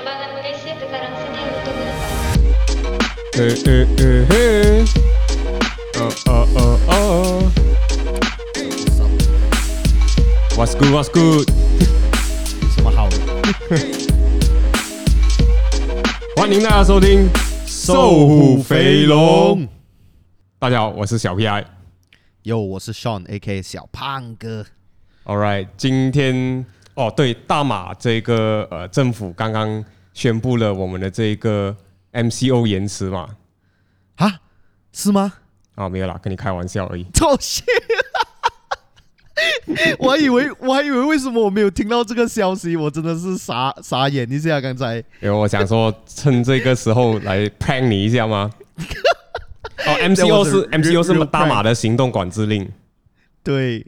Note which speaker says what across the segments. Speaker 1: Всі тепер сиділи тут.
Speaker 2: Е, е, е, е. О, о, о, о. What's good, what's good？
Speaker 3: 什么好？
Speaker 2: 欢迎大家收听《瘦虎肥龙》。大家好，我是小 PI。
Speaker 3: 哟，我是 Sean，A.K. 小胖哥。
Speaker 2: All right，今天哦，对，大马这个呃政府刚刚宣布了我们的这个 MCO 延迟嘛。
Speaker 3: 啊，是吗？
Speaker 2: 啊，没有啦，跟你开玩笑而已。
Speaker 3: 操心！ 我还以为我还以为为什么我没有听到这个消息，我真的是傻傻眼一下。刚才
Speaker 2: 因为我想说，趁这个时候来 prank 你一下吗？哦，MCO
Speaker 3: was a
Speaker 2: 是 MCO
Speaker 3: real-
Speaker 2: 是
Speaker 3: real
Speaker 2: 大马的行动管制令。
Speaker 3: 对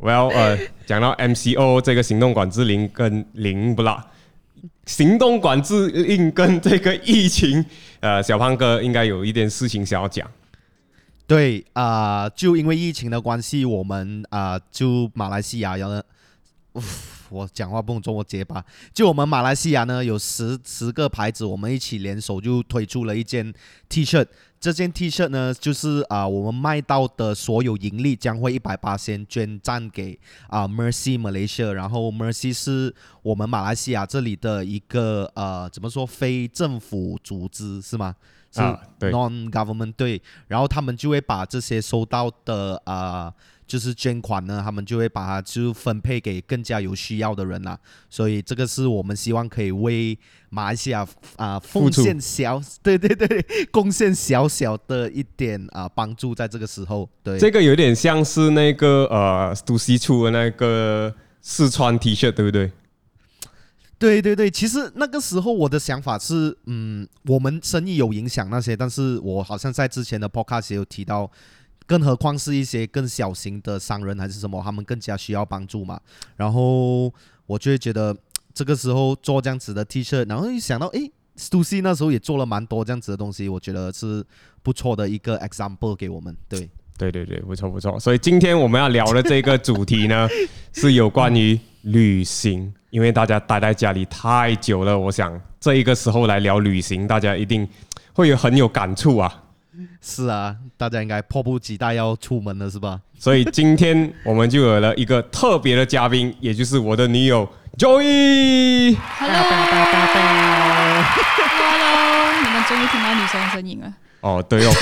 Speaker 2: Well，呃，讲到 MCO 这个行动管制令跟零不啦，行动管制令跟这个疫情，呃，小胖哥应该有一点事情想要讲。
Speaker 3: 对啊、就因为疫情的关系，我们啊、就马来西亚呢，呜我讲话不能中我结巴。就我们马来西亚呢，有十十个牌子，我们一起联手就推出了一件 T 恤。这件 T 恤呢，就是啊、我们卖到的所有盈利将会一百八先捐赠给啊、Mercy Malaysia，然后 Mercy 是我们马来西亚这里的一个呃，怎么说非政府组织是吗？是
Speaker 2: 啊对
Speaker 3: non government 对，然后他们就会把这些收到的啊、就是捐款呢，他们就会把它就分配给更加有需要的人啦。所以这个是我们希望可以为马来西亚啊、
Speaker 2: 付
Speaker 3: 奉
Speaker 2: 出
Speaker 3: 献小，对对对，贡献小小的一点啊、帮助，在这个时候，对，
Speaker 2: 这个有点像是那个呃，都西出的那个四川 T 恤，对不对？
Speaker 3: 对对对，其实那个时候我的想法是，嗯，我们生意有影响那些，但是我好像在之前的 podcast 也有提到，更何况是一些更小型的商人还是什么，他们更加需要帮助嘛。然后我就会觉得这个时候做这样子的 T 恤，然后一想到，诶 s t u s y 那时候也做了蛮多这样子的东西，我觉得是不错的一个 example 给我们。对，
Speaker 2: 对对对，不错不错。所以今天我们要聊的这个主题呢，是有关于旅行，因为大家待在家里太久了，我想这一个时候来聊旅行，大家一定会有很有感触啊。
Speaker 3: 是啊，大家应该迫不及待要出门了，是吧？
Speaker 2: 所以今天我们就有了一个特别的嘉宾，也就是我的女友 Joey。
Speaker 4: Hello，你们终于听到女生的声音了。
Speaker 2: 哦，对哦，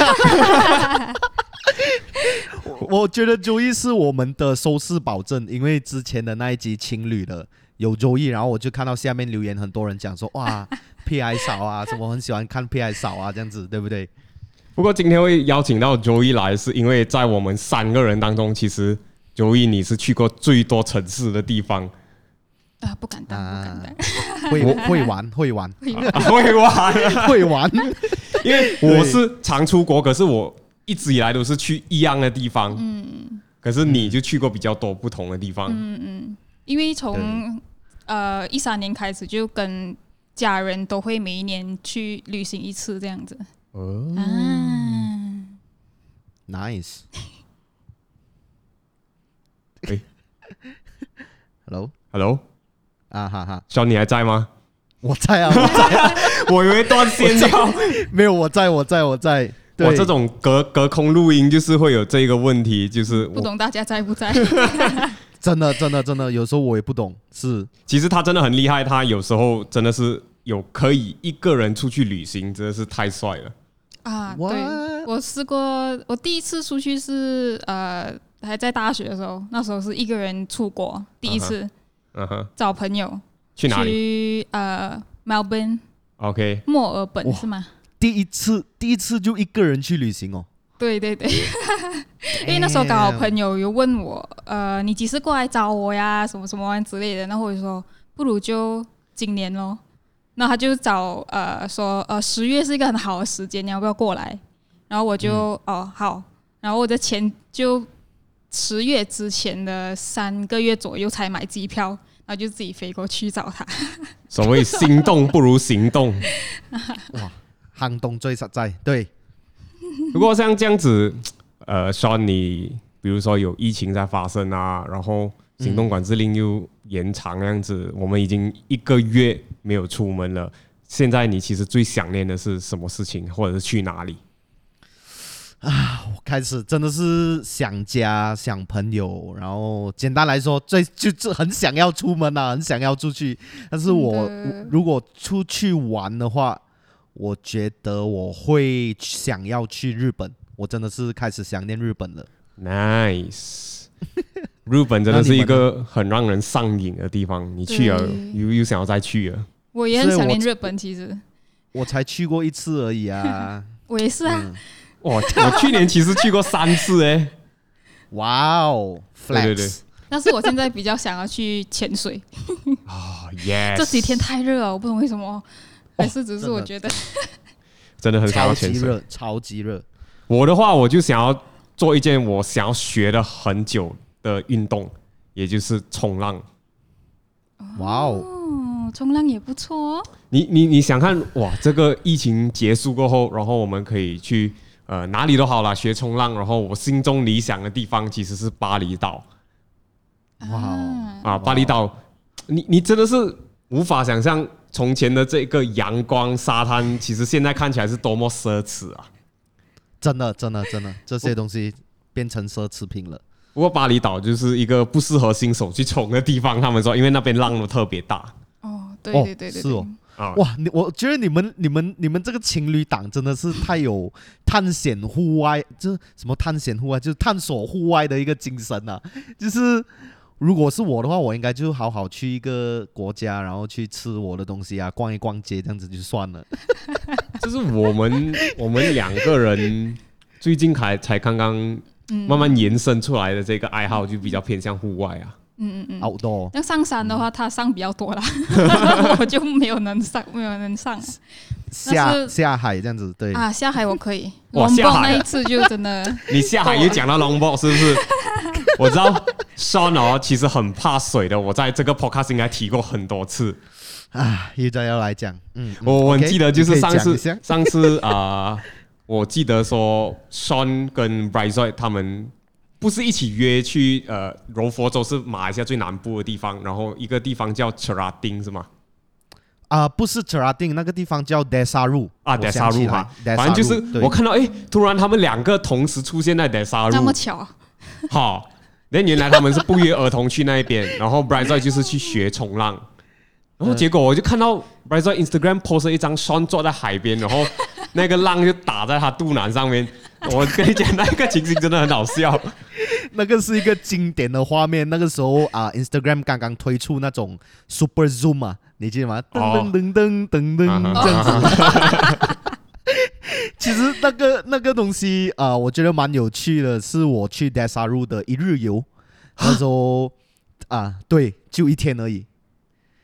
Speaker 3: 我觉得周易是我们的收视保证，因为之前的那一集情侣的有周易，然后我就看到下面留言很多人讲说哇，PI 少啊，什么很喜欢看 PI 少啊，这样子对不对？
Speaker 2: 不过今天会邀请到 Joey 来，是因为在我们三个人当中，其实 Joey 你是去过最多城市的地方。
Speaker 4: 啊，不敢当，不敢当。
Speaker 3: 会会玩会玩
Speaker 2: 啊会玩，
Speaker 3: 会玩，
Speaker 2: 因为我是常出国，可是我一直以来都是去一样的地方。嗯，可是你就去过比较多不同的地方。
Speaker 4: 因为从呃一三年开始就跟家人都会每一年去旅行一次这样子。
Speaker 2: 哦，
Speaker 4: 啊，
Speaker 3: nice
Speaker 2: 哎。
Speaker 3: Hello
Speaker 2: ，Hello，
Speaker 3: 啊哈哈，
Speaker 2: 小你还在吗？
Speaker 3: 我在啊，我在，
Speaker 2: 我以为断线掉。
Speaker 3: 没有我在我在我在，对
Speaker 2: 我这种隔隔空录音就是会有这个问题，就是
Speaker 4: 不
Speaker 2: 我
Speaker 4: 懂大家在 不在？
Speaker 3: 真的真的真的，有时候我也不懂，是
Speaker 2: 其实他真的很厉害，他有时候真的是有可以一个人出去旅行，真的是太帅了。
Speaker 4: 啊，对，
Speaker 3: What？
Speaker 4: 我试过，我第一次出去是呃还在大学的时候，那时候是一个人出国，第一次
Speaker 2: 嗯哼，
Speaker 4: 找朋友
Speaker 2: 去哪里
Speaker 4: 去呃 Melbourne
Speaker 2: ？OK，
Speaker 4: 墨尔本
Speaker 3: 哇
Speaker 4: 是吗？
Speaker 3: 第一次第一次就一个人去旅行哦。
Speaker 4: 对 对对，因为那时候刚好
Speaker 3: Damn
Speaker 4: 朋友有问我，呃，你几时过来找我呀？什么什么之类的，然后我就说，不如就今年咯。然后他就找呃说，呃，十月是一个很好的时间，你要不要过来？然后我就、
Speaker 3: 嗯
Speaker 4: 哦好，然后我的钱就十月之前的三个月左右才买机票，然后就自己飞过去找他。
Speaker 2: 所谓心动不如行动。
Speaker 3: 行动最实在，对，
Speaker 2: 不过像这样子，呃，Sean，你比如说有疫情在发生啊，然后行动管制令又延长那样子，我们已经一个月没有出门了。现在你其实最想念的是什么事情，或者是去哪里？
Speaker 3: 我开始真的是想家、想朋友，然后简单来说，最就是很想要出门啊，很想要出去。但是我
Speaker 4: 真嗯的
Speaker 3: 我如果出去玩的话，我觉得我会想要去日本。我真的是开始想念日本了。
Speaker 2: Nice，日 本真的是一个很让人上瘾的地方，你去了
Speaker 4: 对
Speaker 2: 又又想要再去了。
Speaker 4: 我也很
Speaker 3: 所以
Speaker 4: 想
Speaker 3: 我
Speaker 4: 念日本，其实
Speaker 3: 我才去过一次而已 啊！
Speaker 4: 我也是啊，
Speaker 2: 哇，我去年其实去过三次哎、
Speaker 3: 哇哦
Speaker 2: 对
Speaker 3: ，flex，
Speaker 2: 对对
Speaker 4: 但是我现在比较想要去潜水。
Speaker 2: 啊、y e s
Speaker 4: 这几天太热了，啊我不懂为什
Speaker 2: 哦
Speaker 4: 么，还是只是我觉得
Speaker 2: 真的很想
Speaker 3: 超
Speaker 2: 要
Speaker 3: 级
Speaker 2: 潜水。
Speaker 3: 热，超级热。
Speaker 2: 我的话，我就想要做一件我想要学的很久的运动，也就是冲浪。
Speaker 3: 哇哦，
Speaker 4: 哦，冲浪也不错哦。
Speaker 2: 你你你想看哇？这个疫情结束过后，然后我们可以去呃哪里都好啦，学冲浪。然后我心中理想的地方其实是巴厘岛
Speaker 3: 哇哦，
Speaker 4: 啊，
Speaker 2: 啊，巴厘岛，你你真的是无法想象从前的这个阳光沙滩，其实现在看起来是多么奢侈啊！
Speaker 3: 真的真的真的，这些东西变成奢侈品了。
Speaker 2: 不过巴厘岛就是一个不适合新手去冲的地方，他们说，因为那边浪都特别大
Speaker 4: 哦，对
Speaker 3: 哦
Speaker 4: 对对
Speaker 3: 是
Speaker 4: 对，对
Speaker 3: 哦，
Speaker 2: 啊。
Speaker 3: 哇，你我觉得你们、你们、你们这个情侣档真的是太有探险户外，就是什么探险户外，就是探索户外的一个精神啊。就是如果是我的话，我应该就好好去一个国家，然后去吃我的东西啊，逛一逛街，这样子就算了。
Speaker 2: 就是我们我们两个人最近才才刚刚
Speaker 4: 嗯
Speaker 2: 慢慢延伸出来的这个爱好，就比较偏向户外啊。
Speaker 4: 嗯嗯嗯。
Speaker 3: outdoor
Speaker 4: 像上山
Speaker 2: 嗯
Speaker 4: 的话，他上比较 多啦，我就没有能上，没有能上
Speaker 3: 下
Speaker 4: 是
Speaker 3: 下海这样子，对，
Speaker 4: 啊。下海我可以，
Speaker 2: 哇
Speaker 4: 龙
Speaker 2: 下
Speaker 4: 蹦
Speaker 2: 海
Speaker 4: 那
Speaker 2: 啊
Speaker 4: 一次就 真的，
Speaker 2: 你下海也讲到 longboard 是不是？我知道 Sean 哦，其实很怕水的，我在这个 podcast 应该提过很多次。
Speaker 3: 啊，又再要来讲，嗯，
Speaker 2: 我我很
Speaker 3: OK，
Speaker 2: 记得就是
Speaker 3: 你可
Speaker 2: 上
Speaker 3: 以讲
Speaker 2: 次
Speaker 3: 一下
Speaker 2: 上次啊、我记得说 Sean 跟 Bryce 他们不是一起约去呃柔佛州是马来西亚最南部的地方，然后一个地方叫 Cherating 是吗？
Speaker 3: 啊、不是 t e r a d i n 那个地方叫 Desaru
Speaker 2: 啊，
Speaker 3: 我
Speaker 2: 德萨
Speaker 3: 想起
Speaker 2: 入
Speaker 3: 来
Speaker 2: 哈，
Speaker 3: ，Desaru，
Speaker 2: 反正就是
Speaker 3: 对
Speaker 2: 我看到诶，突然他们两个同时出现在德萨
Speaker 4: 那
Speaker 2: 入
Speaker 4: 么，巧啊，
Speaker 2: 好，那原来他们是不约而同去那边，然后 Bryce 就是去学冲浪，然后结果我就看到 Bryce Instagram post 了一张 Sean 坐在海边，然后那个浪就打在他肚腩上 面，我跟你讲那个情形真的很好笑，
Speaker 3: 那个是一个经典的画面。那个时候啊、i n s t a g r a m 刚刚推出那种 Super Zoom 啊，你记得吗？
Speaker 2: 哦啊
Speaker 3: 噔噔噔噔噔噔这样 子。其实那个那个东西啊、我觉得蛮有趣的，是我去 Desaru 的一日游，那时候啊，对，就一天而已，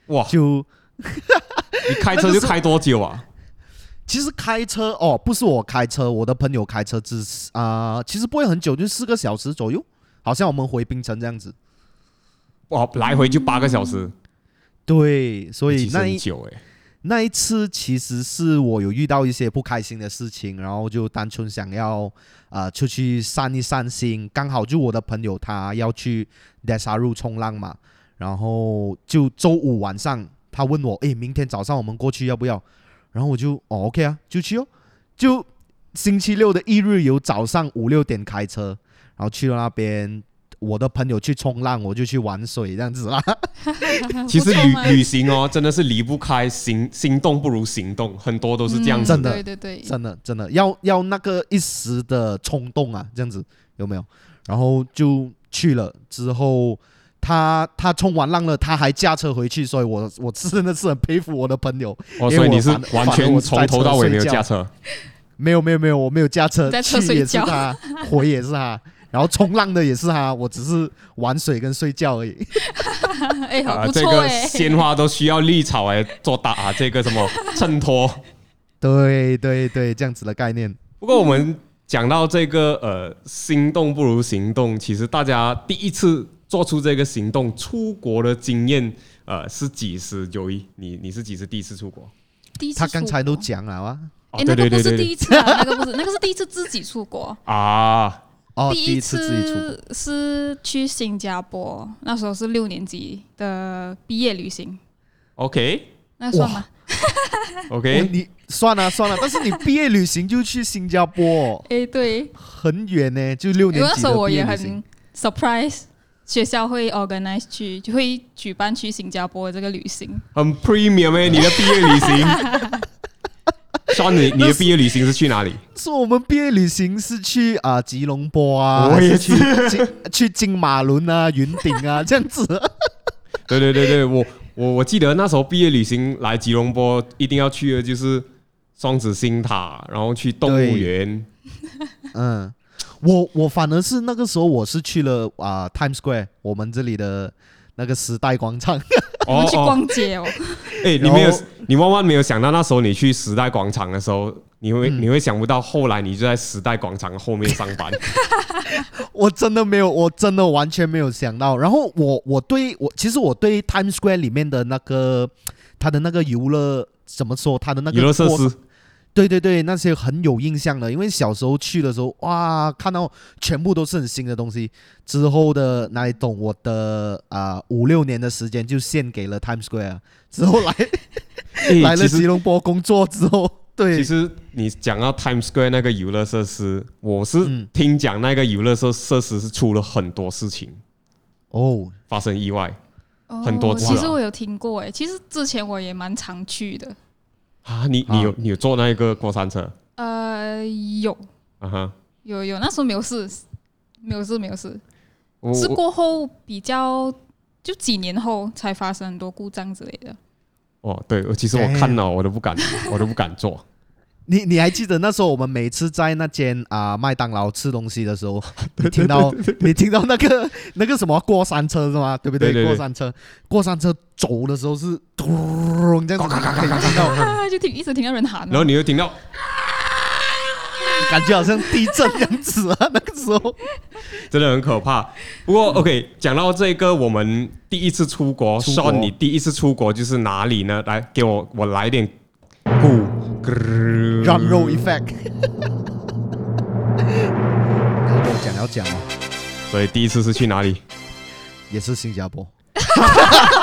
Speaker 2: 哇，
Speaker 3: 就
Speaker 2: 你开车就开多久啊？
Speaker 3: 其实开车哦，不是我开车，我的朋友开车只是啊、其实不会很久，就四个小时左右，好像我们回槟城这样子。
Speaker 2: 哇，来回就八个小时，
Speaker 3: 对，所以
Speaker 2: 其实
Speaker 3: 那
Speaker 2: 很
Speaker 3: 一
Speaker 2: 久诶。
Speaker 3: 那一次其实是我有遇到一些不开心的事情，然后就单纯想要啊出去散一散心。刚好就我的朋友他要去 Desaru 冲浪嘛，然后就周五晚上他问我，诶，明天早上我们过去要不要？然后我就哦 OK 啊，就去哦。就星期六的一日游，早上五六点开车，然后去到那边。我的朋友去冲浪，我就去玩水这样子啦。啊
Speaker 2: 其实
Speaker 4: 不错
Speaker 2: 旅
Speaker 4: 嘛
Speaker 2: 旅行哦，真的是离不开行行动不如行动，很多都是这样
Speaker 4: 嗯
Speaker 2: 子。
Speaker 3: 真的
Speaker 4: 对对对，
Speaker 3: 真的真的要要那个一时的冲动啊，这样子有没有？然后就去了之后，他他冲完浪了，他还驾车回去，所以我 我真的是很佩服我的朋友。
Speaker 2: 哦，
Speaker 3: 因为
Speaker 2: 所以你
Speaker 3: 我
Speaker 2: 是
Speaker 3: 反
Speaker 2: 完
Speaker 3: 反而
Speaker 2: 全
Speaker 3: 我
Speaker 2: 从
Speaker 3: 在
Speaker 2: 头
Speaker 3: 车
Speaker 2: 到尾
Speaker 3: 睡
Speaker 2: 没有
Speaker 3: 觉
Speaker 2: 驾车，
Speaker 3: 没有没有没有，我没有驾车，
Speaker 4: 在车
Speaker 3: 去也是
Speaker 4: 睡觉
Speaker 3: 他，回也是他，然后冲浪的也是他，我只是玩水跟睡觉而已。
Speaker 4: 哎，好
Speaker 2: 啊，
Speaker 4: 不
Speaker 2: 这
Speaker 4: 错
Speaker 2: 个
Speaker 4: 哎，
Speaker 2: 鲜花都需要绿草来做搭啊，这个什 么衬托。
Speaker 3: 对对对，这样子的概念。
Speaker 2: 不过我们讲到这个呃，心动不如行动，其实大家第一次做出这个行动出国的经验，呃，是几时？九一，你你是几时第一次出国？
Speaker 4: 第一次
Speaker 3: 他刚才
Speaker 4: 出
Speaker 3: 都
Speaker 4: 国
Speaker 3: 讲了啊，
Speaker 2: 哦
Speaker 4: 哎，那个不是第一次啊，那个不是，那个是第一次自己出国。
Speaker 2: 啊，
Speaker 3: 哦，
Speaker 4: 第
Speaker 3: 第一次
Speaker 4: 次
Speaker 3: 自己出国，
Speaker 4: 是去新加坡，那时候是六年级的毕业旅行，
Speaker 2: OK
Speaker 4: 那算吗？
Speaker 3: 我
Speaker 2: OK，
Speaker 3: 你算了算了，啊但是你毕业旅行就去新加坡，
Speaker 4: 诶，对，
Speaker 3: 很远呢，就六
Speaker 4: 因为
Speaker 3: 年
Speaker 4: 那
Speaker 3: 级
Speaker 4: 时候
Speaker 3: 的
Speaker 4: 哎我
Speaker 3: 毕业
Speaker 4: 也
Speaker 3: 旅行
Speaker 4: 很 surprise，学校会 organize 去，就会举办去新加坡的这个旅行。
Speaker 2: 很 premium 哎、你的毕业旅行。 算你你的毕业旅行是去哪里？
Speaker 3: 说我们毕业旅行是去啊、吉隆坡啊，
Speaker 2: 我
Speaker 3: 还
Speaker 2: 也
Speaker 3: 是去金 去金马伦啊、云顶啊这 样子。
Speaker 2: 对对对对，我我我记得那时候毕业旅行来吉隆坡，一定要去的就是双子星塔，然后去动物
Speaker 3: 对
Speaker 2: 园。
Speaker 3: 嗯，我我反而是那个时候我是去了啊、Times Square，我们这里的那个时代广场。
Speaker 4: 我们去逛街哦，
Speaker 2: 哎、你
Speaker 3: 然
Speaker 2: 没有
Speaker 3: 后，
Speaker 2: 你万万没有想到，那时候你去时代广场的时候，你会、
Speaker 3: 嗯
Speaker 2: 你会想不到，后来你就在时代广场后面上班。
Speaker 3: 我真的没有，我真的完全没有想到。然后我我对我其实我对 Times Square 里面的那个它的那个游乐怎么说， 它的那个
Speaker 2: 娱乐设
Speaker 3: 过
Speaker 2: 施，
Speaker 3: 对对对，那些很有印象的，因为小时候去的时候，哇，看到全部都是很新的东西。之后的那一种，我的啊五六年的时间就献给了 Times Square 啊。之后来、
Speaker 2: 哎
Speaker 3: 来了
Speaker 2: 其实
Speaker 3: 吉隆坡工作之后，
Speaker 2: 其
Speaker 3: 对，
Speaker 2: 实你讲到 Times Square 那个游乐设施，我是
Speaker 3: 嗯
Speaker 2: 听讲那个游乐设设施是出了很多事情，
Speaker 3: 哦，
Speaker 2: 发生意外
Speaker 4: 哦
Speaker 2: 很多次啊
Speaker 4: 其实我有听过诶，其实之前我也蛮常去的。
Speaker 2: 啊！你你
Speaker 3: 啊
Speaker 2: 有你有坐那个过山车
Speaker 4: 呃，有
Speaker 2: 啊哈？
Speaker 4: 有有，那时候没有事，没有事，没有事，
Speaker 2: 我
Speaker 4: 是
Speaker 2: 我
Speaker 4: 过后比较就几年后才发生很多故障之类的。
Speaker 2: 哦，对，我其实我看了我都不敢，
Speaker 3: 哎
Speaker 2: 我都不敢 坐。
Speaker 3: 你你还记得那时候我们每次在那间啊、麦当劳吃东西的时候，你听到你听到那个那个什么过山车是吗？对不
Speaker 2: 对对对
Speaker 3: 过山车，过山车走的时候是咚这样子，可以听到，
Speaker 4: 啊，就听一直听到人喊、
Speaker 2: 然后
Speaker 4: 哦，
Speaker 2: 你又听到
Speaker 3: 感觉好像地震这样子啊。那个时候，
Speaker 2: 真的很可怕。不过 OK，讲到这个，我们第一次出国，
Speaker 3: 出
Speaker 2: 算
Speaker 3: 国
Speaker 2: 你第一次出国就是哪里呢？来，给我我来点鼓，
Speaker 3: run roll effect。然后讲要讲哦，
Speaker 2: 所以第一次是去哪里？
Speaker 3: 也是新加坡，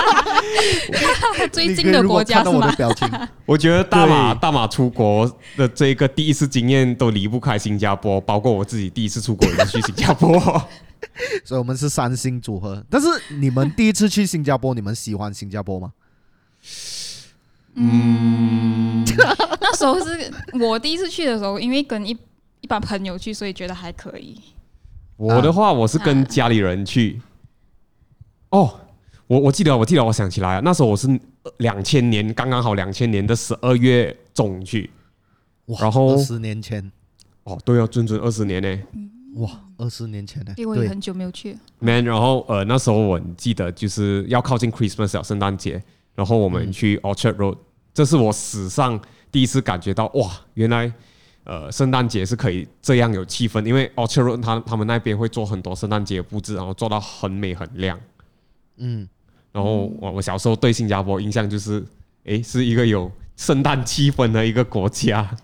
Speaker 4: 最近的国家
Speaker 3: 你可以如果看到
Speaker 4: 是
Speaker 3: 我
Speaker 4: 吗
Speaker 3: 的？表情，
Speaker 2: 我觉得大马
Speaker 3: 对
Speaker 2: 大马出国的这一个第一次经验都离不开新加坡，包括我自己第一次出国也是去新加坡。
Speaker 3: 所以我们是三星组合。但是你们第一次去新加坡，你们喜欢新加坡吗？
Speaker 4: 那时候是我第一次去的时候，因为跟一一帮朋友去，所以觉得还可以。
Speaker 2: 我的话，我是跟家里人去。哦，我我记得，我记得，我想起来了，那时候我是两千年刚刚好两千年的十二月中去。
Speaker 3: 哇，
Speaker 2: 然后
Speaker 3: 十年前，
Speaker 2: 哦，对啊，整整二十年呢、
Speaker 3: 哇，二十年前呢，
Speaker 4: 因为我也
Speaker 3: 对，
Speaker 4: 很久没有去了，
Speaker 2: man。然后呃，那时候我很记得就是要靠近 Christmas 了，圣诞节，然后我们去 Orchard Road，、这是我史上第一次感觉到哇，原来呃圣诞节是可以这样有气氛，因为 Orchard Road 他他们那边会做很多圣诞节布置，然后做到很美很亮。
Speaker 3: 嗯，
Speaker 2: 然后我我小时候对新加坡印象就是，诶，是一个有圣诞气氛的一个国家。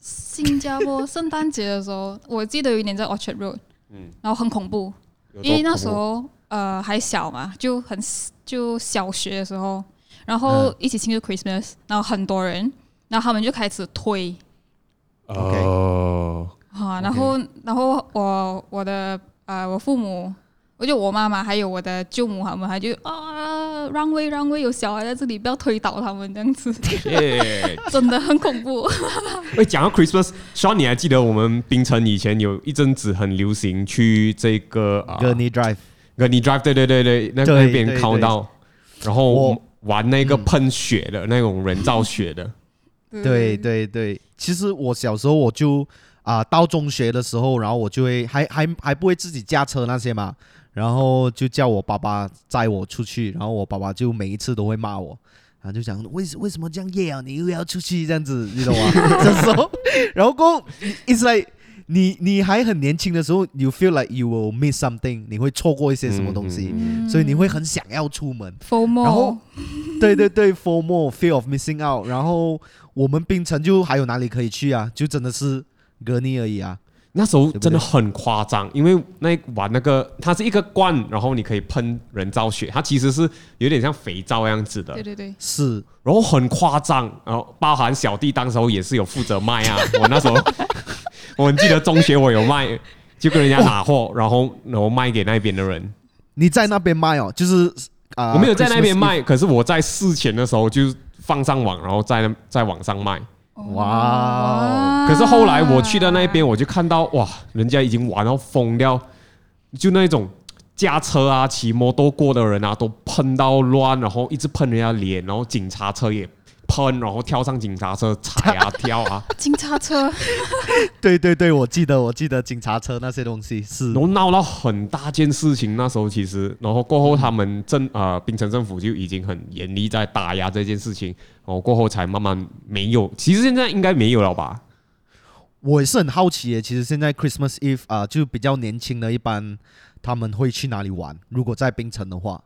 Speaker 4: 新加坡圣诞节的时候，我记得有一年在 Orchard Road，嗯，然后很恐怖，啊因为那时候呃还小嘛，就很就小学的时候，然后一起庆祝 Christmas，然后很多人，然后他们就开始推
Speaker 3: ，OK
Speaker 2: 哦
Speaker 4: 啊，然后然后我我的呃我父母。我就我妈妈还有我的舅母他们，还就啊让位让位，有小孩在这里，不要推倒他们这 样子，
Speaker 2: 耶
Speaker 4: 真的很恐怖。
Speaker 2: 喂，讲到 Christmas，Sean，你还记得我们槟城以前有一阵子很流行去这个啊
Speaker 3: g u r n e Drive，
Speaker 2: Gurney Drive，对对对对，那
Speaker 3: 对
Speaker 2: 那边
Speaker 3: 对对
Speaker 2: count down，然后
Speaker 3: 我嗯
Speaker 2: 玩那个喷雪的、那种人造雪的，
Speaker 3: 对对对，其实我小时候我就啊、到中学的时候，然后我就会还还还不会自己驾车那些嘛，然后就叫我爸爸载我出去，然后我爸爸就每一次都会骂我。然后就讲为为什么这样夜啊？你又要出去这样子，你懂吗？这时候，然后过后，it's like 你你还很年轻的时候，you feel like you will miss something，你会错过一些什么东西，所以你会很想要出门。
Speaker 4: FOMO，
Speaker 3: 然后对对对，FOMO fear of missing out。然后我们槟城就还有哪里可以去啊？就真的是格尼而已啊。
Speaker 2: 那时候
Speaker 3: 对不对
Speaker 2: 真的很夸张，因为那玩那个它是一个罐，然后你可以喷人造雪，它其实是有点像肥皂样子的
Speaker 4: 对，对对，
Speaker 3: 是
Speaker 2: 然后很夸张，然后包含小弟当时候也是有负责卖啊， 我那时候我很记得中学我有卖，就跟人家拿 货，然后然后卖给那边的人，
Speaker 3: 你在那边卖哦，就是啊，
Speaker 2: 我没有在那边
Speaker 3: Christmas
Speaker 2: 卖，可是我在事前的时候就放上网，然后在在网上卖。
Speaker 3: 哇
Speaker 4: 啊
Speaker 2: 可是后来我去到那边，我就看到哇，人家已经玩到疯掉，就那种驾车啊、骑摩托过的人啊，都喷到乱，然后一直喷人家脸，然后警察车也喷，然后跳上警察车踩 啊、跳啊，
Speaker 4: 警察车，
Speaker 3: Eve 对对对，我记得我记得警察车那些东西是
Speaker 2: 然后闹到很大件事情。那时候其实，然后过后他们政呃槟城政府就已经很严厉在打压这件事情，然后过后才慢慢没有。其实现在应该没有了吧？
Speaker 3: 我也是很好奇耶，其实现在 Christmas Eve 啊、就比较年轻的一般，他们会去哪里玩？如果在槟城的话，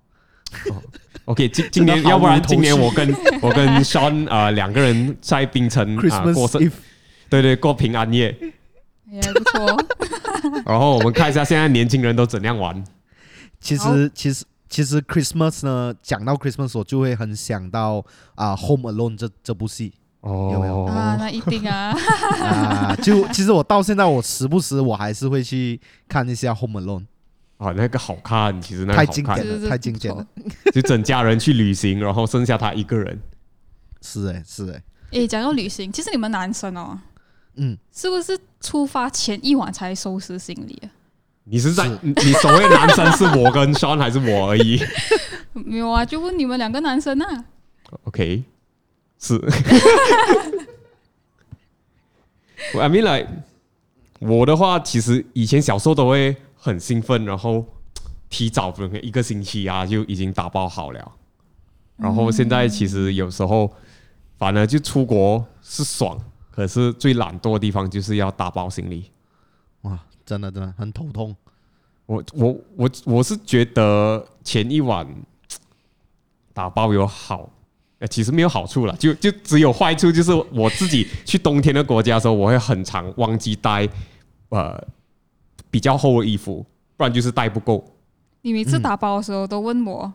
Speaker 2: OK，今 今年
Speaker 3: 真的毫
Speaker 2: 要
Speaker 3: 无
Speaker 2: 不然
Speaker 3: 头
Speaker 2: 今年
Speaker 3: 绪
Speaker 2: 我跟我跟 Sean 啊、呃、两个人在槟城啊、
Speaker 3: Christmas
Speaker 2: 过生，
Speaker 3: Eve
Speaker 2: 对对过平安夜，
Speaker 4: 也哎不错。
Speaker 2: 然后我们看一下现在年轻人都怎样玩。
Speaker 3: 其
Speaker 4: 好
Speaker 3: 实其实其实 Christmas 呢，讲到 Christmas 我就会很想到啊、Home Alone》这这部戏
Speaker 2: 哦
Speaker 3: 有没有
Speaker 4: 啊，那一定啊，
Speaker 3: 啊、就其实我到现在我时不时我还是会去看一下《Home Alone
Speaker 2: 啊，那个好看，其实那》，
Speaker 3: 太
Speaker 2: 个好
Speaker 3: 经
Speaker 2: 看
Speaker 3: 典，
Speaker 4: 是
Speaker 3: 了，太经典了。
Speaker 2: 就整家人去旅行，然后剩下他一个人。
Speaker 3: 是哎是哎，
Speaker 4: 诶，讲到旅行，其实你们男生哦，
Speaker 3: 嗯，
Speaker 4: 是不是出发前一晚才收拾行李啊？
Speaker 2: 你是在
Speaker 3: 是
Speaker 2: 你你所谓男生是我跟 Sean 还是我而已
Speaker 4: 没有啊，就问你们两个男生啊。
Speaker 2: ？OK，是。我 I mean like 我的话，其实以前小时候都会很兴奋，然后提早可能一个星期啊就已经打包好了。然后现在其实有时候反而就出国是爽，可是最懒惰的地方就是要打包行李。
Speaker 3: 哇，真的真的很头痛。
Speaker 2: 我我我我是觉得前一晚打包有好，呃，其实没有好处了，就就只有坏处，就是我自己去冬天的国家的时候，我会很常忘记带呃比较厚的衣服，不然就是带不够。
Speaker 4: 你每次打包的时候都问我，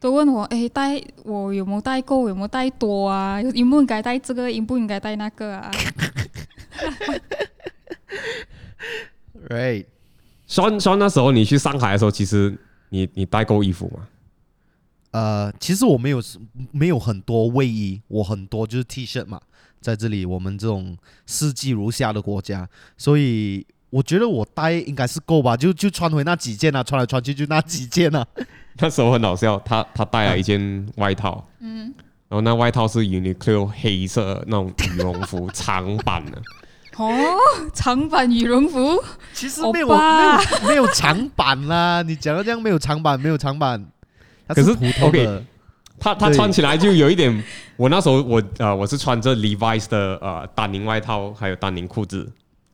Speaker 4: 都问我，诶，带我有没有带够，有没有带多啊？应不应该带这个，应不应该带那个啊？
Speaker 3: Right，
Speaker 2: 双双那时候你去上海的时候，其实你你带够衣服吗？
Speaker 3: 呃，其实我没有没有很多卫衣，我很多就是 T 恤嘛，在这里我们这种四季如夏的国家，所以我觉得我带应该是够吧，就就穿回那几件啊，穿来穿去就那几件啊。
Speaker 2: 那时候很好笑，他他带了一件外套，嗯，然后那外套是 Uniqlo 黑色那种羽绒服长版的。
Speaker 4: 哦，长版羽绒服，
Speaker 3: 其实
Speaker 4: 欧
Speaker 3: 没有没
Speaker 4: 巴
Speaker 3: 有没有长版啦，你讲到这样没有长版，没有长版，它
Speaker 2: 可是
Speaker 3: 普通的。
Speaker 2: 他他
Speaker 3: 对
Speaker 2: 穿起来就有一点，我那时候我呃我是穿着 Levi's 的呃丹宁外套，还有丹宁裤子，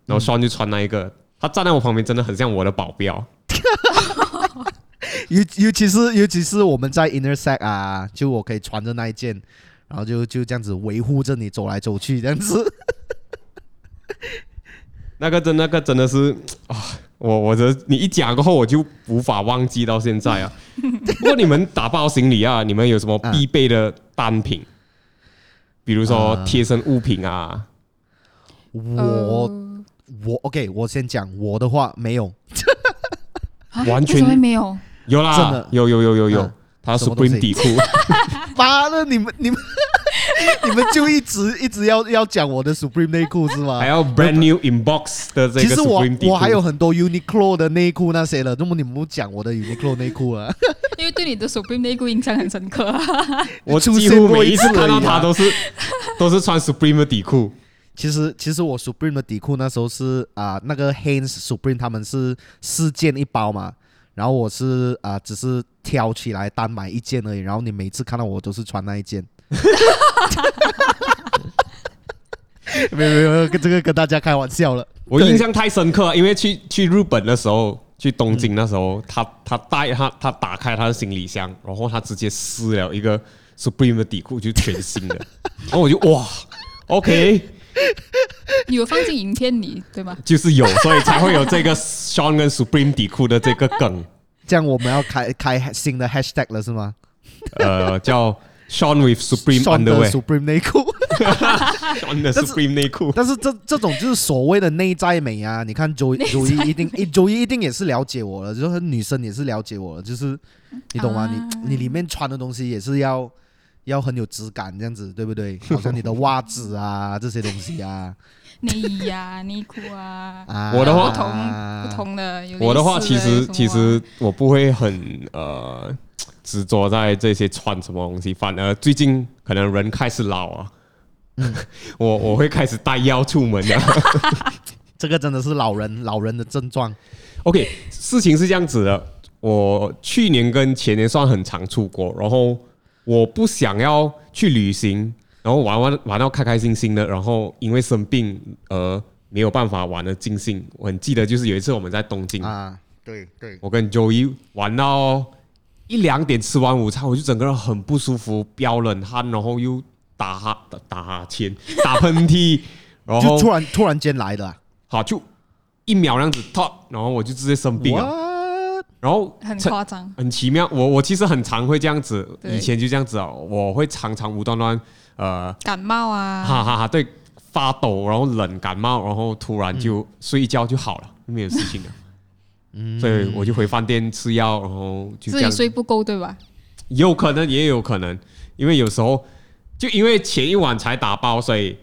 Speaker 2: 然后双就穿那一个，他站在我旁边真的很像我的保镖。
Speaker 3: 尤尤其是尤其是我们在 inner sec 啊，就我可以穿着那一件，然后就就这样子维护着你走来走去这样子。
Speaker 2: 那个真那个真的是啊，我我的你一讲过后我就无法忘记到现 在啊。不过你们打包行李啊，你们有什么必备的单品？比如说
Speaker 3: 啊
Speaker 2: 贴身物品啊，
Speaker 4: 嗯
Speaker 3: 我我 OK，我先讲我的话没有，
Speaker 4: 呃
Speaker 2: 完全
Speaker 4: 为什么没有？
Speaker 2: 有
Speaker 3: 真
Speaker 2: 啦
Speaker 3: 的，
Speaker 2: 有有有有有
Speaker 3: 嗯，
Speaker 2: 他
Speaker 3: 什么东
Speaker 2: Supreme
Speaker 3: 西
Speaker 2: 底裤，
Speaker 3: 妈的，你们你们 你们就一直一直要要讲我的 Supreme 内裤是吗
Speaker 2: 还？有 brand new inbox 的这
Speaker 3: 其
Speaker 2: 个
Speaker 3: 实我
Speaker 2: Supreme 底裤。
Speaker 3: 我还有很多 Uniqlo 的内裤那些了，怎么你们不讲我的 Uniqlo 内裤啊？
Speaker 4: 因为对你的手臂内裤印象很深刻、啊。
Speaker 2: 我
Speaker 3: 出
Speaker 2: 几
Speaker 3: 现
Speaker 2: 乎
Speaker 3: 过
Speaker 2: 每
Speaker 3: 一
Speaker 2: 次
Speaker 3: 次
Speaker 2: 看
Speaker 3: 而
Speaker 2: 到
Speaker 3: 已
Speaker 2: 他
Speaker 3: 啊
Speaker 2: 都 是都是穿 Supreme 的底裤，
Speaker 3: 其实其实我 Supreme 的底裤那时候是啊、那个 Hanes Supreme 他们是四件一包嘛，然后我是啊、只是挑起来单买一件而已，然后你每次看到我都是穿那一件。没有没有没有，跟这个跟大家开玩笑了。
Speaker 2: 我
Speaker 3: 对
Speaker 2: 印象太深刻了，因为去去日本的时候，去东京那时候，
Speaker 3: 嗯
Speaker 2: 他他带他他打开他的行李箱，然后他直接 撕了一个 Supreme 的底裤，就是全新的，然后我就哇，OK，
Speaker 4: 你有放进影片里对吗？
Speaker 2: 就是有，所以才会有这个 Sean 跟 Supreme 底裤的这个梗，
Speaker 3: 这样我们要开开新的 hashtag 了是吗
Speaker 2: 呃，叫 Sean with Supreme
Speaker 3: Sean 的
Speaker 2: underwear，Sean
Speaker 3: Supreme 内裤。
Speaker 2: 的
Speaker 3: 但是
Speaker 2: Supreme 内裤。
Speaker 3: 但 是这这种就是所谓的内在美啊！你看周周一一定一周一一定也是了解我了，就是女生也是了解我了，就是你懂吗？
Speaker 4: 啊
Speaker 3: 你你里面穿的东西也是要要很有质感，这样子对不对？好像你的袜子啊这些东西 啊
Speaker 4: 内衣啊、内裤啊，
Speaker 3: 啊，
Speaker 2: 我的话
Speaker 4: 不同不同的。有
Speaker 2: 我的话，
Speaker 4: 类似
Speaker 2: 其实
Speaker 4: 什么啊
Speaker 2: 其实我不会很呃执着在这些穿什么东西，反而最近可能人开始老啊， 我我会开始带腰出门啊了。
Speaker 3: 这个真的是老人老人的症状
Speaker 2: OK，事情是这样子的，我去年跟前年算很常出国，然后我不想要去旅行，然后玩玩玩到开开心心的，然后因为生病而没有办法玩的尽兴。我很记得就是有一次我们在东京，
Speaker 3: 啊。对对，
Speaker 2: 我跟 Joey 玩到一两点吃完午餐，我就整个人很不舒服，飙冷汗，然后又打哈打打哈欠、打喷 嚏，然
Speaker 3: 就
Speaker 2: 后
Speaker 3: 突然突然间来的啊。
Speaker 2: 好就一秒那样子 top，然后我就直接生病啊了，
Speaker 3: What？
Speaker 2: 然后
Speaker 4: 很
Speaker 2: 趁
Speaker 4: 夸张，
Speaker 2: 很奇妙，我我其实很常会这样子，
Speaker 4: 对
Speaker 2: 以前就这样子哦，我会常常无端端呃
Speaker 4: 感冒啊，
Speaker 2: 哈哈哈对发抖，然后冷感冒，然后突然
Speaker 3: 嗯
Speaker 2: 就睡一觉就好了，没有事情 了。所以我就回饭店吃药，然后就这
Speaker 4: 自己
Speaker 2: 样
Speaker 4: 睡不够对吧？
Speaker 2: 有可能，也有可能，因为有时候就因为前一晚才打包，所以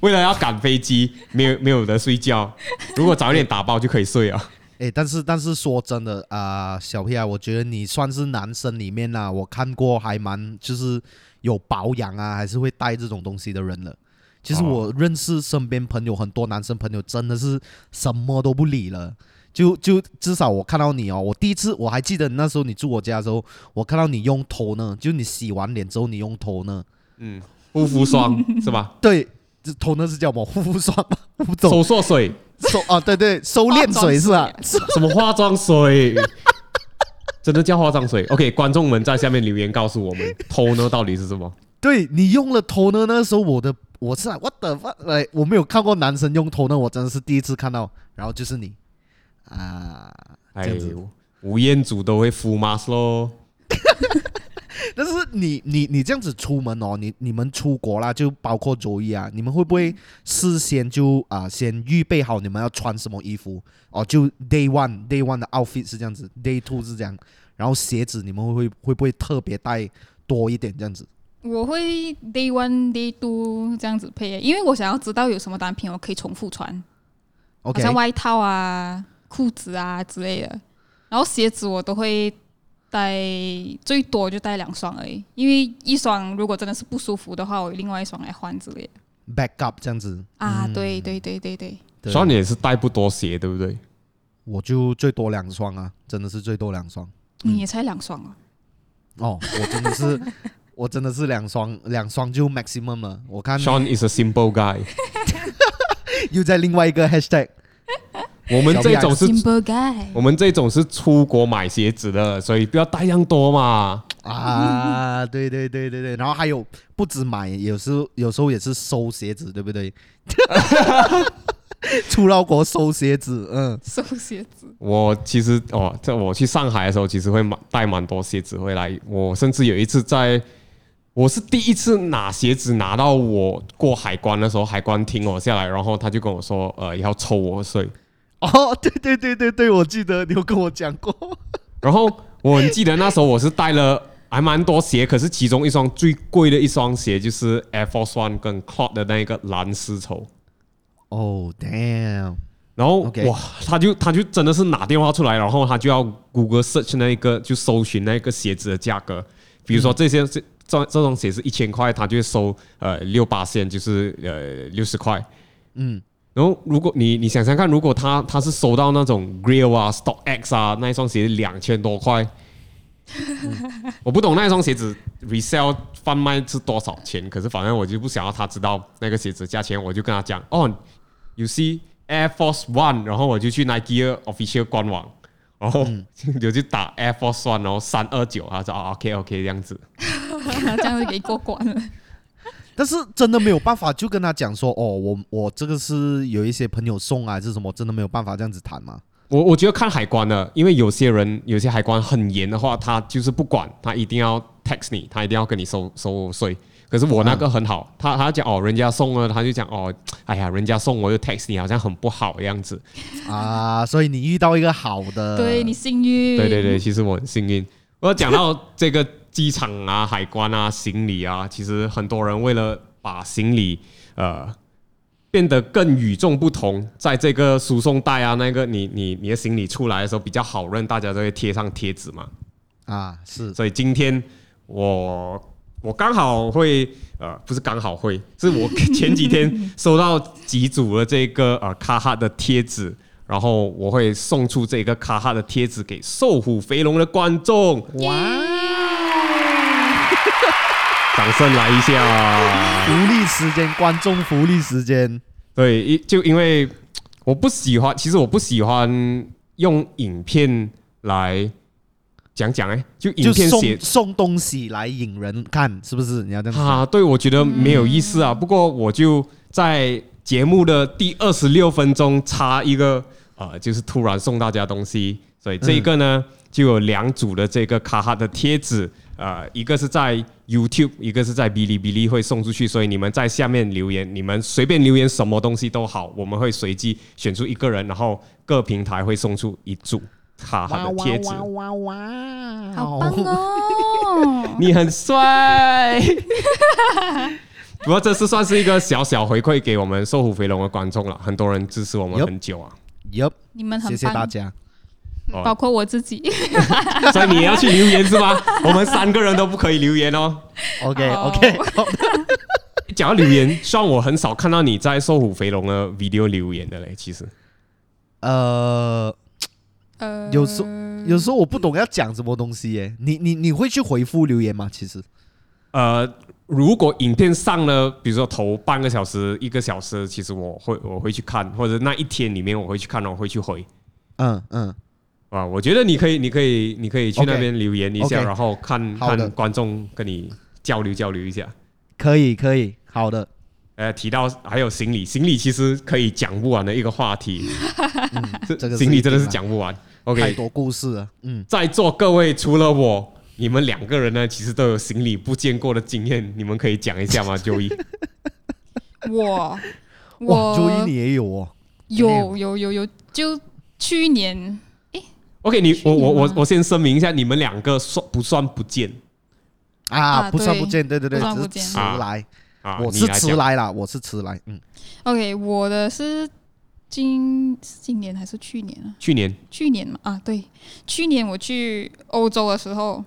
Speaker 2: 为了要赶飞机，没有没有得睡觉。如果早一点打包就可以睡啊。
Speaker 3: 哎，但是但是说真的啊、小屁啊，我觉得你算是男生里面啊，我看过还蛮就是有保养啊，还是会带这种东西的人了。其实
Speaker 2: 哦
Speaker 3: 我认识身边朋友很多男生朋友真的是什么都不理了，就就至少我看到你哦，我第一次我还记得那时候你住我家的时候，我看到你用头呢，就你洗完脸之后你用头呢，
Speaker 2: 嗯，护肤霜是 吧？
Speaker 3: 对，这头呢是叫什么 护肤霜吗？不懂
Speaker 2: 手缩水，
Speaker 3: 收啊，对对，收敛水是吧？
Speaker 2: 什么化妆水？ 真的叫化妆水？OK，观众们在下面留言告诉我们，偷呢到底是什么？
Speaker 3: 对你用了头呢，那时候我的我是啊，what the fuck，来，我没有看过男生用头呢，我真的是第一次看到。然后就是你啊，
Speaker 2: 哎
Speaker 3: 这样子
Speaker 2: 呦，吴彦祖都会敷 mask 咯。
Speaker 3: 但是你你你这样子出门哦，你你们出国啦，就包括周一啊，你们会不会事先就啊先预备好你们要穿什么衣服哦？就 day one day one 的 outfit 是这样子，day two 是这样，然后鞋子你们会会不会特别带多一点这样子？
Speaker 4: 我会 day one day two 这样子配耶，因为我想要知道有什么单品我可以重复穿，好
Speaker 3: OK，
Speaker 4: 像外套啊、裤子啊之类的。然后鞋子我都会带，最多就带两双而已，因为一双如果真的是不舒服的话，我有另外一双来换之类的。
Speaker 3: backup 这样子
Speaker 4: 啊，
Speaker 2: 嗯
Speaker 4: 对对对对对，
Speaker 3: 对
Speaker 2: 双也是带不多鞋，对不对？
Speaker 3: 我就最多两双啊，真的是最多两双。
Speaker 2: 嗯
Speaker 4: 你也才两双哦。
Speaker 3: 哦，我真的 是，我真的是两双两双就 maximum 了。我看
Speaker 2: Sean is a simple guy。
Speaker 3: 又在另外一个 hashtag
Speaker 2: 我们这 种是
Speaker 4: Simple guy，
Speaker 2: 我们这种是出国买鞋子的，所以不要带样多嘛。
Speaker 3: 啊，对对对对对，然后还有不止买，有时候有时候也是收鞋子，对不对？ 出到国收鞋子，嗯，
Speaker 4: 收鞋子，
Speaker 2: 我其实哦，在我去上海的时候，其实会买带蛮多鞋子回来。我甚至有一次在，我是第一次拿鞋子拿到我过海关的时候，海关停我下来，然后他就跟我说，呃，要抽我税。
Speaker 3: 哦，对对对对对，我记得你有跟我讲过，
Speaker 2: 然后我很记得那时候我是带了 还蛮多鞋，可是其中一双最贵的一双鞋就是 Air Force One 跟 Clot 的那个蓝丝绸。
Speaker 3: 哦、damn，
Speaker 2: 然后
Speaker 3: OK
Speaker 2: 哇，他就他就真的是拿电话出来，然后他就要 Google search 那一个就搜寻那个鞋子的价格，比
Speaker 3: 嗯
Speaker 2: 如说这些、这这这双鞋是一千块，他就会收呃六八线，就是呃六十块。
Speaker 3: 嗯，
Speaker 2: 然后如果你你想想看，如果他他是收到那种 Real 啊、Stock X 啊那一双鞋两千多 块，我不懂那一双鞋子 resell 贩卖是多少钱，可是反正我就不想要他知道那个鞋子的价钱，我就跟他讲哦，you see Air Force One，然后我就去 Nike 的 official 官网，然后我 就打 Air Force One，然后三二九，他说啊 OK OK 这样子，
Speaker 4: 这样子给过关了。
Speaker 3: 但是真的没有办法，就跟他讲说，哦，我我这个是有一些朋友送啊，还是什么，真的没有办法这样子谈嘛。
Speaker 2: 我我觉得看海关的，因为有些人有些海关很严的话，他就是不管，他一定要 tax 你，他一定要跟你收收税。可是我那个很好，他他讲哦，人家送了，他就讲哦，哎呀，人家送我就 tax 你，好像很不好的样子。
Speaker 3: 啊，所以你遇到一个好的，
Speaker 4: 对你幸运，
Speaker 2: 呃对对对，其实我很幸运。我讲到这个机场啊、海关啊、行李啊，其实很多人为了把行李呃变得更与众不同，在这个输送带啊，那个你你你的行李出来的时候比较好认，大家都会贴上贴纸嘛。
Speaker 3: 啊，是
Speaker 2: 所以今天我我刚好会呃，不是刚好会，是我前几天收到几组的这个呃卡哈的贴纸，然后我会送出这个卡哈的贴纸给瘦虎肥龙的观众，
Speaker 4: 哇，
Speaker 2: 掌声来一下。
Speaker 3: 福利时间，观众福利时间
Speaker 2: 对，因就因为我不喜欢，其实我不喜欢用影片来讲讲哎，就影
Speaker 3: 就
Speaker 2: 片
Speaker 3: 送
Speaker 2: 写
Speaker 3: 送东西来引人看，是不是？你要这样说
Speaker 2: 啊，对，我觉得没有意思啊。
Speaker 3: 嗯
Speaker 2: 不过我就在节目的第二十六分钟插一个，呃，就是突然送大家东西，所以这一个呢、
Speaker 3: 嗯
Speaker 2: 就有两组的这个卡哈的贴纸，呃，一个是在 YouTube，一个是在哔哩哔哩会送出去，所以你们在下面留言，你们随便留言什么东西都好，我们会随机选出一个人，然后各平台会送出一组卡哈的贴纸。
Speaker 3: 哇哇
Speaker 4: 好棒！ 哦！
Speaker 2: 你很帅。不过这是算是一个小小回馈给我们瘦虎肥龙的观众了，很多人支持我们
Speaker 3: Yup
Speaker 2: 很久啊，
Speaker 3: Yup，
Speaker 4: 你们很
Speaker 3: 谢谢大
Speaker 4: 棒，
Speaker 3: 家。
Speaker 2: 哦
Speaker 4: 包括我 自己。
Speaker 2: 所以你也要去留言是吗？我们三个人都不可以留言哦。
Speaker 3: OK
Speaker 4: 好
Speaker 3: OK，好的
Speaker 2: 讲到留言，虽然我很少看到你在瘦虎肥龙的 video 留言的嘞，其实
Speaker 3: 呃，
Speaker 4: 呃，
Speaker 3: 有时有时候我不懂要讲什么东西耶。你你你会去回复留言吗？其实
Speaker 2: 呃，如果影片上了，比如说头半个小时、一个小时，其实我会我会去看，或者那一天里面我会去看，我会去回。
Speaker 3: 嗯嗯，
Speaker 2: 啊，我觉得你可以，你可以，你可以去
Speaker 3: OK，
Speaker 2: 那边留言一下
Speaker 3: OK
Speaker 2: 然后看
Speaker 3: 好的
Speaker 2: 看观众跟你交流交流一下。
Speaker 3: 可以可以，好的。
Speaker 2: 呃，提到还有行李，行李其实可以讲不完的一个话 题，嗯这
Speaker 3: 这个是
Speaker 2: 行李真的
Speaker 3: 一定
Speaker 2: 是
Speaker 3: 的
Speaker 2: 讲不完。
Speaker 3: 太
Speaker 2: OK，
Speaker 3: 多故事了，嗯，
Speaker 2: 在座各位除了我，你们两个人呢，其实都有行李不见过的经验，你们可以讲一下吗？九一，
Speaker 4: 我
Speaker 3: 哇，周一
Speaker 4: 我
Speaker 3: 你也有哦，
Speaker 4: 有有有有，就去年
Speaker 2: OK，你我我
Speaker 4: 行
Speaker 2: 我
Speaker 4: 吗
Speaker 2: 我先声明一下，你们两个算不算不见
Speaker 3: 啊，
Speaker 4: 啊
Speaker 3: 不算
Speaker 4: 对
Speaker 3: 不见，对对对
Speaker 4: 不算，不
Speaker 3: 只
Speaker 4: 见
Speaker 3: 是迟
Speaker 2: 啊
Speaker 3: 来，
Speaker 2: 啊？
Speaker 3: 我
Speaker 2: 你
Speaker 3: 是
Speaker 2: 来
Speaker 3: 迟
Speaker 2: 讲
Speaker 3: 来啦，我是迟来，嗯，
Speaker 4: ，OK，我的是今是今年还是去年啊？
Speaker 2: 去年
Speaker 4: 去年嘛啊，对，去年我去欧洲的时候，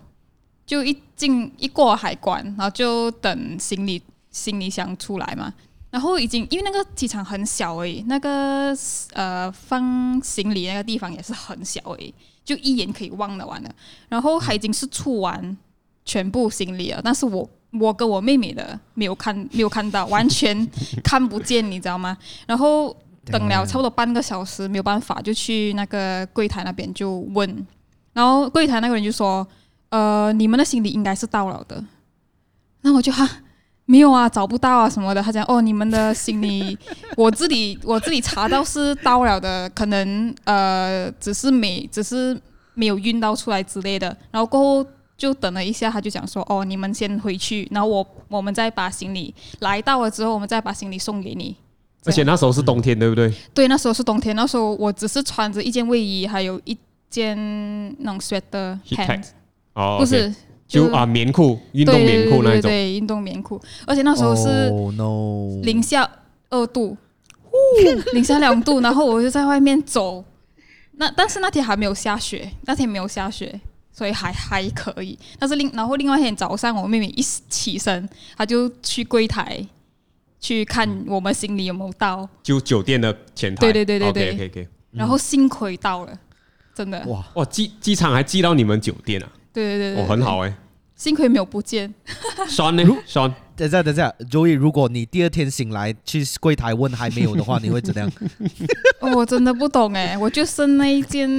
Speaker 4: 就一进一过海关，然后就等行李行李箱出来嘛，然后已经因为那个机场很小而已，那个呃放行李那个地方也是很小而已，就一眼可以望得完的。然后他已经是出完全部行李了，但是我。我跟我妹妹的没有看，没有看到，完全看不见，你知道吗？然后等了差不多半个小时，没有办法，就去那个柜台那边就问，然后柜台那个人就说：“呃，你们的行李应该是到了的。”那我就哈。没有啊，找不到啊什么的。他讲哦，你们的行李，我自己我自己查到是到了的，可能呃只是没只是没有运到出来之类的。然后过后就等了一下，他就讲说哦，你们先回去，然后我我们再把行李来到了之后，我们再把行李送给你。
Speaker 2: 而且那时候是冬天，对不对？
Speaker 4: 对，那时候是冬天，那时候我只是穿着一件卫衣，还有一件那种 sweater
Speaker 2: Heat
Speaker 4: pants，
Speaker 2: 哦，
Speaker 4: 不是
Speaker 2: OK，就啊棉裤，运动
Speaker 4: 对
Speaker 2: 棉裤那一
Speaker 4: 对对
Speaker 2: 种。
Speaker 4: 对，运动棉裤，而且那时候
Speaker 2: 哦
Speaker 4: 是
Speaker 3: Oh no，
Speaker 4: 零下二度，零下两度，然后我就在外面走，那但是那天还没有下雪，那天没有下雪。所以还还可以，但是另然后另外一天早上，我妹妹一起身，她就去柜台去看我们行李有没有到，
Speaker 2: 就酒店的前台。
Speaker 4: 对对对对对
Speaker 2: OK OK OK。
Speaker 4: 然后幸亏到了，真的，
Speaker 3: 哇，
Speaker 2: 哇，机机场还寄到你们酒店啊？
Speaker 4: 对对对对
Speaker 2: 哦，很好哎、
Speaker 4: 幸亏没有不见。
Speaker 2: 欸。酸呢？酸
Speaker 3: 等一下等一下，Joey，如果你第二天醒来去柜台问还没有的话，你会怎 样？
Speaker 4: 哦，我真的不懂哎， 我就剩 那一件，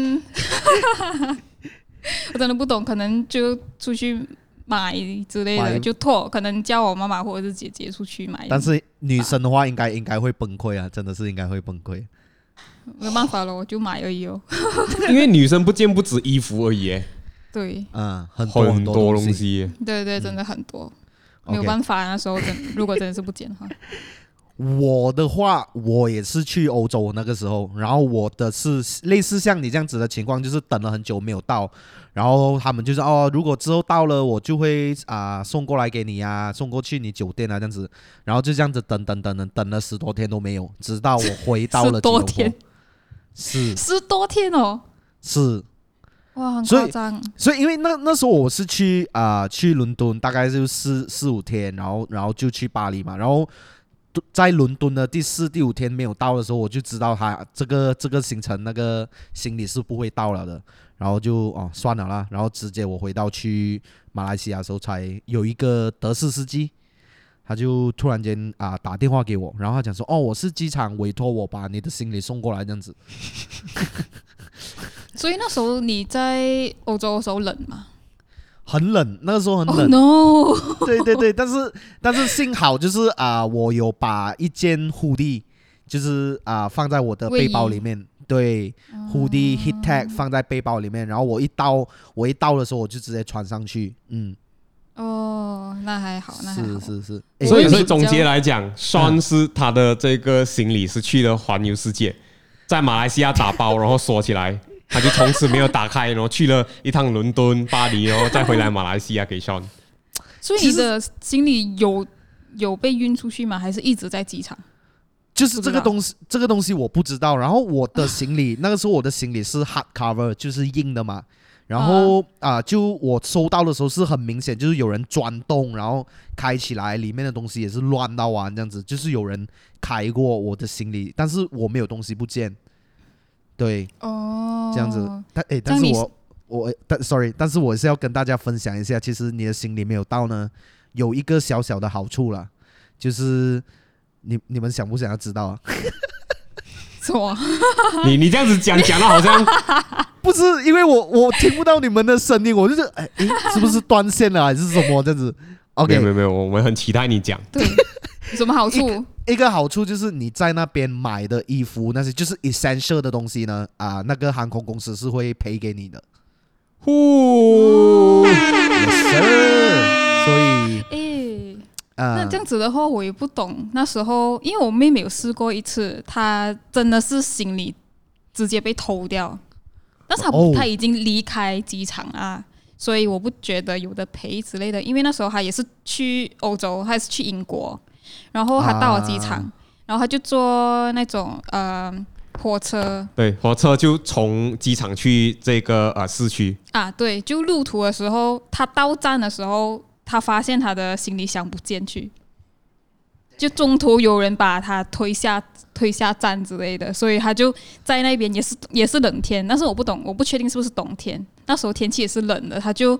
Speaker 4: 我真的不懂，可能就出去买之类
Speaker 3: 买
Speaker 4: 的，就托可能叫我妈妈或者是姐姐出去买，
Speaker 3: 但是女生的话应该应该会崩溃啊，真的是应该会崩溃。
Speaker 4: 没有办法了，我就买而已哦。
Speaker 2: 因为女生不见不止衣服而已耶，
Speaker 4: 对
Speaker 3: 嗯，很多
Speaker 2: 很
Speaker 3: 多
Speaker 2: 多
Speaker 3: 东
Speaker 2: 东。西耶。
Speaker 4: 对对，真的很多，没
Speaker 3: 嗯
Speaker 4: 有
Speaker 3: OK
Speaker 4: 办法，那时候真 如果真的是不捡的话，
Speaker 3: 我的话，我也是去欧洲那个时候，然后我的是类似像你这样子的情况，就是等了很久没有到，然后他们就是哦，如果之后到了，我就会啊、送过来给你啊，送过去你酒店啊这样子，然后就这样子等等等等等了十多天都没有，直到我回 到了
Speaker 4: 十
Speaker 3: 吉隆
Speaker 4: 多
Speaker 3: 坡
Speaker 4: 天，
Speaker 3: 是
Speaker 4: 十多天哦，
Speaker 3: 是
Speaker 4: 哇，很
Speaker 3: 所以
Speaker 4: 夸张。
Speaker 3: 所以因为那那时候我是去啊、呃去伦敦，大概就四四五天，然后然后就去巴黎嘛，然后都在伦敦的第四第五天没有到的时候，我就知道他这个这个行程那个行李是不会到了的，然后就哦算了啦，然后直接我回到去马来西亚的时候，才有一个德式司机。他就突然间啊、打电话给我，然后他讲说：“哦，我是机场委托我把你的行李送过来这样子。
Speaker 4: 所以那时候你在欧洲的时候冷吗”
Speaker 3: 很冷，那个时候很冷
Speaker 4: ？Oh no！
Speaker 3: 对对对，但是但是幸好就是啊、我有把一件 hoodie 就是啊、放在我的背包里面，对
Speaker 4: 哦
Speaker 3: hoodie heat tag 放在背包里面，然后我一到我一到的时候我就直接穿上去，嗯，
Speaker 4: 哦，那还好，那还
Speaker 3: 是
Speaker 4: 好。
Speaker 3: 是是，
Speaker 4: 我
Speaker 3: 诶
Speaker 2: 所以，
Speaker 4: 也
Speaker 2: 所以
Speaker 4: 是
Speaker 2: 总
Speaker 4: 比较
Speaker 2: 结来讲，算是他的这个行李是去了环游世界，在马来西亚打包，然后锁起来，他就从此没有打开，然后去了一趟伦敦、巴黎，然后再回来马来西亚给 Sean。
Speaker 3: 啊
Speaker 4: 所以你的行李有有被运出去吗？还是一直在机场？
Speaker 3: 就是
Speaker 4: 不
Speaker 3: 这
Speaker 4: 知
Speaker 3: 个
Speaker 4: 道
Speaker 3: 东西，这个东西我不知道。然后我的行李，那个时候我的行李是 hard cover，就是硬的嘛。然后
Speaker 4: 嗯
Speaker 3: 啊、就我收到的时候是很明显，就是有人钻洞，然后开起来，里面的东西也是乱到啊完这样子，就是有人开过我的行李，但是我没有东西不见。对，
Speaker 4: 哦
Speaker 3: 这样子但诶，但
Speaker 4: 这
Speaker 3: 是
Speaker 4: 样你
Speaker 3: 我我但 sorry，但是我是要跟大家分享一下，其实你的行李没有到呢，有一个小小的好处啦，就是你你们想不想要知道啊？
Speaker 4: 什么？
Speaker 2: 你你这样子讲讲的好像
Speaker 3: 不是因为我我听不到你们的声音，我就是哎诶，是不是断线了还是什么这样
Speaker 2: 没有
Speaker 3: 子
Speaker 2: 没
Speaker 3: ？OK，
Speaker 2: 有没有，我们很期待你 讲。
Speaker 4: 对，有什么好处？
Speaker 3: 一个好处就是你在那边买的衣服那些就是 essential 的东西呢，啊、那个航空公司是会赔给你的，
Speaker 2: 呼，
Speaker 3: 是，所以
Speaker 4: 诶，
Speaker 3: 啊、
Speaker 4: 那这样子的话，我也不懂。那时候，因为我妹妹有试过一次，她真的是行李直接被偷掉，但是她、
Speaker 3: 哦
Speaker 4: 她已经离开机场啊，所以我不觉得有的赔之类的。因为那时候她也是去欧洲，她也是去英国，然后她到了机场，
Speaker 3: 啊
Speaker 4: 然后她就坐那种呃火车
Speaker 2: 对，火车就从机场去这个呃市区，
Speaker 4: 啊，对，就路途的时候，她到站的时候，她发现她的行李箱不见去，就中途有人把她推下推下站之类的，所以她就在那边也是也是冷天，但是我不懂，我不确定是不是冬天，那时候天气也是冷的，她就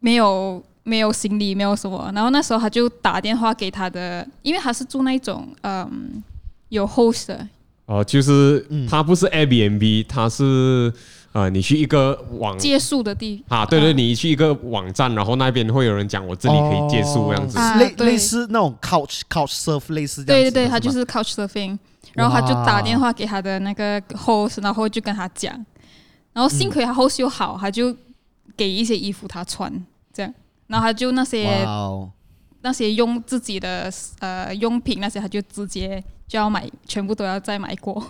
Speaker 4: 没有没有行李，没有什么，然后那时候她就打电话给她的，因为她是住那种嗯有 host 的，
Speaker 2: 哦、就是
Speaker 3: 嗯
Speaker 2: 它不是 Airbnb，它是呃你去一个网
Speaker 4: 借宿的地
Speaker 2: 啊，对对，
Speaker 4: 啊
Speaker 2: 你去一个网站，然后那边会有人讲我这里可以借宿这样子。
Speaker 4: 哦啊
Speaker 3: 类
Speaker 4: 对
Speaker 3: 类似那种 couch couch surf 类似这样
Speaker 4: 对对
Speaker 3: 子的，
Speaker 4: 对，他
Speaker 3: 吗
Speaker 4: 就是 couch surfing，然后他就打电话给他的那个 host，然后就跟他讲，然
Speaker 3: 嗯
Speaker 4: 后幸亏他 host 又好，他就给一些衣服他穿，这样，然后他就那些
Speaker 3: 哇哦，
Speaker 4: 那些用自己的呃用品那些，他就直接就要买，全部都要再买过。
Speaker 3: 啊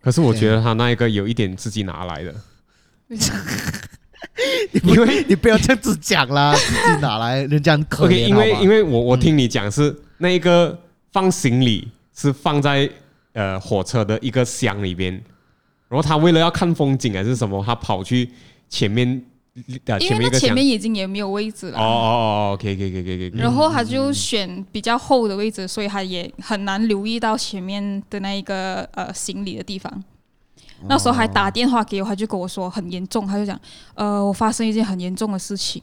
Speaker 2: 可是我觉得他那一个有一点自己拿来的，
Speaker 4: 为什么
Speaker 3: 你不
Speaker 2: 因为
Speaker 3: 你不要这样子讲啦，自己拿来，人家很可
Speaker 2: OK，
Speaker 3: 怜
Speaker 2: 因为因为
Speaker 3: 为
Speaker 2: 我我听你讲是、那一个放行李是放在呃火车的一个箱里边，然后他为了要看风景还是什么，他跑去前面呃
Speaker 4: 因
Speaker 2: 前
Speaker 4: 为
Speaker 2: 面一
Speaker 4: 那
Speaker 2: 个箱
Speaker 4: 前面已经也没有位置
Speaker 2: 哦
Speaker 4: 了。
Speaker 2: 哦哦，OK OK OK OK，
Speaker 4: 然后他就选比较厚的位置，所以他也很难留意到前面的那一个呃行李的地方。
Speaker 2: 哦
Speaker 4: 那时候还打电话给我，他就跟我说很严重，他就讲呃我发生一件很严重的事情，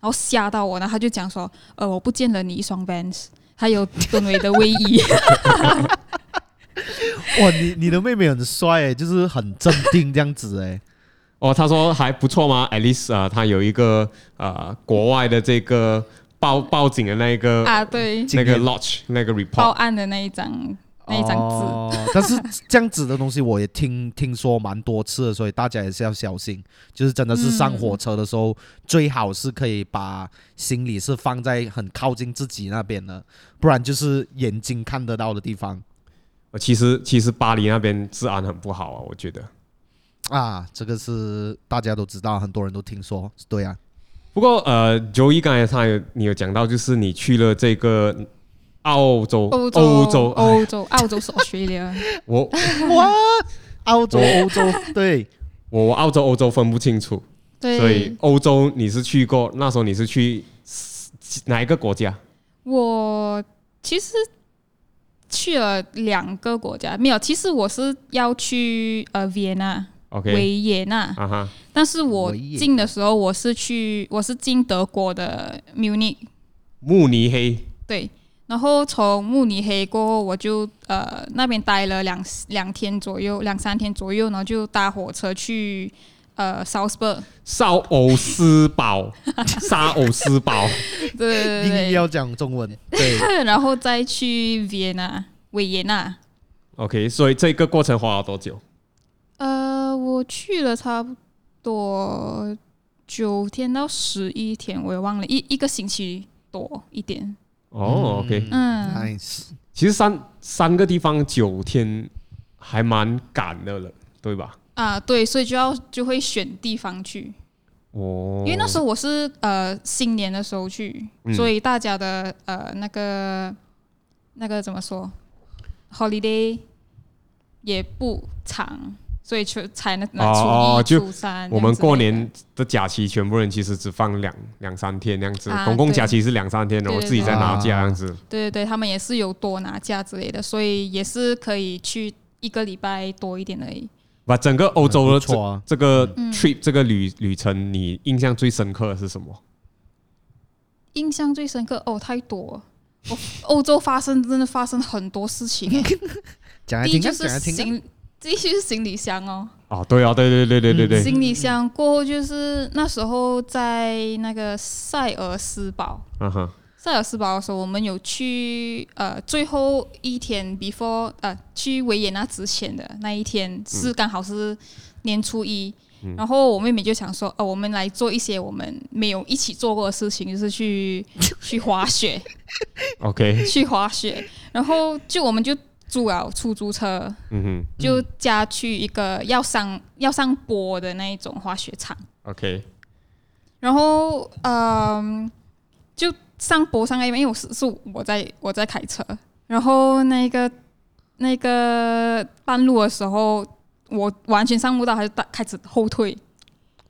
Speaker 4: 然后吓到我，然后他就讲说呃我不见了你一双 Vans，还有敦伟的 卫衣，
Speaker 3: 哇，你你的妹妹很帅诶，就是很镇定这样子诶，哎
Speaker 2: 哦，他说还不错吗？at least 啊、他有一个啊国外的这个报报警的那一个
Speaker 4: 啊， 对，
Speaker 2: 那个 lodge 那个
Speaker 4: 报
Speaker 2: report，
Speaker 4: 案的那一张那一张纸。
Speaker 3: 哦、 但是这样子的东西我也听听说蛮多次的，所以大家也是要小心。就是真的是上火车的时候，最好是可以把行李是放在很靠近自己那边的，不然就是眼睛看得到的地方
Speaker 2: 我哦其实其实巴黎那边治安很不好啊，我觉得。
Speaker 3: 啊。这个是大家都知道，很多人都听说。对啊，
Speaker 2: 不过呃，Joey 刚才他有你有讲到，就是你去了这个澳洲、
Speaker 4: 欧洲、
Speaker 2: 欧洲，哎
Speaker 4: 欧洲、澳洲是 Australia，
Speaker 2: 我
Speaker 3: 哇，澳洲，欧洲，对，
Speaker 2: 我我澳洲、欧洲分不清楚，所以
Speaker 4: 对，
Speaker 2: 欧洲你是去过，那时候你是去哪一个国家？
Speaker 4: 我其实去了两个国家，没有，其实我是要去呃维也纳，
Speaker 2: OK，
Speaker 4: 维也纳，
Speaker 2: 啊哈，
Speaker 4: 但是我
Speaker 3: 维也纳
Speaker 4: 进的时候我是去我是进德国的 Munich，
Speaker 2: 慕尼黑
Speaker 4: 对，然后从慕尼黑过后，我就呃那边待了两两天左右，两三天左右，然后就搭火车去呃 Salzburg，
Speaker 2: 绍欧斯 堡，沙欧斯堡，
Speaker 4: 对对对
Speaker 3: 硬
Speaker 4: 对
Speaker 3: 要讲中 文，对，
Speaker 4: 对，然后再去维也纳，维也纳，
Speaker 2: OK，所以这个过程花了多久？
Speaker 4: 呃，我去了差不多九天到十一天，我也忘了一一个星期多一点，
Speaker 2: 哦、o k
Speaker 4: 嗯
Speaker 3: nice
Speaker 2: 其实三三个地方九天还蛮赶的了，对吧？
Speaker 4: 啊，对，所以就要就会选地方去，
Speaker 2: 哦，
Speaker 4: 因为那时候我是呃新年的时候去，
Speaker 2: 嗯
Speaker 4: 所以大家的呃那个那个怎么说，holiday 也不长，所以就才能那
Speaker 2: 哦
Speaker 4: 初
Speaker 2: 哦
Speaker 4: 一、
Speaker 2: 就
Speaker 4: 初三。
Speaker 2: 我们过
Speaker 4: 这样
Speaker 2: 年的假期，全部人其实只放两两三天那样子，
Speaker 4: 啊
Speaker 2: 公共
Speaker 4: 对
Speaker 2: 假期是两三天，然后
Speaker 4: 对对
Speaker 2: 自己再拿
Speaker 3: 对
Speaker 2: 假这样子。
Speaker 4: 之类的，对对对，他们也是有多拿假之类的，所以也是可以去一个礼拜多一点而已。
Speaker 2: 把整个欧洲的
Speaker 3: 不
Speaker 2: 这、
Speaker 3: 错啊。
Speaker 2: 这个
Speaker 4: 嗯
Speaker 2: trip 这个旅旅程，你印象最深刻的是什么？
Speaker 4: 印象最深刻哦，太多了。我 欧洲发生真的发生很多事情 欸、
Speaker 3: 讲来
Speaker 4: 第一
Speaker 3: 听
Speaker 4: 就
Speaker 3: 看，
Speaker 4: 是
Speaker 3: 讲来听啊看。
Speaker 4: 行，第一就是行李箱哦，
Speaker 2: 哦，对啊，对对对对对对，
Speaker 4: 行李箱过后就是那时候在那个塞尔斯堡，
Speaker 2: 嗯哼，
Speaker 4: 塞尔斯堡的时候，我们有去呃最后一天 before 呃去维也纳之前的那一天是刚好是年初一，然后我妹妹就想说，哦、我们来做一些我们没有一起做过的事情，就是去 去滑雪，
Speaker 2: ，OK，
Speaker 4: 去滑雪，然后就我们就租了出租车，
Speaker 2: 嗯
Speaker 4: 就加去一个要上要上坡的那一种滑雪场，
Speaker 2: 哼，OK，
Speaker 4: 然后嗯、就上坡上来，因为我是是我在我在开车，然后那个那个半路的时候，我完全上不到，还是大开始后退，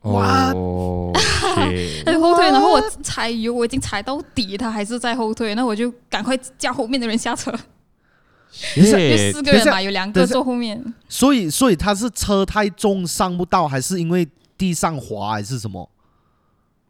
Speaker 3: 哇
Speaker 2: 哦，
Speaker 4: 他就后退，然后我踩油，我已经踩到底，他还是在后退，那我就赶快叫后面的人下车，
Speaker 2: 谢
Speaker 4: 因为
Speaker 2: 谢
Speaker 4: 四个人
Speaker 3: 哎等一
Speaker 4: 嘛，有两
Speaker 3: 等
Speaker 4: 个
Speaker 3: 一下
Speaker 4: 坐后面。
Speaker 3: 所以，所以他是车太重上不到，还是因为地上滑，还是什么？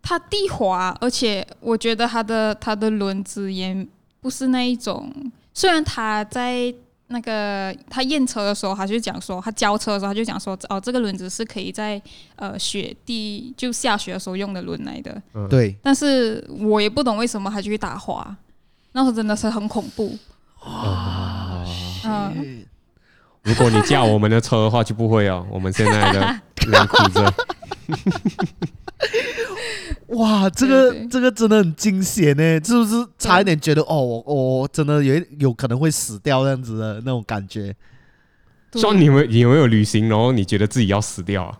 Speaker 4: 它地滑，而且我觉得它的它的轮子也不是那一种。虽然他在那个他验车的时候，他就讲说，他啊交车的时候他就讲说，哦，这个轮子是可以在呃雪地就下雪的时候用的轮来的。
Speaker 2: 嗯
Speaker 3: 对，
Speaker 4: 但是我也不懂为什么他就会打滑，那时候真的是很恐怖。嗯、
Speaker 2: 如果你驾我们的车的话，就不会 哦。我们现在的两苦着，
Speaker 3: 哇，这个
Speaker 4: 对对
Speaker 3: 这个真的很惊险呢，是不是？差一点觉得哦，我我真的有有可能会死掉这样子的那种感觉。
Speaker 4: 对
Speaker 2: 说你们你有没有旅行，然后你觉得自己要死掉啊？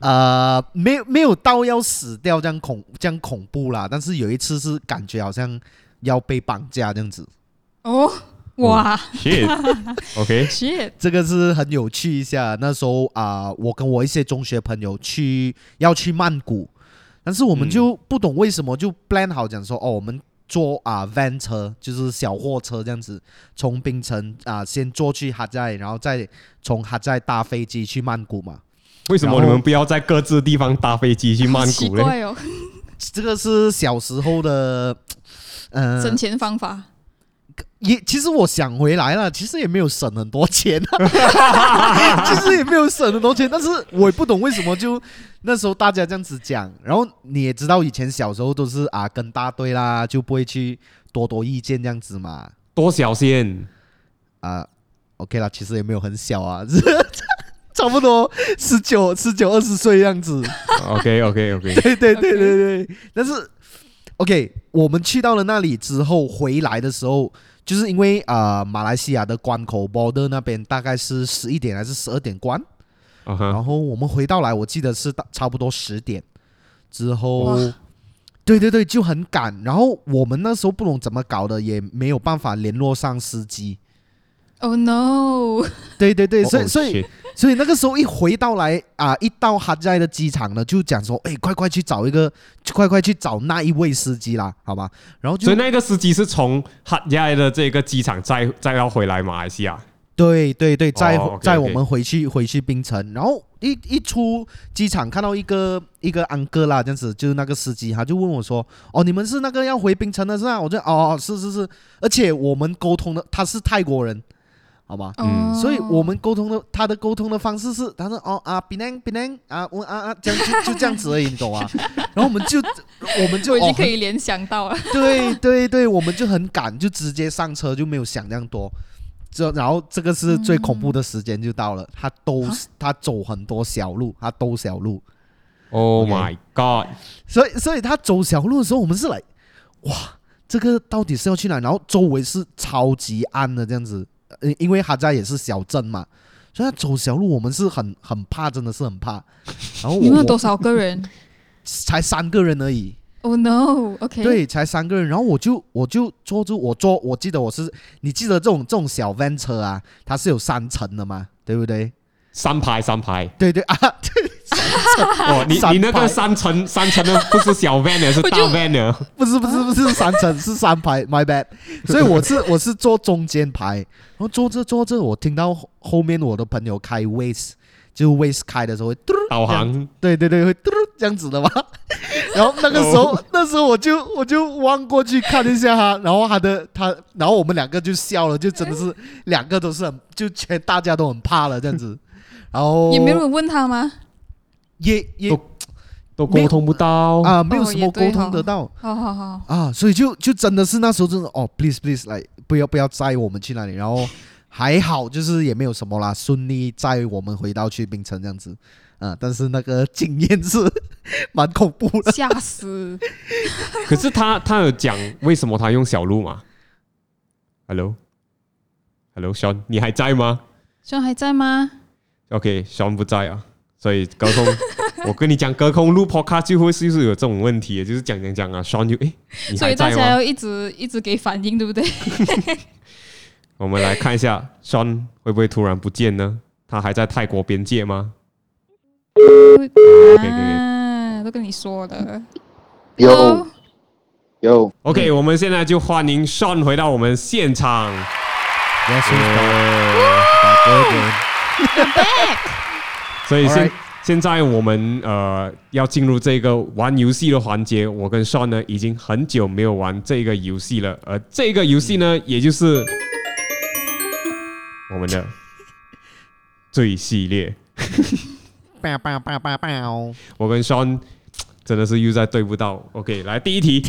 Speaker 3: 呃，没有没有到要死掉这样恐这样恐怖啦，但是有一次是感觉好像要被绑架这样子，
Speaker 4: 哦，哇
Speaker 3: 嗯
Speaker 2: OK，
Speaker 4: ，shit，
Speaker 3: 这个是很有趣一下。那时候啊、我跟我一些中学朋友去要去曼谷，但是我们就不懂为什么就 plan 好讲说哦，我们坐啊、van 车，就是小货车这样子，从槟城啊、先坐去哈寨，然后再从哈寨搭飞机去曼谷嘛。
Speaker 2: 为什么
Speaker 3: 然
Speaker 2: 你
Speaker 3: 后
Speaker 2: 们不要在各自地方搭飞机去曼
Speaker 4: 好奇
Speaker 2: 谷呢？
Speaker 4: 怪哦，
Speaker 3: 这个是小时候的，呃，
Speaker 4: 省钱方法
Speaker 3: 也其实我想回来了，其实也没有省很多钱、啊 其实也没有省很多钱，但是我也不懂为什么就那时候大家这样子讲，然后你也知道以前小时候都是啊跟大队啦，就不会去多多意见这样子嘛，
Speaker 2: 多小仙，
Speaker 3: 啊，OK 啦，其实也没有很小啊， 是差不多十九、十九、二十岁样子，
Speaker 2: OK OK OK，
Speaker 3: 对对对对对。但是，OK，我们去到了那里之后，回来的时候，就是因为啊、呃马来西亚的关口 border 那边大概是十一点还是十二点关，
Speaker 2: 啊哈，
Speaker 3: 然后我们回到来，我记得是到差不多十点之后
Speaker 4: 哇。
Speaker 3: 对对对，就很赶。然后我们那时候不懂怎么搞的，也没有办法联络上司机。
Speaker 4: Oh no！
Speaker 3: 对对对，所以
Speaker 2: Oh,
Speaker 3: 所以
Speaker 2: shit
Speaker 3: 所以那个时候一回到来啊、一到哈寨的机场呢，就讲说，哎，快快去找一个，快快去找那一位司机啦，好吧？然后就
Speaker 2: 所以那个司机是从哈亚的这个机场再再要回来马来西亚，
Speaker 3: 对对对，载
Speaker 2: 哦，OK，OK
Speaker 3: 载我们回去回去槟城，然后一一出机场看到一个一个安哥啦，这样子就是那个司机，他就问我说：“哦，你们是那个要回槟城的是吧？”我就哦，是是是，而且我们沟通的他是泰国人，好吗？
Speaker 2: 嗯
Speaker 4: 哦
Speaker 3: 所以我们沟通的，他的沟通的方式是，他说哦啊，Penang Penang 啊，我啊啊，这样就就这样子而已，你懂啊？ 然后我们就我们就
Speaker 4: 我已
Speaker 3: 哦
Speaker 4: 经，可以联想到
Speaker 2: 哦
Speaker 4: 了。
Speaker 3: 很对对对，我们就很赶，就直接上车，就没有想那样多。这然后这个是最恐怖的时间就到了，他兜
Speaker 4: 啊
Speaker 3: 他走很多小路，他兜小路，
Speaker 2: Oh
Speaker 3: Okay
Speaker 2: my god！
Speaker 3: 所以所以他走小路的时候，我们是来哇，这个到底是要去哪？然后周围是超级暗的这样子，呃因为哈扎也是小镇嘛，所以他走小路我们是很很怕，真的是很怕。然后
Speaker 4: 你
Speaker 3: 我
Speaker 4: 们有
Speaker 3: 我
Speaker 4: 多少个人
Speaker 3: 才三个人而已，
Speaker 4: ？Oh no！OK，、
Speaker 3: 对，才三个人。然后我就我就坐住，我坐，我记得我是，你记得这种这种小 van 车啊，它是有三层的嘛，对不对？
Speaker 2: 三排三排，
Speaker 3: 对对啊，
Speaker 2: 哦，你
Speaker 3: 三排
Speaker 2: 你那个三层三层的不是小 van 的，是
Speaker 4: 我
Speaker 2: 大
Speaker 4: 就
Speaker 2: van 的。
Speaker 3: 不是不是不是三 层，是三排，my bad。所以我是我是坐中间排，然后坐着坐着，我听到后后面我的朋友开 Waze，就 Waze 开的时候会嘟儿，
Speaker 2: 导航
Speaker 3: 对对对，会嘟儿这样 子的嘛。然后那个时候、
Speaker 2: 哦
Speaker 3: 那时候我就我就望过去看一下他，然后他的他，然后我们两个就笑了，就真的是两个都是很就全大家都很怕了这样子。然后
Speaker 4: 也没有人问他吗？
Speaker 3: 也也
Speaker 2: 都都沟通不到
Speaker 3: 啊、没有
Speaker 4: 哦
Speaker 3: 什
Speaker 4: 也
Speaker 3: 么沟
Speaker 4: 对
Speaker 3: 通
Speaker 4: 哦
Speaker 3: 得到。
Speaker 4: 好好好，
Speaker 3: 啊，所以就就真的是那时候真的哦，please please 来，不要不要载我们去那里，然后还好就是也没有什么啦，顺利载我们回到去槟城这样子，啊，但是那个经验是 蛮恐怖的，
Speaker 4: 吓死！
Speaker 2: 可是他他有讲为什么他用小路嘛？Hello，Hello，Sean，你还在吗
Speaker 4: 现在还在吗？
Speaker 2: ？OK，Sean 不在啊，所以隔 空，我跟你讲，隔空录 podcast 就会就是有这种问题，就是讲讲讲啊，Sean 就诶，你
Speaker 4: 所
Speaker 2: 还
Speaker 4: 以大
Speaker 2: 在
Speaker 4: 家
Speaker 2: 吗？
Speaker 4: 要一直一直给反应，对 不对？
Speaker 2: 我们来看一下 Sean 会不会突然不见呢？他还在泰国边界吗？可以可以
Speaker 4: 啊，都跟你说了。
Speaker 1: 有有
Speaker 2: OK，我们现在就欢迎 Sean 回到我们现场。哎 所以现
Speaker 3: Alright
Speaker 2: 现在我们呃要进入这个玩游戏的环节，我跟 Sean 呢已经很久没有玩这个游戏了，而这个游戏呢，也就是我们的最系列。
Speaker 3: 叭叭叭叭叭哦，
Speaker 2: 我跟 Sean 真的是又在对不到。OK，来第一题，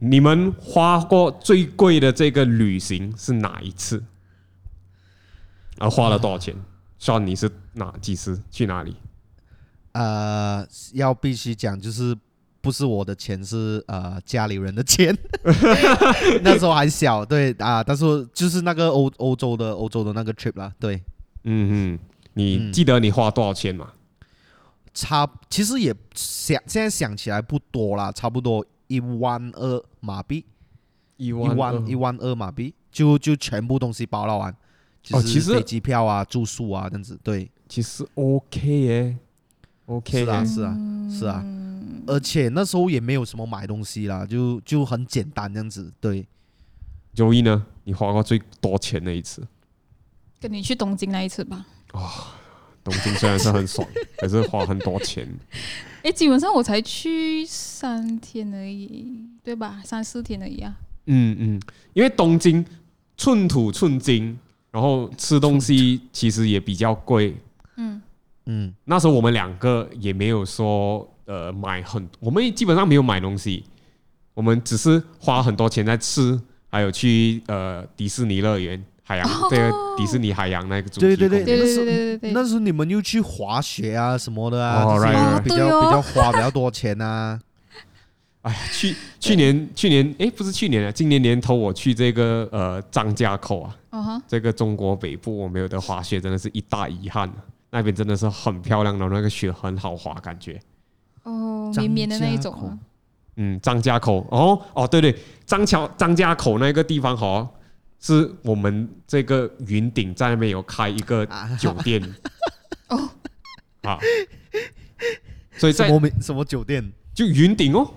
Speaker 2: 你们花过最贵的这个旅行是哪一次？啊，花了多少钱？Sean，你是哪几时去哪里？
Speaker 3: 呃，要必须讲就是。不是我的钱，是呃家里人的钱。 那时候还小，对啊，但是就是那个欧欧洲的欧洲的那个 trip 啦，对，
Speaker 2: 嗯嗯，你
Speaker 3: 嗯
Speaker 2: 记得你花多少钱吗？
Speaker 3: 差其实也想现在想起来不多啦，差不多一万二马币，
Speaker 2: 一
Speaker 3: 一万一万二马币，就就全部东西包了完，就
Speaker 2: 哦
Speaker 3: 是
Speaker 2: 其实
Speaker 3: 飞机票啊、住宿啊这样子，对，
Speaker 2: 其实 OK 耶，OK
Speaker 3: 是啊
Speaker 2: 耶。
Speaker 3: 是啊是啊，而且那时候也没有什么买东西啦，就就很简单这样子，对，
Speaker 2: 周一呢？你花过最多钱的一次？
Speaker 4: 跟你去东京那一次吧。
Speaker 2: 东京虽然是很 爽，可是花很多钱。
Speaker 4: 诶，基本上我才去三天而已，对吧？三四天而已啊。
Speaker 2: 嗯嗯，因为东京寸土寸金，然后吃东西其实也比较贵。
Speaker 4: 嗯，
Speaker 3: 嗯
Speaker 2: 那时候我们两个也没有说呃买很，我们基本上没有买东西，我们只是花很多钱在吃，还有去呃迪士尼乐园海洋、
Speaker 4: 哦
Speaker 2: 这个迪士尼海洋那个主题
Speaker 3: 对对
Speaker 2: 公
Speaker 3: 对
Speaker 2: 园
Speaker 4: 对
Speaker 3: 那
Speaker 4: 对
Speaker 3: 时
Speaker 4: 对
Speaker 3: 候
Speaker 4: 对对对，
Speaker 3: 那时候你们又去滑雪啊什么的啊，
Speaker 2: 哦
Speaker 3: 这些
Speaker 2: right, right.
Speaker 3: 比
Speaker 4: 哦对
Speaker 3: 较
Speaker 4: 哦
Speaker 3: 比较花比较多钱 啊。
Speaker 2: 哎呀，去去年去年哎不是去年啊，今年年头我去这个呃张家口啊，
Speaker 4: 嗯哼，
Speaker 2: 这个中国北部我没有的滑雪真的是一大遗憾、啊、那边真的是很漂亮，然后那个雪很好滑，感觉。
Speaker 4: 哦，
Speaker 3: 张
Speaker 4: 绵绵的那一
Speaker 3: 家
Speaker 4: 种
Speaker 3: 口
Speaker 4: 啊，
Speaker 2: 嗯，张家口哦哦，对对，张桥张家口那个地方哦，是我们这个云顶在那边有开一个
Speaker 3: 啊
Speaker 2: 酒店
Speaker 4: 哦
Speaker 2: 啊，所以
Speaker 3: 什
Speaker 2: 在
Speaker 3: 么名什么酒店？
Speaker 2: 就云顶哦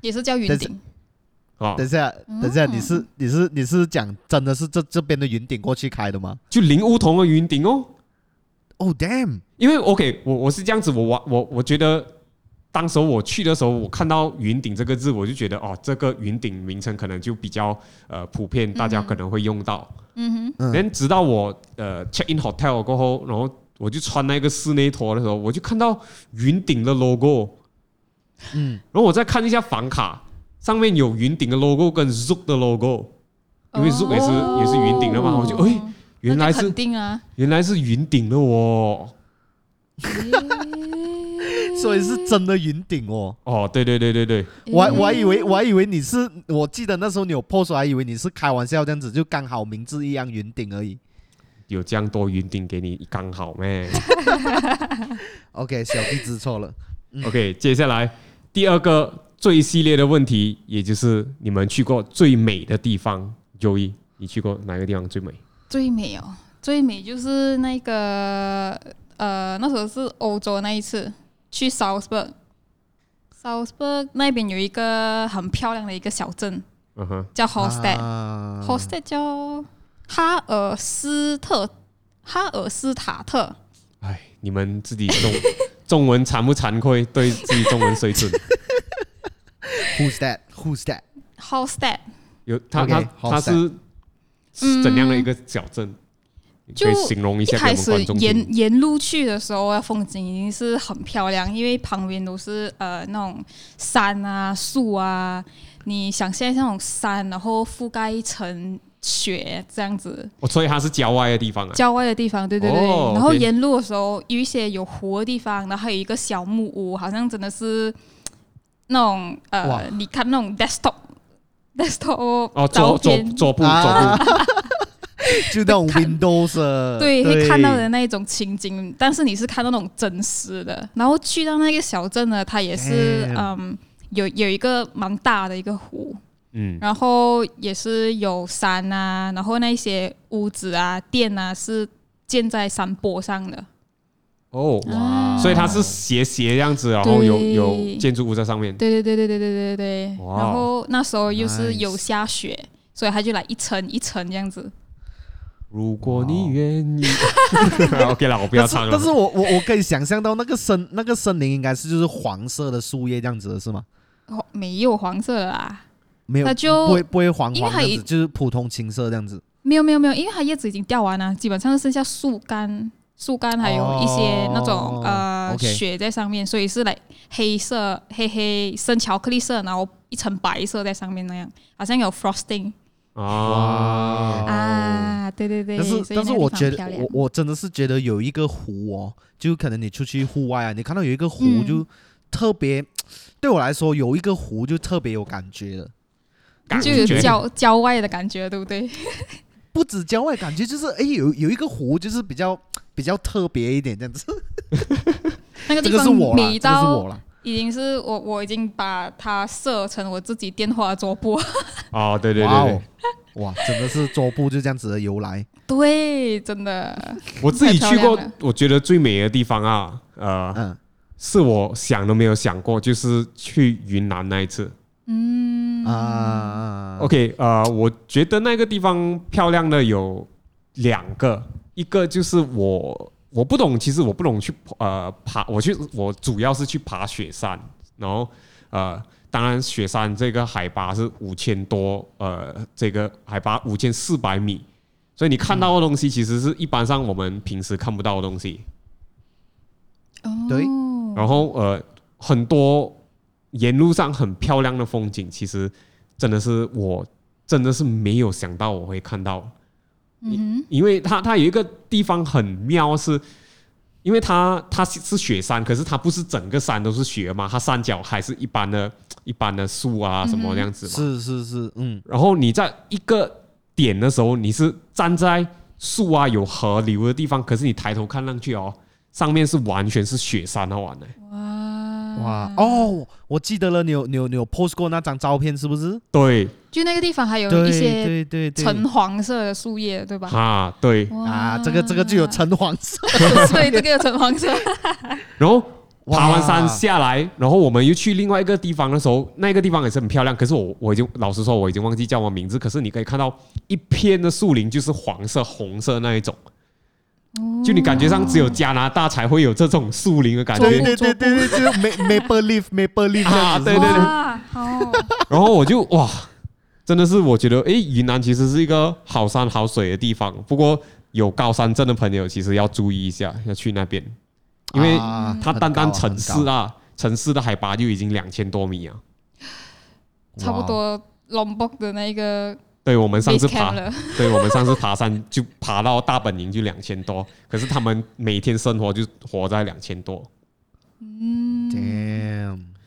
Speaker 4: 也是叫云
Speaker 3: 但是
Speaker 4: 顶，
Speaker 2: 啊
Speaker 3: 等，一下，
Speaker 4: 嗯
Speaker 3: 等一下，你是你是你是讲真的是这这边的云顶过去开的吗？
Speaker 2: 就林梧桐的云顶哦，
Speaker 3: 哦、damn，
Speaker 2: 因为 OK，我我是这样子，我我我我觉得，当时候我去的时候，我看到“云顶”这个字，我就觉得哦，这个云顶名称可能就比较呃普遍，大家可能会用到。
Speaker 4: 嗯
Speaker 3: 嗯
Speaker 2: 然后直到我呃 check in hotel 过后，然后我就穿那个室内拖的时候，我就看到云顶的 logo，
Speaker 3: 嗯，
Speaker 2: 然后我再看一下房卡，上面有云顶的 logo 跟 Zook 的 logo，因
Speaker 4: 哼，
Speaker 2: 为 Zook 也是、
Speaker 4: 哦
Speaker 2: 也是云顶的嘛，我就哎，原
Speaker 4: 那
Speaker 2: 来
Speaker 4: 就肯
Speaker 2: 是
Speaker 4: 定啊，
Speaker 2: 原来是云顶的哦。
Speaker 3: 所以是真的云顶哦。
Speaker 2: 哦，对对对对对，
Speaker 4: 嗯
Speaker 3: 我还我还以为我还以为你是，我记得那时候你有 post，我还以为你是开玩笑这样子，就刚好名字一样云顶而已。
Speaker 2: 有这样多云顶给你刚好咩
Speaker 3: OK，小弟知错了。
Speaker 2: ？OK，接下来第二个最系列的问题，也就是你们去过最美的地方，周一，你去过哪个地方最美？
Speaker 4: 最美哦，最美就是那个呃，那时候是欧洲那一次去 Salzburg。Salzburg 那边有一个很漂亮的一个小镇，
Speaker 2: 嗯哼，
Speaker 4: 叫 Hosted，Hosted、
Speaker 3: 啊
Speaker 4: Hallstatt 叫哈尔斯特哈尔斯塔特。
Speaker 2: 哎，你们自己中 中文惭不惭愧？对自己中文水准
Speaker 3: Who's that? Who's that?
Speaker 4: Hosted
Speaker 2: 有他
Speaker 3: OK，
Speaker 2: 他
Speaker 3: 好
Speaker 2: 他是是怎样的一个小镇？你可以
Speaker 4: 就
Speaker 2: 形容一
Speaker 4: 一
Speaker 2: 下给
Speaker 4: 开
Speaker 2: 我们
Speaker 4: 始
Speaker 2: 观众听。
Speaker 4: 沿沿路去的时候，啊风景已经是很漂亮，因为旁边都是呃那种山啊、树啊。你想象那种山，然后覆盖一层雪这样子，
Speaker 2: 哦，所以它是郊外的地方啊。
Speaker 4: 郊外的地方，对对对。
Speaker 2: 哦
Speaker 4: 然后
Speaker 2: OK
Speaker 4: 沿路的时候，有一些有湖的地方，然后还有一个小木屋，好像真的是那种
Speaker 3: 哇
Speaker 4: 呃，你看那种 desktop desktop
Speaker 2: 哦，左
Speaker 4: 照
Speaker 2: 左
Speaker 4: 片，
Speaker 2: 左部左
Speaker 3: 啊
Speaker 2: 部，
Speaker 3: 就那种 Windows 呃
Speaker 2: 呃
Speaker 3: 的
Speaker 4: 对，会看到的那一种情景，但是你是看到那种真实的。然后去到那个小镇呢，它也是
Speaker 3: Damn
Speaker 4: 嗯，有有一个蛮大的一个湖，
Speaker 2: 嗯，
Speaker 4: 然后也是有山啊，然后那些屋子啊、店啊是建在山坡上的。
Speaker 2: 哦，
Speaker 4: 啊
Speaker 2: 所以它是斜斜这样子，然后有
Speaker 4: 对
Speaker 2: 有建筑物在上面。
Speaker 4: 对对对对对对对对对。
Speaker 2: 哇
Speaker 4: 然后那时候又是
Speaker 3: Nice
Speaker 4: 有下雪，所以它就来一层一层这样子。
Speaker 2: 如果你愿意 ，OK 了，我不要
Speaker 3: 但是
Speaker 2: 唱了
Speaker 3: 但。是我我我可以想象到那个森那个森林应该是就是黄色的树叶这样子的是吗？
Speaker 4: 哦，没有黄色啊的啦，
Speaker 3: 没有，
Speaker 4: 它就
Speaker 3: 不会不会黄
Speaker 4: 因为
Speaker 3: 黄
Speaker 4: 它
Speaker 3: 这
Speaker 4: 一
Speaker 3: 样子，就是普通青色这样子。
Speaker 4: 没有没有没有，因为它叶子已经掉完了，基本上剩下树干、树干还有一些那种、
Speaker 3: 哦
Speaker 4: 呃
Speaker 3: OK
Speaker 4: 雪在上面，所以是来黑色、黑黑深巧克力色，然后一层白色在上面那样，好像有 frosting、
Speaker 2: 啊，
Speaker 4: 啊，对对对，
Speaker 3: 哦但是
Speaker 4: 所以
Speaker 3: 但是
Speaker 4: 那个
Speaker 3: 我
Speaker 4: 地方
Speaker 3: 觉
Speaker 4: 漂
Speaker 3: 得
Speaker 4: 亮
Speaker 3: 我我真的是觉得有一个湖哦，就可能你出去户外啊，你看到有一个湖
Speaker 4: 嗯
Speaker 3: 就特别，对我来说有一个湖就特别有感觉了。
Speaker 2: 感
Speaker 4: 就有
Speaker 2: 觉
Speaker 4: 郊郊外的感觉，对不 对？
Speaker 3: 不止郊外，感觉就是哎，有有一个湖就是比较比较特别一点这样子。
Speaker 4: 那
Speaker 3: 这
Speaker 4: 个地
Speaker 3: 个是
Speaker 4: 方
Speaker 3: 我啦，
Speaker 4: 美
Speaker 3: 这个是我
Speaker 4: 到
Speaker 3: 啦。哦
Speaker 4: 已经是我我已经把它设成我自己电话桌布，
Speaker 2: 哦，对对
Speaker 3: 哇
Speaker 2: 对
Speaker 3: 哦，哇，真的是桌布就这样子的由来。
Speaker 4: 对，真的
Speaker 2: 对，我自己去
Speaker 4: 太漂
Speaker 2: 过
Speaker 4: 亮了，
Speaker 2: 我觉得最美的地方啊，呃，
Speaker 3: 嗯，
Speaker 2: 是我想都没有想过，就是去云南那一次。
Speaker 4: 嗯
Speaker 3: 啊
Speaker 2: OK，呃，我觉得那个地方漂亮的有两个，一个就是我我不懂，其实我不懂去呃爬，我去我主要是去爬雪山，然后呃当然，雪山这个海拔是五千多，呃，这个海拔五千四百米，所以你看到的东西其实是一般上我们平时看不到的东西。
Speaker 3: 对
Speaker 4: 哦，
Speaker 2: 然后呃，很多沿路上很漂亮的风景，其实真的是我真的是没有想到我会看到，
Speaker 4: 嗯
Speaker 2: 因为它它有一个地方很妙是。因为它它是是雪山，可是它不是整个山都是雪嘛，它山脚还是一般的、一般的树啊什么这样子嘛。
Speaker 3: 是是是，嗯，
Speaker 2: 然后你在一个点的时候，你是站在树啊有河流的地方，可是你抬头看上去哦，上面是完全是雪山啊好玩的。
Speaker 4: 哼，哇
Speaker 3: 哇，，哦，我记得了，你有你有你有 post 过那张照片是不是？
Speaker 2: 对
Speaker 4: 就那个地方还有
Speaker 3: 对
Speaker 4: 一些
Speaker 3: 对对对，
Speaker 4: 橙黄色的树叶，对吧？
Speaker 2: 啊，对。
Speaker 4: 哇
Speaker 3: 啊，这个这个就有，橙 黄色，
Speaker 4: 对，这个有橙黄色，
Speaker 2: 然后
Speaker 3: 哇
Speaker 2: 爬完山下来，然后我们又去另外一个地方的时候，那个地方也是很漂亮。可是我我已经老实说，我已经忘记叫什么名字。可是你可以看到一片的树林就是黄色、红色那一种，就你感觉上只有加拿大才会有这种树林的感觉。
Speaker 3: 对对对对对，就是 ma- maple leaf maple leaf 这样
Speaker 2: 啊
Speaker 3: 子
Speaker 2: 对对对
Speaker 4: 哇，好，
Speaker 2: 然后我就哇，真的是我觉得，诶，云南其实是一个好山好水的地方。不过有高山症的朋友，其实要注意一下，要去那边，因为
Speaker 3: 啊
Speaker 2: 它
Speaker 3: 很
Speaker 2: 单单
Speaker 3: 高
Speaker 2: 城
Speaker 3: 很
Speaker 2: 市
Speaker 3: 高
Speaker 2: 啊，城市的海拔就已经两千多米啊。
Speaker 4: 差不多 Lombok 的那个
Speaker 2: 对我们上
Speaker 4: base
Speaker 2: 次爬
Speaker 4: camp，了，
Speaker 2: 对我们上次爬山就爬到大本营就两千多，可是他们每天生活就活在两千多。嗯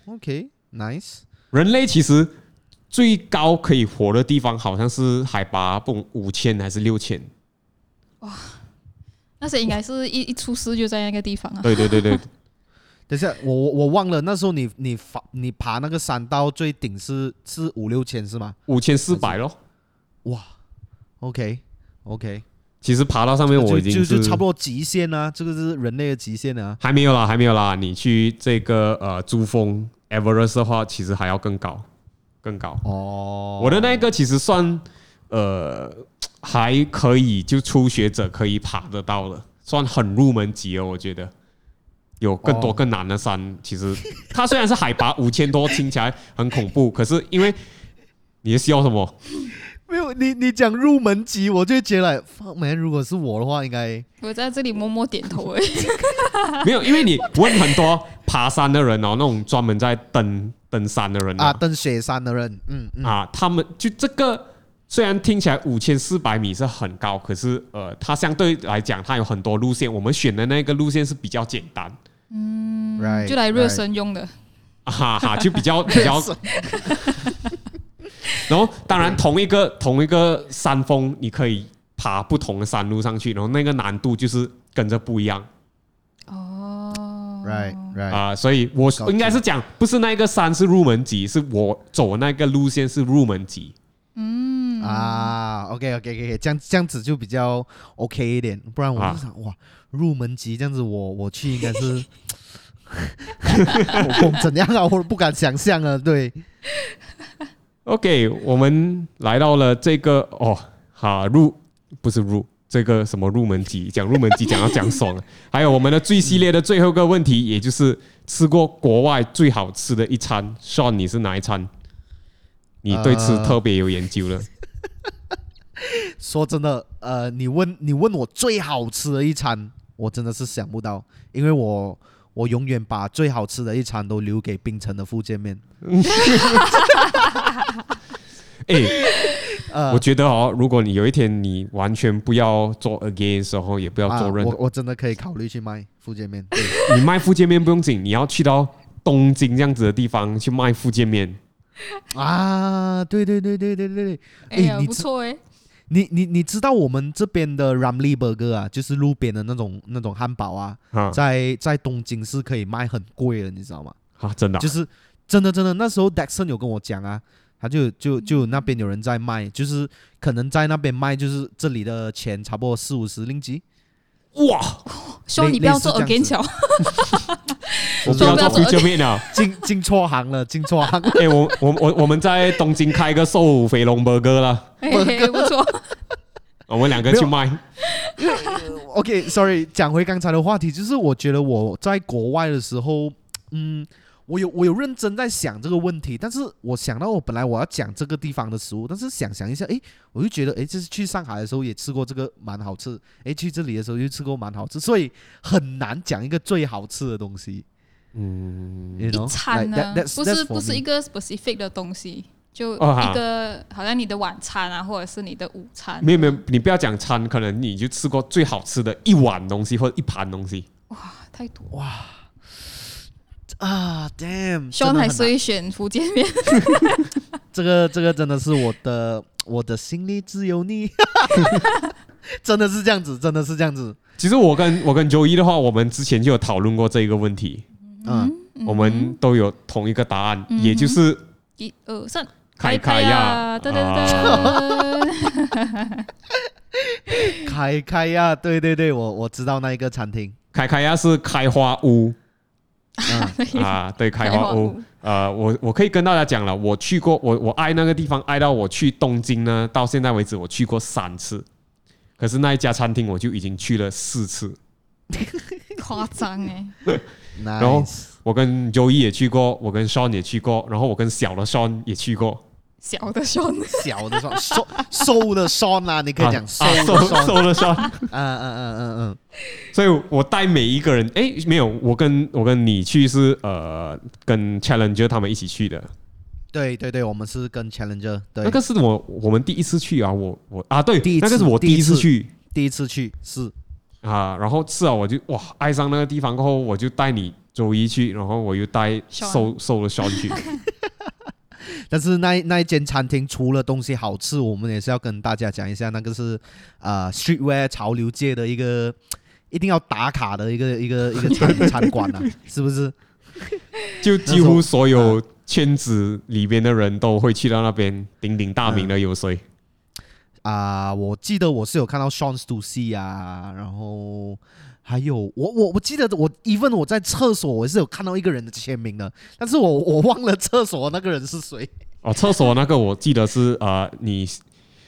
Speaker 3: ，damn，OK，nice，
Speaker 2: 人类其实最高可以活的地方好像是海拔不五千还是六千，
Speaker 4: 那些应该是一一出事就在那个地方啊。
Speaker 2: 对对对 对，
Speaker 3: 等一下，我我我忘了，那时候你你爬你爬那个山到最顶是是五六千是吗？
Speaker 2: 五千四百咯。
Speaker 3: 哇，OK OK，
Speaker 2: 其实爬到上面我已经
Speaker 3: 就就是就差不多极限啊，这个是人类的极限啊。
Speaker 2: 还没有啦，还没有啦。你去这个呃珠峰 Everest 的话，其实还要更高，更高。
Speaker 3: 哦，
Speaker 2: 我的那个其实算呃还可以，就初学者可以爬得到的，算很入门级了。我觉得有更多
Speaker 3: 哦
Speaker 2: 更难的山，其实它虽然是海拔五千多，听起来很恐怖，可是因为你在笑什么？
Speaker 3: 没有你你讲入门级，我就觉得 fuck man，如果是我的话，应该
Speaker 4: 我在这里默默点头而已。
Speaker 2: 没有，因为你问很多爬山的人哦，那种专门在登登山的人哦
Speaker 3: 啊登雪山的人，嗯嗯，
Speaker 2: 啊，他们就这个虽然听起来五千四百米是很高，可是呃，它相对来讲它有很多路线，我们选的那个路线是比较简单
Speaker 3: ，right，
Speaker 4: 嗯就来热
Speaker 3: right
Speaker 4: 身用的，
Speaker 2: 啊哈哈，就比较比较。然后当然同一个同一个山峰，你可以爬不同的山路上去，然后那个难度就是跟着不一样。
Speaker 4: 哦
Speaker 3: right right，
Speaker 2: 啊、所以我
Speaker 3: 搞
Speaker 2: 应该是讲，不是那个山是入门级，是我走那个路线是入门级。
Speaker 4: 嗯
Speaker 3: 啊，OK OK OK，这样这样子就比较 OK 一点，不然我
Speaker 2: 啊
Speaker 3: 就想、哇，入门级这样子我，我去应该 是 我我怎样啊，我不敢想象啊，对，
Speaker 2: OK，我们来到了这个哦，哈入不是入这个什么入门级，讲入门级讲要讲爽了。还有我们的最系列的最后一个问题，也就是吃过国外最好吃的一餐，Sean 你是哪一餐？你对吃
Speaker 3: 呃
Speaker 2: 特别有研究了，
Speaker 3: 说真的，呃，你问你问我最好吃的一餐，我真的是想不到，因为我我永远把最好吃的一餐都留给冰城的福建面，
Speaker 2: 哎、
Speaker 3: 呃
Speaker 2: 我，觉得哦，如果你有一天你完全不要做 against，然后也不要
Speaker 3: 啊
Speaker 2: 做任何
Speaker 3: 我我真的可以考虑去卖福建面，对，
Speaker 2: 你卖福建面不用紧，你要去到东京这样子的地方去卖福建面。
Speaker 3: 啊，对对对对对对对。
Speaker 4: 哎
Speaker 3: 诶
Speaker 4: 呀，
Speaker 3: 你
Speaker 4: 不
Speaker 3: 知
Speaker 4: 错哎，
Speaker 3: 你你你知道我们这边的 Ramly Burger 啊，就是路边的那种那种汉堡啊，
Speaker 2: 啊
Speaker 3: 在在东京是可以卖很贵的，你知道吗？
Speaker 2: 啊，真的啊、
Speaker 3: 就是真的真的，那时候 Dexon 有跟我讲啊，他就就就那边有人在卖，就是可能在那边卖，就是这里的钱差不多四五十令吉。
Speaker 2: 哇！
Speaker 4: 希望你不要做
Speaker 3: 类似这
Speaker 4: again
Speaker 3: 样子
Speaker 4: 桥，
Speaker 2: 我不要做福建面啊了。
Speaker 3: 进进错行了，进错行了。
Speaker 2: 哎、我我我我们在东京开一个瘦肥龙 burger 啦，
Speaker 4: 哎，不错，
Speaker 2: 我们两个去卖。
Speaker 3: OK，sorry，、讲回刚才的话题，就是我觉得我在国外的时候，嗯，我有我有认真在想这个问题，但是我想到我本来我要讲这个地方的食物，但是想想一下，诶，我就觉得，诶，就是去上海的时候也吃过这个蛮好吃，诶，去这里的时候又吃过蛮好吃，所以很难讲一个最好吃的东西。嗯，
Speaker 4: 一餐呢，不是不是一
Speaker 3: 个
Speaker 4: 个 specific 的东西，就
Speaker 2: 哦哈
Speaker 4: 一个好像你的晚餐啊，或者是你的午餐。啊
Speaker 2: 没有没有，你不要讲餐，可能你就吃过最好吃的一碗东西或者一盘东西。
Speaker 4: 哇，太多。
Speaker 3: 啊，damn，
Speaker 4: 希望
Speaker 3: 真的
Speaker 4: 还
Speaker 3: 很
Speaker 4: 是
Speaker 3: 难
Speaker 4: 会选福建面，
Speaker 3: 这个这个真的是我的我的心里只有你， 真的是这样子，真的是这样子，
Speaker 2: 其实我跟我跟周一的话，我们之前就有讨论过这一个问题，
Speaker 3: 嗯，
Speaker 2: 我们都有同一个答案，
Speaker 4: 嗯哼
Speaker 2: 也就是
Speaker 4: 一二三，
Speaker 2: 凯凯
Speaker 4: 呀，
Speaker 2: 亚。
Speaker 4: 对对
Speaker 2: 啊
Speaker 4: 对，
Speaker 3: 嗯开开呀，对对对，我我知道那一个餐厅，
Speaker 2: 凯凯亚是开花屋
Speaker 3: 嗯
Speaker 2: 啊，对，开花屋。，呃，我我可以跟大家讲了，我去过，我我爱那个地方，爱到我去东京呢，到现在为止我去过三次，可是那一家餐厅我就已经去了四次。
Speaker 4: 夸张哎，
Speaker 3: 然
Speaker 2: 后我跟周一也去过，我跟 Sean 也去过，然后我跟小的 Sean 也去过，
Speaker 4: 小的胸，
Speaker 3: 小的双 瘦瘦的双啦，你可以讲瘦
Speaker 2: 啊
Speaker 3: 的
Speaker 2: 瘦
Speaker 3: 双，
Speaker 2: 瘦的 Sean，
Speaker 3: 嗯嗯嗯嗯
Speaker 2: 所以我带每一个人，诶，没有，我跟我跟你去是呃跟 Challenger 他们一起去的，
Speaker 3: 嗯，对对对，我们是跟 Challenger 对，
Speaker 2: 那个是我我们第一次去啊，我我啊对
Speaker 3: 第一，次
Speaker 2: 那个是我第一次
Speaker 3: 第一次
Speaker 2: 去。
Speaker 3: 第一次去是
Speaker 2: 啊，然后是啊，我就哇爱上那个地方过后，我就带你周一去，然后我又带瘦
Speaker 4: Sean
Speaker 2: 瘦的 Sean 去。
Speaker 3: 但是那那一间餐厅除了东西好吃，我们也是要跟大家讲一下，那个是呃 streetwear 潮流界的一个一定要打卡的一个一个一个餐餐馆 啊，是不是？
Speaker 2: 就几乎所有圈子里边的人都会去到那边，鼎鼎大名的有 谁？
Speaker 3: 啊、我记得我是有看到 Sean Stussy 啊，然后还有我我我记得我 even 我在厕所我是有看到一个人的签名的，但是我我忘了厕所那个人是谁。
Speaker 2: 哦，厕所那个我记得是呃，你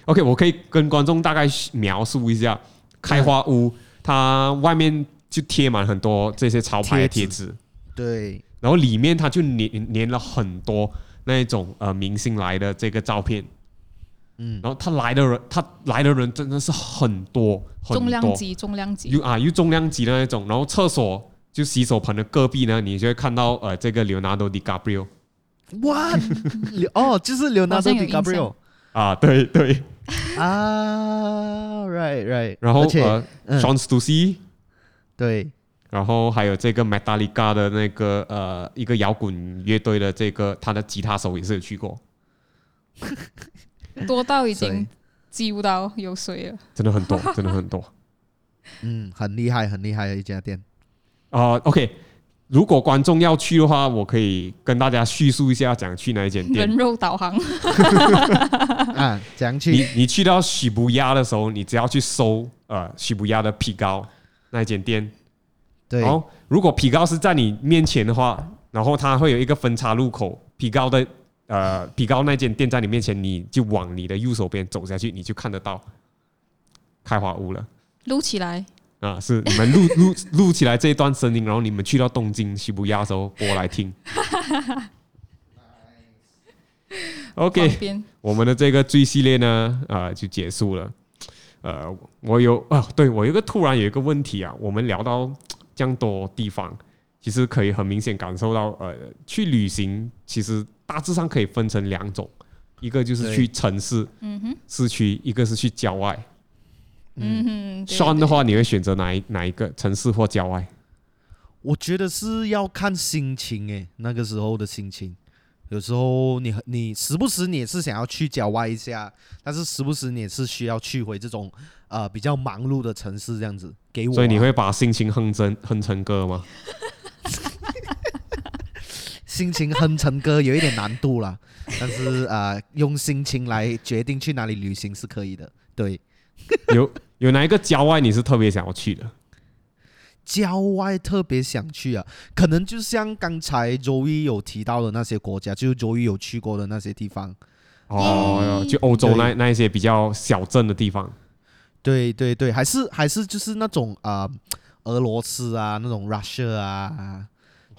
Speaker 2: OK，我可以跟观众大概描述一下开花屋，它外面就贴满很多这些潮牌的贴
Speaker 3: 贴
Speaker 2: 纸，
Speaker 3: 对，
Speaker 2: 然后里面它就粘粘了很多那一种呃明星来的这个照片。
Speaker 3: 嗯，
Speaker 2: 然后他来的人，他来的人真的是很多，很多
Speaker 4: 重量级，重量级，
Speaker 2: 有啊，有重量级的那一种。然后厕所就洗手盆的隔壁呢，你就会看到呃，这个 Leonardo DiCaprio
Speaker 3: 哇，哦，就是
Speaker 4: 好
Speaker 3: Leonardo
Speaker 4: 像有印象
Speaker 3: DiCaprio
Speaker 2: 啊，对对。
Speaker 3: 啊，right right，
Speaker 2: 然后
Speaker 3: 而且
Speaker 2: 呃、
Speaker 3: 嗯
Speaker 2: s e a n Stussy，
Speaker 3: 对，
Speaker 2: 然后还有这个 Metallica 的那个呃一个摇滚乐队的这个他的吉他手也是有去过，
Speaker 4: 多到已
Speaker 3: 所以
Speaker 4: 经记不到有谁了。
Speaker 2: 真的很多，真的很多
Speaker 3: 嗯，很厉害，很厉害的一家店。
Speaker 2: 啊、OK，如果观众要去的话，我可以跟大家叙述一下讲去哪一间店
Speaker 4: 人。肉导航，
Speaker 3: 啊，怎样去
Speaker 2: 你你去到喜布亚的时候，你只要去搜呃喜布亚的皮糕那一间店，
Speaker 3: 对
Speaker 2: 然后如果皮糕是在你面前的话，然后它会有一个分叉路口，皮糕的呃皮糕那间店在你面前，你就往你的右手边走下去，你就看得到开花屋了。
Speaker 4: 撸起来，
Speaker 2: 啊，是你们录 录录起来这一段声音，然后你们去到东京喜布亚的时候播来听。OK，
Speaker 4: 旁边
Speaker 2: 我们的这个追系列呢，呃，就结束了。呃，我有啊，对我有一个突然有一个问题啊，我们聊到这样多地方，其实可以很明显感受到，呃，去旅行其实大致上可以分成两种，一个就是
Speaker 3: 对
Speaker 2: 去城市、市区，一个是去郊外。
Speaker 4: 嗯哼，对
Speaker 2: 双的
Speaker 4: 对
Speaker 2: 话，你会选择哪一哪一个城市或郊外？
Speaker 3: 我觉得是要看心情诶，那个时候的心情。有时候你你时不时你也是想要去郊外一下，但是时不时你也是需要去回这种呃比较忙碌的城市这样子。给我啊、
Speaker 2: 所以你会把心情哼成哼成歌吗？
Speaker 3: 心情哼成歌有一点难度啦，但是啊、呃用心情来决定去哪里旅行是可以的。对，
Speaker 2: 有有哪一个郊外你是特别想要去的？
Speaker 3: 郊外特别想去啊，可能就像刚才周一有提到的那些国家，就是周一有去过的那些地方。
Speaker 2: 哦，
Speaker 4: 耶
Speaker 2: 去欧洲那那一些比较小镇的地方。
Speaker 3: 对对对，还是还是就是那种啊、呃俄罗斯啊，那种 Russia 啊，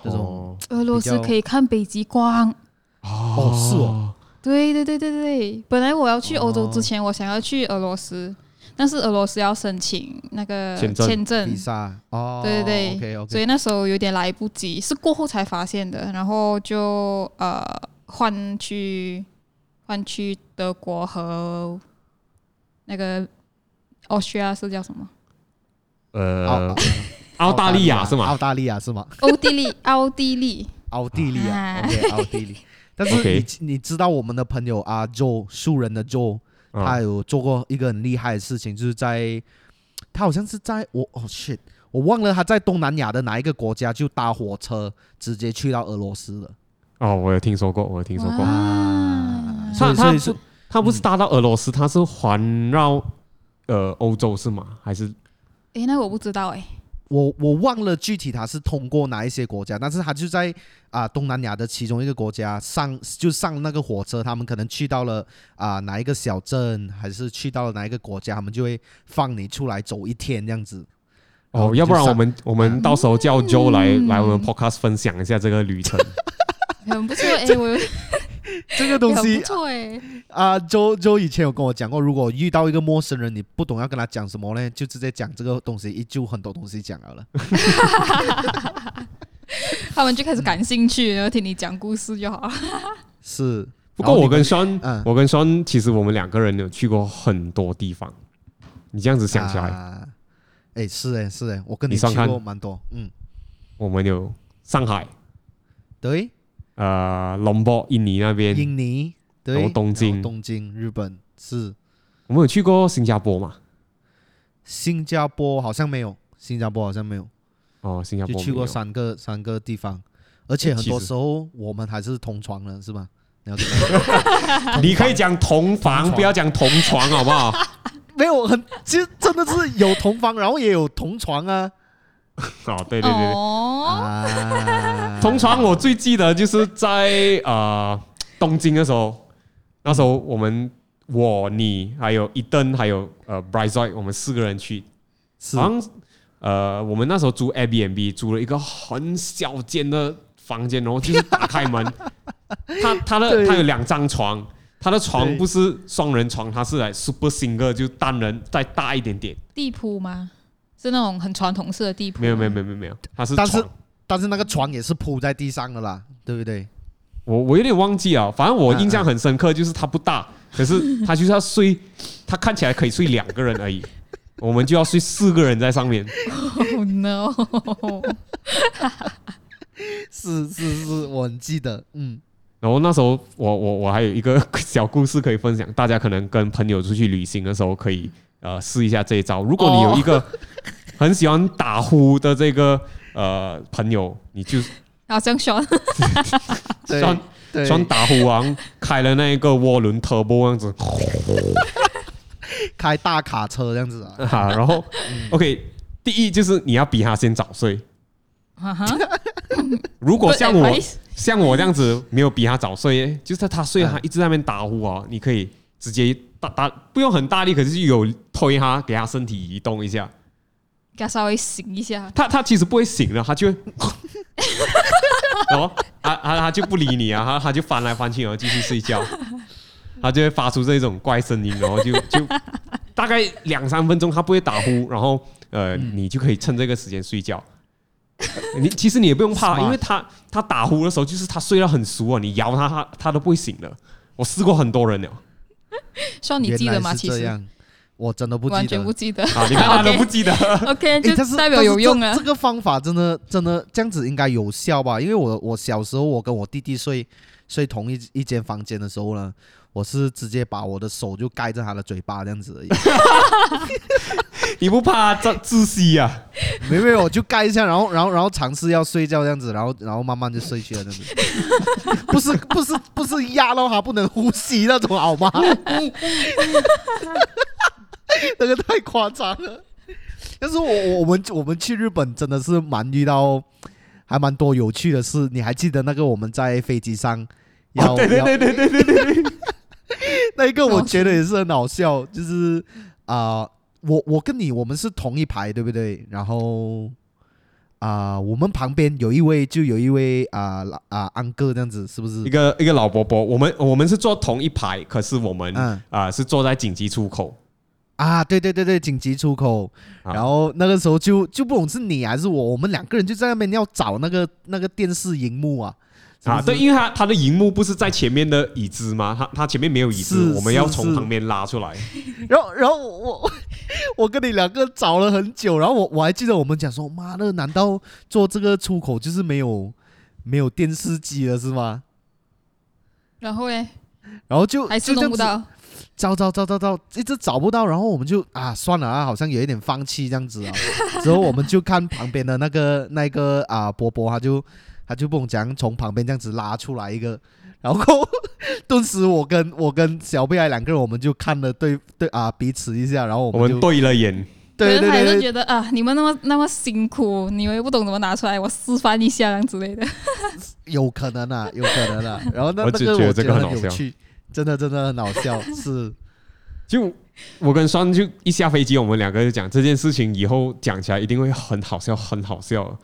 Speaker 3: 这种
Speaker 2: 哦
Speaker 4: 俄罗斯
Speaker 3: 比较
Speaker 4: 可以看北极光。
Speaker 3: 哦是哦，
Speaker 4: 对对对对对，本来我要去欧洲之
Speaker 2: 哦
Speaker 4: 前，我想要去俄罗斯，但是俄罗斯要申请那个
Speaker 2: 签证
Speaker 4: 签证
Speaker 3: 比，萨哦，
Speaker 4: 对对
Speaker 3: ，OK
Speaker 4: 嗯对
Speaker 3: OK，
Speaker 4: 所以那时候有点来不及，是过后才发现的，然后就呃换去换去德国和那个 Austria 是叫什么？
Speaker 2: 呃，澳大利亚是吗哦
Speaker 3: 哦澳？大利亚是吗？
Speaker 4: 奥地利， 奥地利，
Speaker 3: 奥地利啊
Speaker 4: 啊
Speaker 3: ，OK，奥地利。但是
Speaker 2: OK
Speaker 3: 你你知道我们的朋友啊，Joe 素人的 Joe，
Speaker 2: 嗯
Speaker 3: 他有做过一个很厉害的事情，就是在他好像是在我哦 shit，我忘了他在东南亚的哪一个国家就搭火车直接去到俄罗斯了。
Speaker 2: 哦，我有听说过，我有听说过。
Speaker 4: 啊
Speaker 3: 所
Speaker 2: 他
Speaker 3: 以所
Speaker 2: 他不他
Speaker 3: 以是
Speaker 2: 不是搭到俄罗斯，他是环绕呃欧洲是吗？还是
Speaker 4: 诶，那我不知道诶。
Speaker 3: 我我忘了具体他是通过哪一些国家，但是他就在啊、东南亚的其中一个国家上就上那个火车，他们可能去到了啊、哪一个小镇，还是去到了哪一个国家，他们就会放你出来走一天这样子。然后
Speaker 2: 哦，嗯
Speaker 3: 就
Speaker 2: 要不然
Speaker 3: 上
Speaker 2: 我们我们到时候叫 Joe 来来我们 Podcast 分享一下这个旅程。
Speaker 4: 很不错 诶，我
Speaker 3: 这个东
Speaker 4: 很
Speaker 3: 西
Speaker 4: 不错诶。
Speaker 3: 啊，周周以前有跟我讲过，如果遇到一个陌生人，你不懂要跟他讲什么呢，就直接讲这个东西，一就很多东西讲 好了。
Speaker 4: 他们就开始感兴趣，然后听你讲故事就好了。
Speaker 3: 是，
Speaker 2: 不过
Speaker 3: 然后
Speaker 2: 我跟
Speaker 3: 你
Speaker 2: Sean，、
Speaker 3: 嗯
Speaker 2: 我跟 Sean，其实我们两个人有去过很多地方。你这样子想起来，
Speaker 3: 啊哎、是哎、是哎、我跟
Speaker 2: 你
Speaker 3: 去
Speaker 2: 上看
Speaker 3: 过蛮多，嗯，
Speaker 2: 我们有上海、
Speaker 3: 对，
Speaker 2: 呃，龙坡、印尼那边，
Speaker 3: 印尼，对，
Speaker 2: 然后东京
Speaker 3: 然后东京，日本是
Speaker 2: 我们有去过新加坡嘛？
Speaker 3: 新加坡好像没有，新加坡好像没有，
Speaker 2: 哦，新加坡
Speaker 3: 就去
Speaker 2: 没
Speaker 3: 过
Speaker 2: 有
Speaker 3: 三个三个地方，而且很
Speaker 2: 其
Speaker 3: 多
Speaker 2: 实
Speaker 3: 时候我们还是同床了，是吧？你要
Speaker 2: 你可以讲同
Speaker 3: 同
Speaker 2: 房，
Speaker 3: 床
Speaker 2: 不要讲同床，好不 好？
Speaker 3: 没有很，其实真的是有同房，然后也有同床啊。
Speaker 2: 哦，对对对对，
Speaker 4: 哦，
Speaker 3: 啊，
Speaker 2: 同床我最记得就是在呃东京的时候，那时候我们我你还有伊登还有呃 Brightoy，我们四个人去，
Speaker 3: 是
Speaker 2: 好像呃我们那时候租 Airbnb 租了一个很小间的房间，然后就是打开 门，他他的
Speaker 3: 对
Speaker 2: 他有两张床。他的床
Speaker 3: 对
Speaker 2: 不是双人床，他是来 super single，就单人再大一点点。
Speaker 4: 地铺吗？是那种很传统式的地铺吗？
Speaker 2: 没有没有没有没有没有，他是
Speaker 3: 但是
Speaker 2: 床
Speaker 3: 但是那个床也是铺在地上的啦，对不对？
Speaker 2: 我我有点忘记了，反正我印象很深刻，就是它不大，可是它就是要睡，它看起来可以睡两个人而已，我们就要睡四个人在上面。
Speaker 4: Oh no！
Speaker 3: 是是是，我很记得， 嗯，
Speaker 2: 然后那时候我我我还有一个 小故事可以分享，大家可能跟朋友出去旅行的时候可以呃试一下这一招。如果你有一个 很喜欢打呼的这个呃朋友，你就
Speaker 4: 好像选
Speaker 3: 对
Speaker 2: 算
Speaker 3: 对，
Speaker 2: 算打呼王开了那一个涡轮 turbo 这样子，
Speaker 3: 开大卡车这样子啊，
Speaker 2: 哈，然后 OK，第一就是你要比他先早睡。
Speaker 4: 啊 哈，
Speaker 2: 如果
Speaker 4: Good
Speaker 2: 像我
Speaker 4: advice
Speaker 2: 像我这样子没有比他早睡，就是他睡
Speaker 3: 嗯
Speaker 2: 他一直在那边打呼啊，你可以直接大大不用很大力，可是有推他，给他身体移动一下，
Speaker 4: 给他稍微醒一下。
Speaker 2: 他他其实不会醒的，他就会 然后他他他就不理你啊，他他就翻来翻去，然后继续睡觉，他就会发出这种怪声音，然后就就大概两三分钟他不会打呼，然后呃、你就可以趁这个时间睡觉。 呃你其实你也不用怕，
Speaker 3: Smart
Speaker 2: 因为他他打呼的时候，就是他睡到很熟啊，你摇他他他都不会醒的。我试过很多人了
Speaker 4: 希哦望你记得
Speaker 3: 原
Speaker 4: 吗？
Speaker 3: 来是
Speaker 4: 其
Speaker 3: 这
Speaker 4: 实
Speaker 3: 样，我真的不记
Speaker 4: 完全
Speaker 3: 得
Speaker 4: 不。记得。
Speaker 2: 啊，你看他都不记得。
Speaker 4: OK，
Speaker 3: 诶
Speaker 4: 就
Speaker 3: 但是
Speaker 4: 代
Speaker 3: 但
Speaker 4: 表
Speaker 3: 是
Speaker 4: 有
Speaker 3: 这
Speaker 4: 用啊
Speaker 3: 这。个方法真的真的这样子应该有效吧？因为我我小时候我跟我弟弟睡睡同一一间房间的时候呢，我是直接把我的手就盖着他的嘴巴这样子而已，
Speaker 2: 你不怕他窒窒息啊？
Speaker 3: 没有没有，我就盖一下，然后然后然后尝试要睡觉这样子，然后然后慢慢就睡去了，这样子。不是不是不是压到他不能呼吸那种 好吗？那个太夸张了。但是我我我们我们去日本真的是蛮遇到还蛮多有趣的事，你还记得那个我们在飞机上要、
Speaker 2: 哦 对对
Speaker 3: 要
Speaker 2: 对对对对对
Speaker 3: 那一个我觉得也是很好笑，就是啊、我我跟你我们是同一排，对不对？然后啊、我们旁边有一位就有一位啊老啊安哥这样子，是不是
Speaker 2: 一？个一个老伯伯，我们我们是坐同一排，可是我们啊
Speaker 3: 嗯、
Speaker 2: 是坐在紧急出口，
Speaker 3: 啊，对对对对，紧急出口。
Speaker 2: 啊
Speaker 3: 然后那个时候就就不懂是你还是我，我们两个人就在那边要找那个那个电视荧幕啊。是不
Speaker 2: 啊，
Speaker 3: 是
Speaker 2: 对，因为他他的荧幕不是在前面的椅子吗？他他前面没有椅子，
Speaker 3: 是
Speaker 2: 我们要
Speaker 3: 是
Speaker 2: 从
Speaker 3: 是
Speaker 2: 旁边拉出来。
Speaker 3: 然后，然后我我 我跟你两个找了很久，然后我我还记得我们讲说，妈的，难道做这个出口就是没有没有电视机了是吗？
Speaker 4: 然后嘞，
Speaker 3: 然后就
Speaker 4: 还是
Speaker 3: 就这样
Speaker 4: 弄不
Speaker 3: 子
Speaker 4: 到。
Speaker 3: 找找找找找，一直找不到，然后我们就啊算了啊，好像有一点放弃这样 子啊。之后我们就看旁边的那个那个啊波波，他就他就不懂讲从旁边这样子拉出来一个，然后 顿时我跟我跟小贝爱两个人，我们就看了对对啊彼此一下，然后我
Speaker 2: 我
Speaker 3: 们就
Speaker 2: 们对了眼，
Speaker 3: 对
Speaker 4: 可
Speaker 3: 对
Speaker 4: 是还
Speaker 3: 对
Speaker 4: 是
Speaker 3: 对，
Speaker 4: 觉得啊，你们那么那么辛苦，你们又不懂怎么拿出来，我示范一下这样之类的。
Speaker 3: 有可能啊，有可能啊。然后那
Speaker 2: 我
Speaker 3: 那
Speaker 2: 只
Speaker 3: 个
Speaker 2: 觉得
Speaker 3: 我
Speaker 2: 这
Speaker 3: 觉
Speaker 2: 个
Speaker 3: 得
Speaker 2: 很
Speaker 3: 很
Speaker 2: 好
Speaker 3: 有
Speaker 2: 笑
Speaker 3: 趣，真的真的很好 笑，是
Speaker 2: 就我跟双就一下飞机，我们两个就讲这件事情，以后讲起来一定会很好笑，很好笑。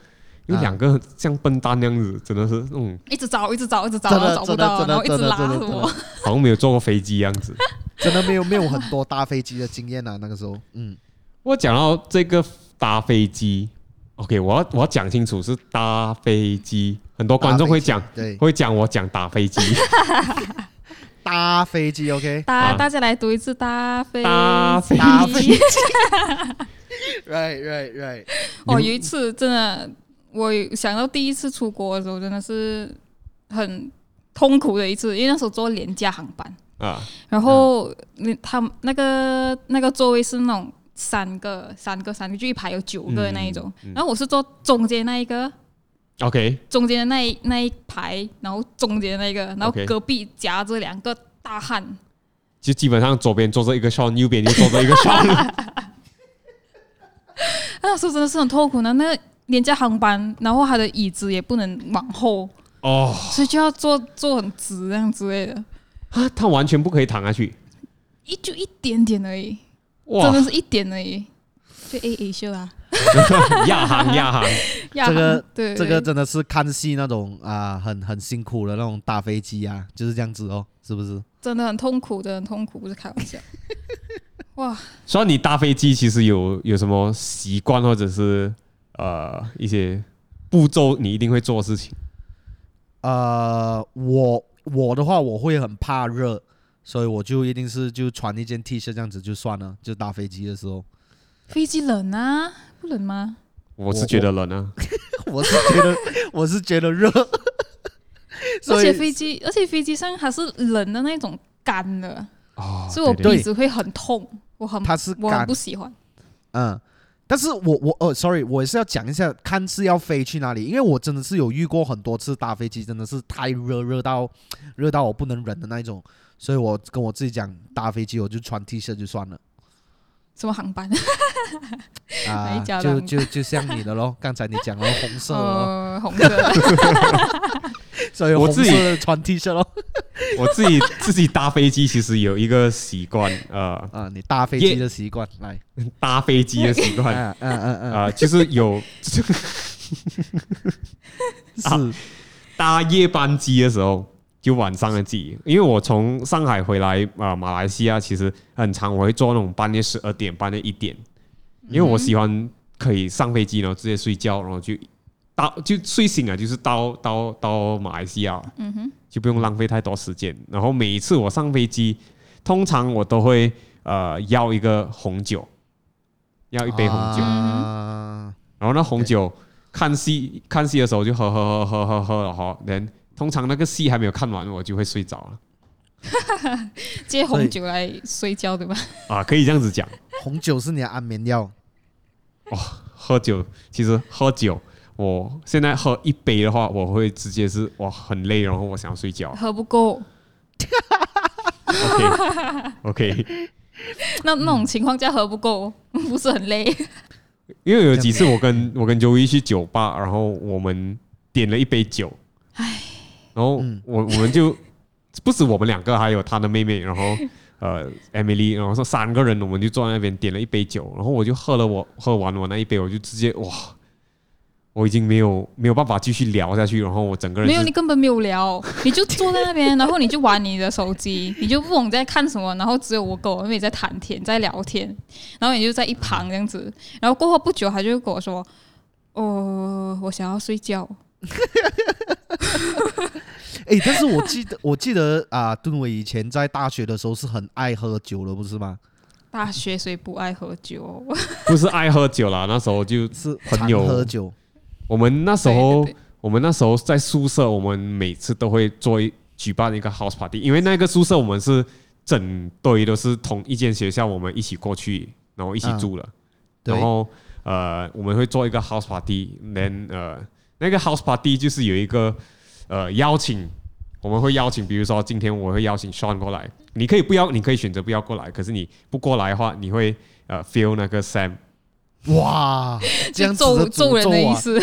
Speaker 2: 因为
Speaker 3: 啊
Speaker 2: 两个像笨蛋那样子，真的是嗯那种
Speaker 4: 一直找，一直找，一直找，
Speaker 3: 真
Speaker 4: 然后
Speaker 3: 的
Speaker 4: 找不
Speaker 3: 真的真
Speaker 4: 到，然
Speaker 3: 的
Speaker 4: 后一直
Speaker 3: 真的
Speaker 4: 拉
Speaker 3: 真
Speaker 4: 什
Speaker 3: 的真
Speaker 4: 么
Speaker 3: 的。
Speaker 2: 好像没有坐过飞机一样子。
Speaker 3: 真的没有没有很多搭飞机的经验啊，那个时候嗯。
Speaker 2: 我讲到这个搭飞机，OK，我要我要讲清楚是搭飞机，很多观众会讲
Speaker 3: 搭飞机对
Speaker 2: 会讲我讲打飞 机，
Speaker 3: 搭飞机，OK，
Speaker 4: 大
Speaker 2: 啊
Speaker 4: 大家来读一次搭飞
Speaker 2: 搭飞
Speaker 4: 机。
Speaker 3: right right right，
Speaker 4: 哦，有一次真的，我想到第一次出国的时候，真的是很痛苦的一次，因为那时候坐廉价航班，
Speaker 2: 啊，
Speaker 4: 然后那他们那个那个座位是那种三个三个三个，就一排有九个的那一种，
Speaker 3: 嗯
Speaker 4: 然后我是坐中间那一个。
Speaker 2: OK，
Speaker 4: 中间的那一那一排，然后中间的那一个，然后
Speaker 2: OK
Speaker 4: 隔壁夹着两个大汉，啊
Speaker 2: 就基本上左边坐着一个 Sean，右边又坐着一个 Sean，
Speaker 4: 那时候真的是很痛苦呢。那个廉价航班，然后他的椅子也不能往后，
Speaker 2: 哦，
Speaker 4: 所以就要坐坐很直这样之类的，
Speaker 2: 啊他完全不可以躺下去，
Speaker 4: 一就一点点而已，真
Speaker 2: 哇
Speaker 4: 的，是一点而已，就 A A 秀啦。
Speaker 2: 亚航亚航，
Speaker 4: 亚
Speaker 3: 这个
Speaker 4: 航啊对
Speaker 3: 这个
Speaker 4: 对
Speaker 3: 真的是看戏那种啊、很很辛苦的那种搭飞机啊，就是这样子哦，是不是？
Speaker 4: 真的很痛苦的，很痛苦，不是开玩笑。哇，
Speaker 2: 所以你搭飞机其实有有什么习惯或者是呃一些步骤你一定会做的事情
Speaker 3: 呃，我我的话我会很怕热，所以我就一定是就穿一件 T 恤这样子就算了，就搭飞机的时候，
Speaker 4: 飞机冷啊，不冷吗？
Speaker 2: 我是觉得冷啊，
Speaker 3: 我是觉得我是觉得热，
Speaker 4: 而
Speaker 3: 所
Speaker 4: 且
Speaker 3: 以
Speaker 4: 飞机，而且飞机上它是冷的那种干的，
Speaker 3: 啊
Speaker 2: 哦，
Speaker 4: 所以我
Speaker 2: 对对
Speaker 4: 鼻子会很痛，我很
Speaker 3: 它是
Speaker 4: 我很
Speaker 3: 干
Speaker 4: 不喜欢。
Speaker 3: 嗯，但是我我哦，sorry，我是要讲一下，看是要飞去哪里，因为我真的是有遇过很多次搭飞机，真的是太热，热到热到我不能忍的那一种，所以我跟我自己讲，搭飞机我就穿 T 恤就算了
Speaker 4: 什么航班？哪
Speaker 3: 啊、
Speaker 4: 一家的
Speaker 3: 就就就像你的咯，刚才你讲了红色的咯，
Speaker 4: 呃，红色。
Speaker 3: 所以
Speaker 2: 我
Speaker 3: 红
Speaker 2: 自己
Speaker 3: 色的穿 T 恤咯
Speaker 2: 我自己自己搭飞机其实有一个习惯，呃，
Speaker 3: 啊，你搭飞机的习惯来，
Speaker 2: 搭飞机的习惯，
Speaker 3: 嗯嗯 嗯
Speaker 2: 呃，就是有
Speaker 3: 嗯，
Speaker 2: 搭夜班机的时候，就晚上的机，因为我从上海回来啊、呃马来西亚其实很长，我会坐那种半夜十二点、半夜一点，因为我喜欢可以上飞机然后直接睡觉，然后就到就睡醒了，就是到到到马来西亚，
Speaker 4: 嗯哼，
Speaker 2: 就不用浪费太多时间。然后每一次我上飞机，通常我都会呃要一个红酒，要
Speaker 3: 是
Speaker 2: 一杯红酒。
Speaker 3: 啊
Speaker 2: 然后那红酒看戏看戏的时候就喝喝喝喝喝喝了哈，连通常那个戏还没有看完，我就会睡着了
Speaker 4: 借红酒来睡觉对吧？
Speaker 2: 啊，可以这样子讲。
Speaker 3: 红酒是你的安眠药，
Speaker 2: 喝酒其实喝酒，我现在喝一杯的话，我会直接是哇很累，然后我想睡觉。
Speaker 4: 喝不够，
Speaker 2: OK OK，
Speaker 4: 那那种情况下喝不够，不是很累。
Speaker 2: 因为有几次我跟我跟 Joey 去酒吧，然后我们点了一杯酒，然后
Speaker 3: 嗯
Speaker 2: 我我们就不止我们两个，还有他的妹妹，然后呃 Emily，然后说三个人，我们就坐在那边点了一杯酒，然后我就喝了我喝完我那一杯，我就直接哇，我已经没有没有办法继续聊下去，然后我整个人
Speaker 4: 没有，
Speaker 2: 是
Speaker 4: 你根本没有聊， 你就坐在那边，然后你就玩你的手机， 你就不懂在看什么，然后只有我跟我妹在谈天，在聊天，然后你就在一旁这样子，然后过后不久，她就跟我说：“哦，我想要睡觉。
Speaker 3: 哎，但是我记得， 我记得啊，敦伟以前在大学的时候是很爱喝酒的，不是吗？”
Speaker 4: 大学谁不爱喝酒？
Speaker 2: 不是爱喝酒啦，那时候就是朋
Speaker 3: 常
Speaker 2: 友
Speaker 3: 喝酒，
Speaker 2: 我们那时
Speaker 4: 对
Speaker 2: 候
Speaker 4: 对对
Speaker 2: 我们那时候在宿舍，我们每次都会做一举办一个 house party，因为那个宿舍我们是整堆都是同一间学校，我们一起过去，然后一起
Speaker 3: 嗯
Speaker 2: 住了，
Speaker 3: 对
Speaker 2: 然后呃我们会做一个 house party，然呃那个 house party 就是有一个呃邀请。我们会邀请，比如说今天我会邀请 Sean 过来，你可以不要，你可以选择不要过来。可是你不过来的话，你会呃 feel 那个 Sam，
Speaker 3: 哇，这样
Speaker 4: 就
Speaker 3: 子的
Speaker 4: 揍揍
Speaker 3: 诅
Speaker 4: 人
Speaker 3: 咒
Speaker 4: 的意
Speaker 3: 啊！
Speaker 4: 思。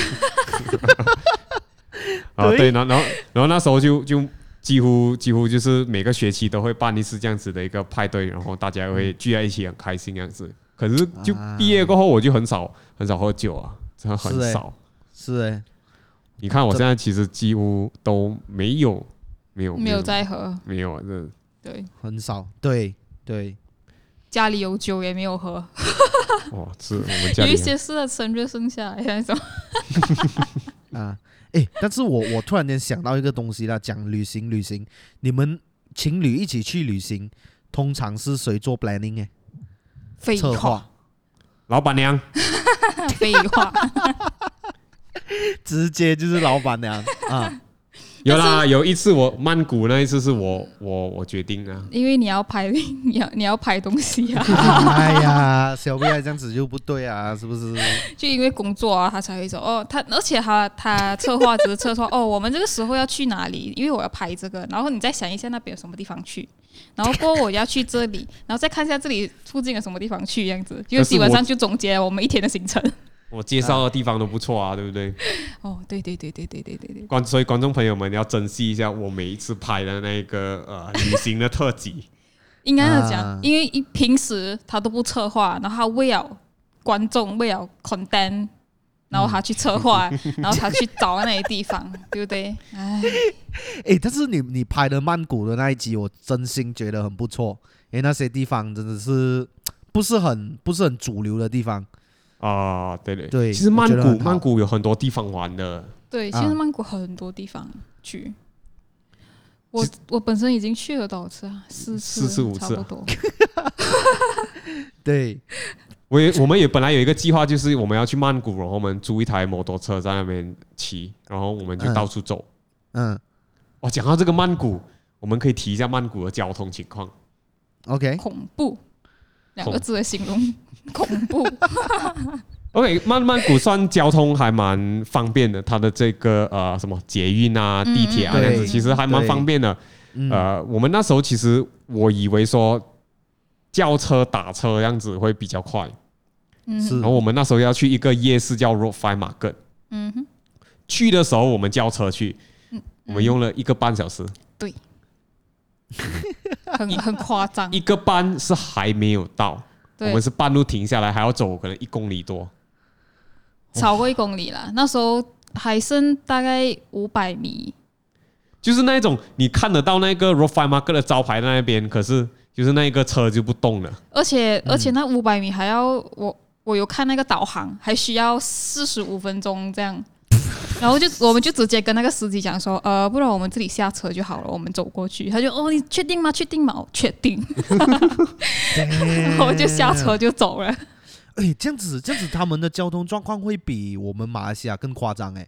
Speaker 2: 啊，
Speaker 3: 对
Speaker 2: 对，然后然后然后那时候就就几乎几乎就是每个学期都会办一次这样子的一个派对，然后大家会聚在一起很开心这样子。可是就
Speaker 3: 啊
Speaker 2: 毕业过后，我就很少很少喝酒啊，真的
Speaker 3: 是欸
Speaker 2: 很少。
Speaker 3: 是哎，
Speaker 2: 你看我
Speaker 3: 这
Speaker 2: 现在其实几乎都没有没有
Speaker 4: 没有在喝，
Speaker 2: 没有啊这
Speaker 4: 对，
Speaker 3: 很少，对对，
Speaker 4: 家里有酒也没有喝，
Speaker 2: 哦，是我们家
Speaker 4: 有一
Speaker 2: 里
Speaker 4: 些是省略剩下来那种。
Speaker 3: 啊，哎，但是我我突然间想到一个东西啦，讲旅行旅行，你们情侣一起去旅行，通常是谁做 planning 哎？
Speaker 4: 废
Speaker 3: 策
Speaker 4: 话，
Speaker 3: 划，
Speaker 2: 老板娘，
Speaker 4: 废话，
Speaker 3: 直接就是老板娘 啊，
Speaker 2: 有啦，有一次我曼谷那一次是我我我决定啊，
Speaker 4: 因为你要拍， 你要你要拍东西啊，
Speaker 3: 哎呀，小 B 啊这样子就不对啊，是不是？
Speaker 4: 就因为工作啊，他才会说哦，他而且他他策划只是策划哦，我们这个时候要去哪里，因为我要拍这个，然后你再想一下那边有什么地方去，然后过后我要去这里， 然后再看一下这里附近有什么地方去，这样子就
Speaker 2: 可是
Speaker 4: 基本
Speaker 2: 我
Speaker 4: 上就总结了我们一天的行程。
Speaker 2: 我介绍的地方都不错啊，对不对？
Speaker 4: 哦，对对对对对对对对，
Speaker 2: 观所以观众朋友们你要珍惜一下我每一次拍的那个呃 旅行的特辑，
Speaker 4: 应该是讲，
Speaker 3: 啊
Speaker 4: 因为一平时他都不策划，然后他为了观众，为了 content。然后他去策 划，然后他去找那些地方，对不对？哎，
Speaker 3: 哎，但是你你拍的曼谷的那一集，我真心觉得很不错，因为那些地方真的是不是很不是很主流的地方，
Speaker 2: 啊、对对
Speaker 3: 对
Speaker 2: 其实曼
Speaker 3: 我觉得
Speaker 2: 谷
Speaker 3: 很好
Speaker 2: 曼谷有很多地方玩的，
Speaker 4: 对，其
Speaker 3: 啊
Speaker 4: 实曼谷很多地方去。我我本身已经去了多少次啊？四次，
Speaker 2: 四次五
Speaker 4: 差
Speaker 2: 次
Speaker 4: 不
Speaker 2: 啊
Speaker 4: 多。
Speaker 3: 对，
Speaker 2: 我 也我们也本来有一个计划，就是我们要去曼谷，然后我们租一台摩托车在那边骑，然后我们就
Speaker 3: 嗯
Speaker 2: 到处走。
Speaker 3: 嗯
Speaker 2: 哦，讲到这个曼谷，我们可以提一下曼谷的交通情况。
Speaker 3: ，OK，
Speaker 4: 恐怖两个字的形容， 恐怖。
Speaker 2: OK，曼曼谷算交通还蛮方便的，它的这个呃什么捷运啊、
Speaker 4: 嗯
Speaker 2: 地铁啊
Speaker 3: 嗯
Speaker 2: 这样子，
Speaker 3: 对
Speaker 2: 其实还蛮
Speaker 3: 对
Speaker 2: 方便的。
Speaker 3: 嗯，
Speaker 2: 呃，我们那时候其实我以为说叫车打车这样子会比较快，
Speaker 4: 嗯
Speaker 3: 是
Speaker 2: 然后我们那时候要去一个夜市叫 Road Five Market，
Speaker 4: 嗯哼，嗯
Speaker 2: 去的时候我们叫车去，我们用了一个半小时，
Speaker 4: 哦很很夸张
Speaker 2: 一。个半是还没有到，我
Speaker 4: 对
Speaker 2: 们，是半路停下来，还要走可能一公里多。
Speaker 4: 超过一公里了。那时候还剩大概五百米，
Speaker 2: 就是那一种你看得到那个 Road Five Market 的招牌在那边，可是就是那个车就不动了。
Speaker 4: 而且而且那五百米还要我我有看那个导航，还需要四十五分钟这样。 然后就我们就直接跟那个司机讲说，呃，不然我们自己下车就好了，我们走过去。他就哦，你确定吗？确定吗？哦确定。
Speaker 3: 嗯
Speaker 4: 然后就下车就走了。
Speaker 3: 哎，这样子，这样子，他们的交通状况会比我们马来西亚更夸张哎，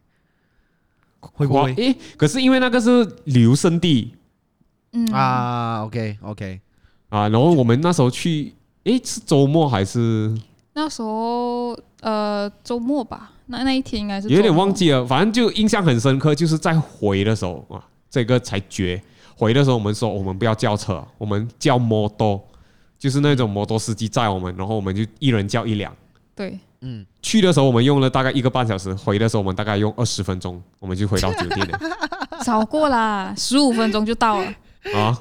Speaker 3: 会不
Speaker 2: 哇
Speaker 3: 会
Speaker 2: 诶，可是因为那个是旅游胜地，
Speaker 4: 嗯，
Speaker 3: 啊？OK OK，
Speaker 2: 啊，然后我们那时候去，诶，是周末还是
Speaker 4: 那时候呃周末吧，那那一天应该是
Speaker 2: 有
Speaker 4: 周
Speaker 2: 点
Speaker 4: 末
Speaker 2: 忘。记了，反正就印象很深刻，就是在回的时候啊，这个才绝。回的时候我们说我们不要叫车，我们叫摩托，就是那
Speaker 3: 嗯
Speaker 2: 种摩托司机载我们，然后我们就一人叫一辆。
Speaker 4: 对，
Speaker 3: 嗯，
Speaker 2: 去的时候我们用了大概一个半小时，回的时候我们大概用二十分钟，我们就回到酒店 了
Speaker 4: 少过啦，十五分钟就到了，
Speaker 2: 啊！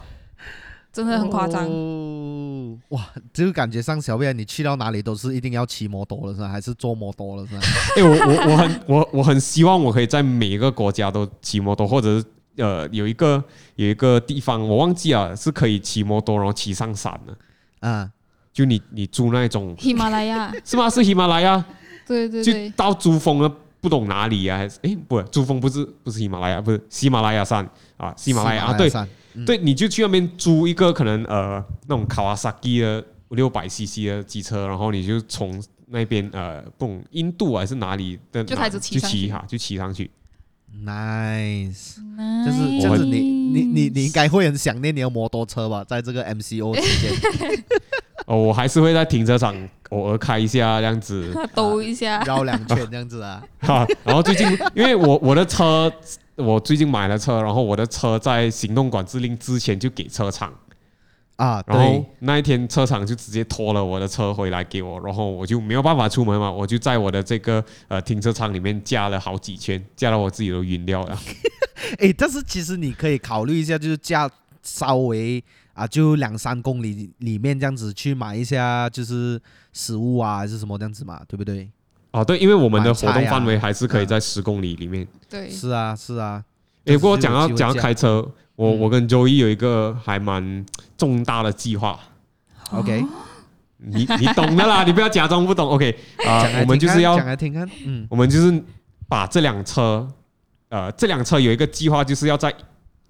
Speaker 4: 真的很夸张。
Speaker 3: 哦哇，就感觉上小啊便你去到哪里都是一定要骑摩托了是吧？还是坐摩托 了是吧？
Speaker 2: 哎、我我我很我我很希望我可以在每一个国家都骑摩托，或者是呃有一个有一个地方我忘记了是可以骑摩托，然后骑上山的。
Speaker 3: 啊，
Speaker 2: 就你你租那种
Speaker 4: 喜马拉雅，
Speaker 2: 是吗？是喜马拉雅，
Speaker 4: 对对
Speaker 2: 就
Speaker 4: 对，
Speaker 2: 到珠峰了，不懂哪里啊？还是哎，不，珠峰不是不是喜马拉雅，不是喜马拉雅山啊，喜马拉雅啊，对
Speaker 3: 山嗯
Speaker 2: 对，你就去那边租一个可能呃那种 Kawasaki 的六百 CC 的机车，然后你就从那边呃不懂印度还是哪里的
Speaker 4: 就
Speaker 2: 哪
Speaker 4: 开始骑
Speaker 2: 就
Speaker 4: 上
Speaker 2: 骑
Speaker 4: 去
Speaker 2: 哈，就骑上去。
Speaker 3: ，nice，
Speaker 4: 就
Speaker 3: 就是这样子你，你
Speaker 4: 嗯
Speaker 3: 你你你应该会很想念你的摩托车吧？ 在这个 MCO 期间，
Speaker 2: 哦，我还是会在停车场偶尔开一下这样子，
Speaker 4: 兜一下，
Speaker 3: 绕两圈这样子啊，
Speaker 2: 哈，然后最近因为我我的车，我最近买了车，然后我的车在行动管制令之前就给车厂，
Speaker 3: 啊，
Speaker 2: 然后
Speaker 3: 对，
Speaker 2: 那一天车厂就直接拖了我的车回来给我，然后我就没有办法出门嘛，我就在我的这个呃停车场里面架了好几圈，架到我自己都晕掉了。
Speaker 3: 诶，但是其实你可以考虑一下，就是驾稍微啊，就两三公里里面这样子去买一下，就是食物啊还是什么这样子嘛，对不对？
Speaker 2: 哦，对，因为我们的
Speaker 3: 买
Speaker 2: 活
Speaker 3: 菜
Speaker 2: 动
Speaker 3: 啊
Speaker 2: 范围还是可以在十公里里面。
Speaker 4: 对，
Speaker 3: 是啊，是啊，
Speaker 2: 诶，不过
Speaker 3: 就是
Speaker 2: 讲
Speaker 3: 有
Speaker 2: 到
Speaker 3: 机会
Speaker 2: 讲
Speaker 3: 这
Speaker 2: 到
Speaker 3: 样
Speaker 2: 开车，我
Speaker 3: 嗯
Speaker 2: 我跟周一有一个还蛮重大的计划。
Speaker 3: ，OK，
Speaker 2: 你你懂 的啦，你不要假装不懂。OK 啊、
Speaker 3: 讲来
Speaker 2: 我们
Speaker 3: 哎听
Speaker 2: 就
Speaker 3: 看
Speaker 2: 是要
Speaker 3: 讲来听看，嗯，
Speaker 2: 我们就是把这辆车，呃，这辆车有一个计划，就是要在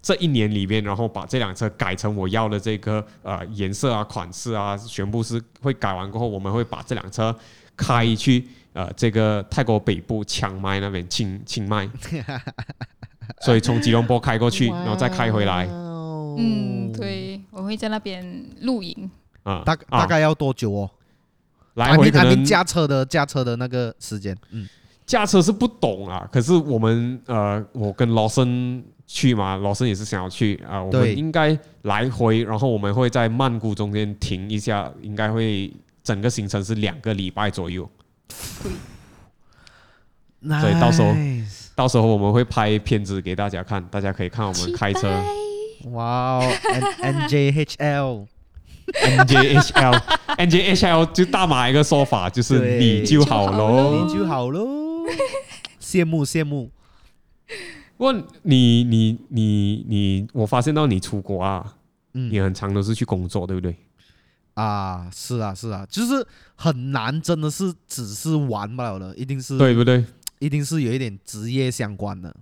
Speaker 2: 这一年里面，然后把这辆车改成我要的这个呃颜色啊、款式啊，全部是会改完过后，我们会把这辆车开去呃这个泰国北部清迈那边，清清 迈，所以从吉隆坡开过去，然后再开回来
Speaker 3: 哇哦
Speaker 4: 嗯，，对，我会在那边露营，
Speaker 2: 啊，
Speaker 3: 大
Speaker 2: 啊
Speaker 3: 大概要多久哦？啊
Speaker 2: 来回可
Speaker 3: 安
Speaker 2: 能
Speaker 3: 宁驾车的驾车的那个时间，嗯，
Speaker 2: 驾车是不懂啊，可是我们呃，我跟罗森去嘛，罗森也是想要去啊、我
Speaker 3: 对
Speaker 2: 们应该来回，然后我们会在曼谷中间停一下，应该会整个行程是两个礼拜左右，
Speaker 3: 所
Speaker 2: 以到时候到时候我们会拍片子给大家看，大家可以看我们开车
Speaker 3: 哇哦，N J H L，
Speaker 2: NJHL NJHL 就大马一个说法，就是
Speaker 3: 对
Speaker 2: 你就好
Speaker 4: 就好
Speaker 2: 喽
Speaker 4: 咯。
Speaker 3: 你就 好喽，羡慕羡慕，
Speaker 2: 问你你你你，我发现到你出国啊，
Speaker 3: 嗯
Speaker 2: 你很长都是去工作，对不对？
Speaker 3: 啊，是啊是啊，就是很难，真的是只是玩不了了，一定是
Speaker 2: 对不对？
Speaker 3: 一定是有一点职业相关的，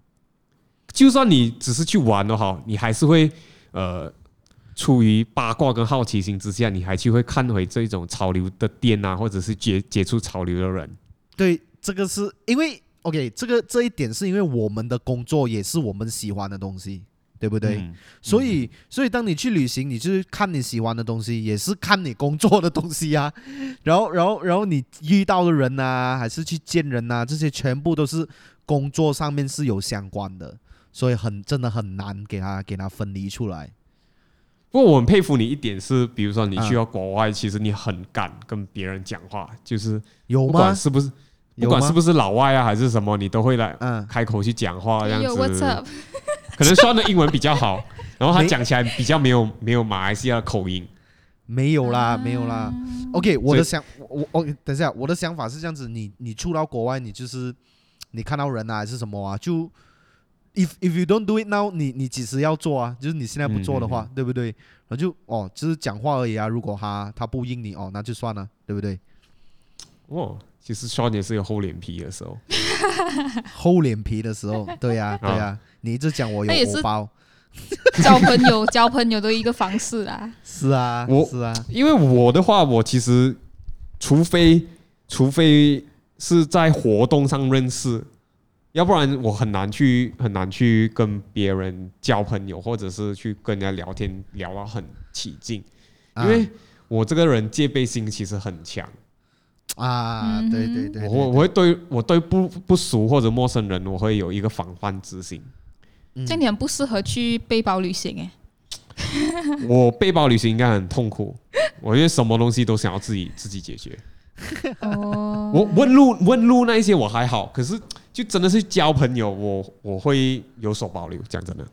Speaker 2: 就算你只是去玩的哈，你还是会呃，出于八卦跟好奇心之下，你还去会看回这种潮流的店啊，或者是接接触潮流的人。
Speaker 3: 对，这个是因为 OK，这个这一点是因为我们的工作也是我们喜欢的东西，对不对？
Speaker 2: 嗯
Speaker 3: 所以，所以当你去旅行，你就是看你喜欢的东西，也是看你工作的东西啊。 然后，然后，然后你遇到的人呐、还是去见人呐、这些全部都是工作上面是有相关的，所以很真的很难给他给他分离出来。
Speaker 2: 不过我很佩服你一点是，比如说你去到国外，其实你很敢跟别人讲话，就是
Speaker 3: 有
Speaker 2: 不
Speaker 3: 吗
Speaker 2: 管？是不是不
Speaker 3: 有
Speaker 2: 管
Speaker 3: 吗
Speaker 2: 是？不是老外啊还是什么，你都会来
Speaker 3: 嗯，
Speaker 2: 开口去讲话这样
Speaker 4: 有 What's
Speaker 2: 子。
Speaker 4: up？
Speaker 2: 可能算的英文比较好，然后他
Speaker 3: 没
Speaker 2: 讲起来比较没有没有马来西亚的口音。
Speaker 3: 没有
Speaker 4: 啊
Speaker 3: 啦，没有啦。OK，我
Speaker 2: 所以
Speaker 3: 的想，我我 OK，等一下，我的想法是这样子，你你出到国外，你就是你看到人啊还是什么啊，就 if if you don't do it now，你你几时要做啊？就是你现在不做的话，
Speaker 2: 嗯
Speaker 3: 对不对？然后就哦，就是讲话而已啊。如果他他不应你哦，那就算了，对不对？
Speaker 2: 哦，其实 Sean 也是有厚脸皮的时候。
Speaker 3: 厚脸皮的时 候，对呀、
Speaker 2: 啊
Speaker 3: 对呀、你一直讲我有
Speaker 4: 那也是
Speaker 3: 偶包，
Speaker 4: 交朋友，交朋友的一个方式啦。
Speaker 3: 是啊，
Speaker 2: 我
Speaker 3: 是啊，
Speaker 2: 因为我的话，我其实除非除非是在活动上认识，要不然我很难去很难去跟别人交朋友，或者是去跟人家聊天聊到很起劲，因为我这个人戒备心其实很强，
Speaker 3: 啊啊，
Speaker 4: 嗯哼
Speaker 3: 对对对，
Speaker 2: 我我
Speaker 3: 我
Speaker 2: 我会对我对不不熟或者陌生人，我会有一个防范之心。
Speaker 3: 嗯
Speaker 4: 这样你很不适合去背包旅行哎、
Speaker 2: 我背包旅行应该很痛苦，我觉得什么东西都想要自己自己解决。
Speaker 4: 哦，
Speaker 2: 我问路问路那一些我还好，可是就真的是交朋友，我我会有所保留。讲真的，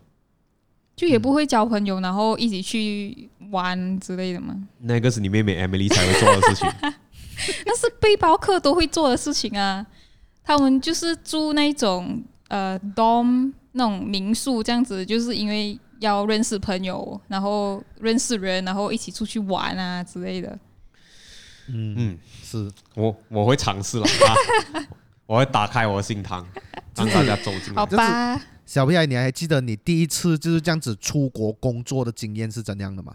Speaker 4: 就也不会交朋友，然后一起去玩之类的嘛。
Speaker 2: 那个是你妹妹 Emily 才会做的事 情。
Speaker 4: 那是背包客都会做的事情啊。他们就是住那种呃 dorm 那种民宿这样子，就是因为要认识朋友，然后认识人，然后一起出去玩啊之类的。
Speaker 3: 嗯
Speaker 2: 嗯，
Speaker 3: 是
Speaker 2: 我我会尝试了 啊，我会打开我的心膛，让大家走进
Speaker 4: 好
Speaker 2: 来。
Speaker 4: 吧，
Speaker 3: 小屁孩，你还记得你第一次就是这样子出国工作的经验是怎样的吗？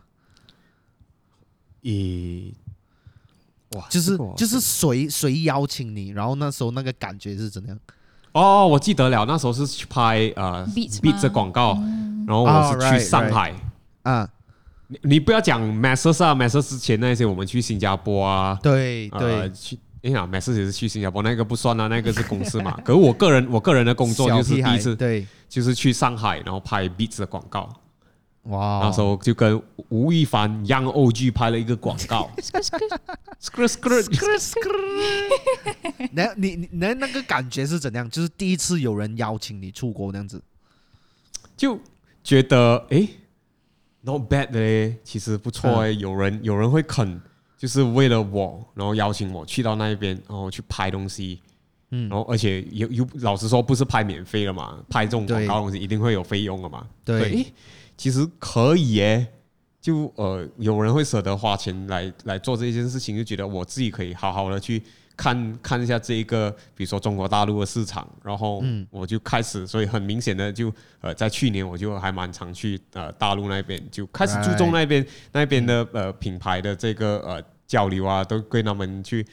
Speaker 2: 咦，哇，
Speaker 3: 就是
Speaker 2: 这个我
Speaker 3: 就是谁谁邀请你，然后那时候那个感觉是怎样？
Speaker 2: 哦，我记得了，那时候是去拍呃
Speaker 4: Beats 吗嗯
Speaker 2: Beats 的广告，然后我是
Speaker 3: 哦
Speaker 2: 去
Speaker 3: ，right，
Speaker 2: 上
Speaker 3: right
Speaker 2: 海。
Speaker 3: 啊，
Speaker 2: 你你不要讲 Masters 啊，Masters 之前那些我们去新加坡啊，
Speaker 3: 对
Speaker 2: 呃，
Speaker 3: 对，
Speaker 2: 去哎呀，Masters 也是去新加坡，那个不算啊，那个是公司嘛。 可是我个人我个人的工作
Speaker 3: 小
Speaker 2: 就是
Speaker 3: 屁
Speaker 2: 第
Speaker 3: 孩
Speaker 2: 一次
Speaker 3: 对，
Speaker 2: 就是去上海，然后拍 Beats 的广告，
Speaker 3: 哇，
Speaker 2: 那时候就跟吴亦凡 Young OG 拍了一个广告，skr skr skr，
Speaker 3: 那你你那那个感觉是怎样？就是第一次有人邀请你出国那样子，
Speaker 2: 就觉得哎、诶，not bad 的嘞，其实不错哎、有人有人会肯，就是为了我，然后邀请我去到那一边，然后去拍东西。嗯，然后而且有有，老实说不是拍免费的嘛，拍这种广
Speaker 3: 对
Speaker 2: 告的东西一定会有费用的嘛。
Speaker 3: 对
Speaker 2: 诶其实可以耶，就呃有人会舍得花钱来来做这件事情，就觉得我自己可以好好的去看看一下这一个，比如说中国大陆的市场，然后
Speaker 3: 嗯
Speaker 2: 我就开始，所以很明显的就呃在去年我就还蛮常去呃大陆那边，就开始注重
Speaker 3: Right
Speaker 2: 那边那边的呃品牌的这个呃交流啊，都跟他们去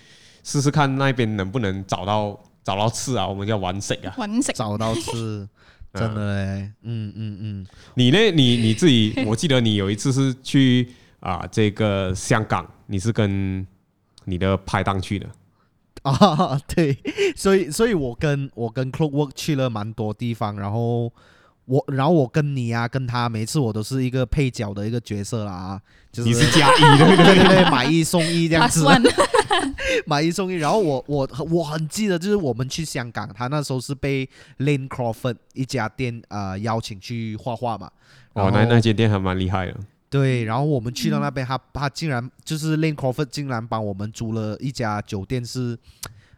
Speaker 2: 试试看那边能不能找到找到刺啊，我们叫玩谁啊。
Speaker 4: 玩食
Speaker 3: 找 到
Speaker 2: 嗯
Speaker 3: 是真的嘞，嗯嗯嗯，
Speaker 2: 你呢？你你自 己，我记得你有一次是去啊、这个香港，你是跟你的拍档去的。
Speaker 3: 啊，对，所以所以我跟我跟 Clockwork 去了蛮多地方，然后我然后我跟你啊，跟他每次我都是一个配角的一个角色啦啊，就是
Speaker 2: 你是加一的，
Speaker 3: 对对对，买一送一这样
Speaker 4: plus
Speaker 3: 子。啊
Speaker 4: one
Speaker 3: 买一送一。然后我我我很记得，就是我们去香港，他那时候是被 Lane Crawford 一家店呃邀请去画画嘛。
Speaker 2: 哦，那
Speaker 3: 然后
Speaker 2: 那间店还蛮厉害的。
Speaker 3: 对，然后我们去到那
Speaker 4: 嗯
Speaker 3: 边，他他竟然就是 Lane Crawford 竟然帮我们租了一家酒店是。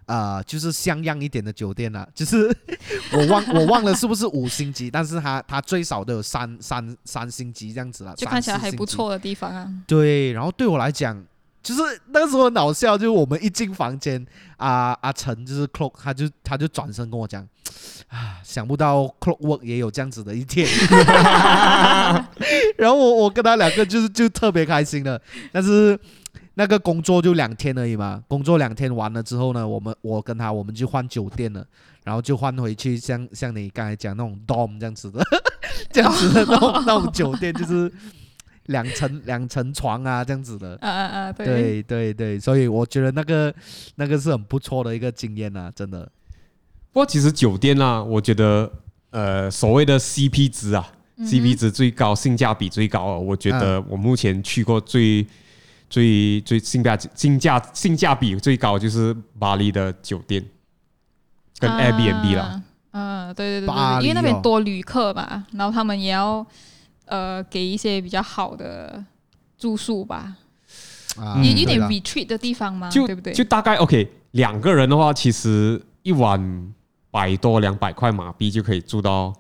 Speaker 3: 啊、就是像样一点的酒店啊，就是 我忘我忘了是不是五星级，但是他他最少都有三三三星级这样子啦，
Speaker 4: 就
Speaker 3: 三
Speaker 4: 看起来
Speaker 3: 四
Speaker 4: 还
Speaker 3: 星
Speaker 4: 不
Speaker 3: 级
Speaker 4: 错的地方啊。
Speaker 3: 对，然后对我来讲，就是那个时候很好笑，就是我们一进房间，啊阿成就是 Clock，他就他就转身跟我讲，啊，想不到 Clockwork 也有这样子的一天。 然后我我跟他两个就是就特别开心的，但是。那个工作就两天而已嘛，工作两天完了之后呢，我们我跟他我们就换酒店了，然后就换回去像像你刚才讲那种 dom 这样子的， 这样子的那种那种酒店，就是两层两层床啊这样子的。
Speaker 4: 啊啊啊！对，
Speaker 3: 对对对，所以我觉得那个那个是很不错的一个经验啊，真的。
Speaker 2: 不过其实酒店啦、我觉得呃所谓的 CP 值啊、c
Speaker 4: 嗯
Speaker 2: p 值最高，性价比最高啊，我觉得我目前去过最。最最性价性价性价比最高就是巴黎的酒店，跟 Airbnb 啦，
Speaker 4: 啊。嗯，对对对对
Speaker 3: 巴
Speaker 4: 对，
Speaker 3: 黎
Speaker 4: 因为那边
Speaker 3: 哦
Speaker 4: 多旅客嘛，然后他们也要呃给一些比较好的住宿吧，
Speaker 3: 啊，
Speaker 4: 也有
Speaker 3: 对
Speaker 4: 点
Speaker 3: 啦
Speaker 4: retreat 的地方嘛，
Speaker 2: 就
Speaker 4: 对不对？
Speaker 2: 就大概 OK，两个人的话，其实一晚百多两百块马币就可以住到，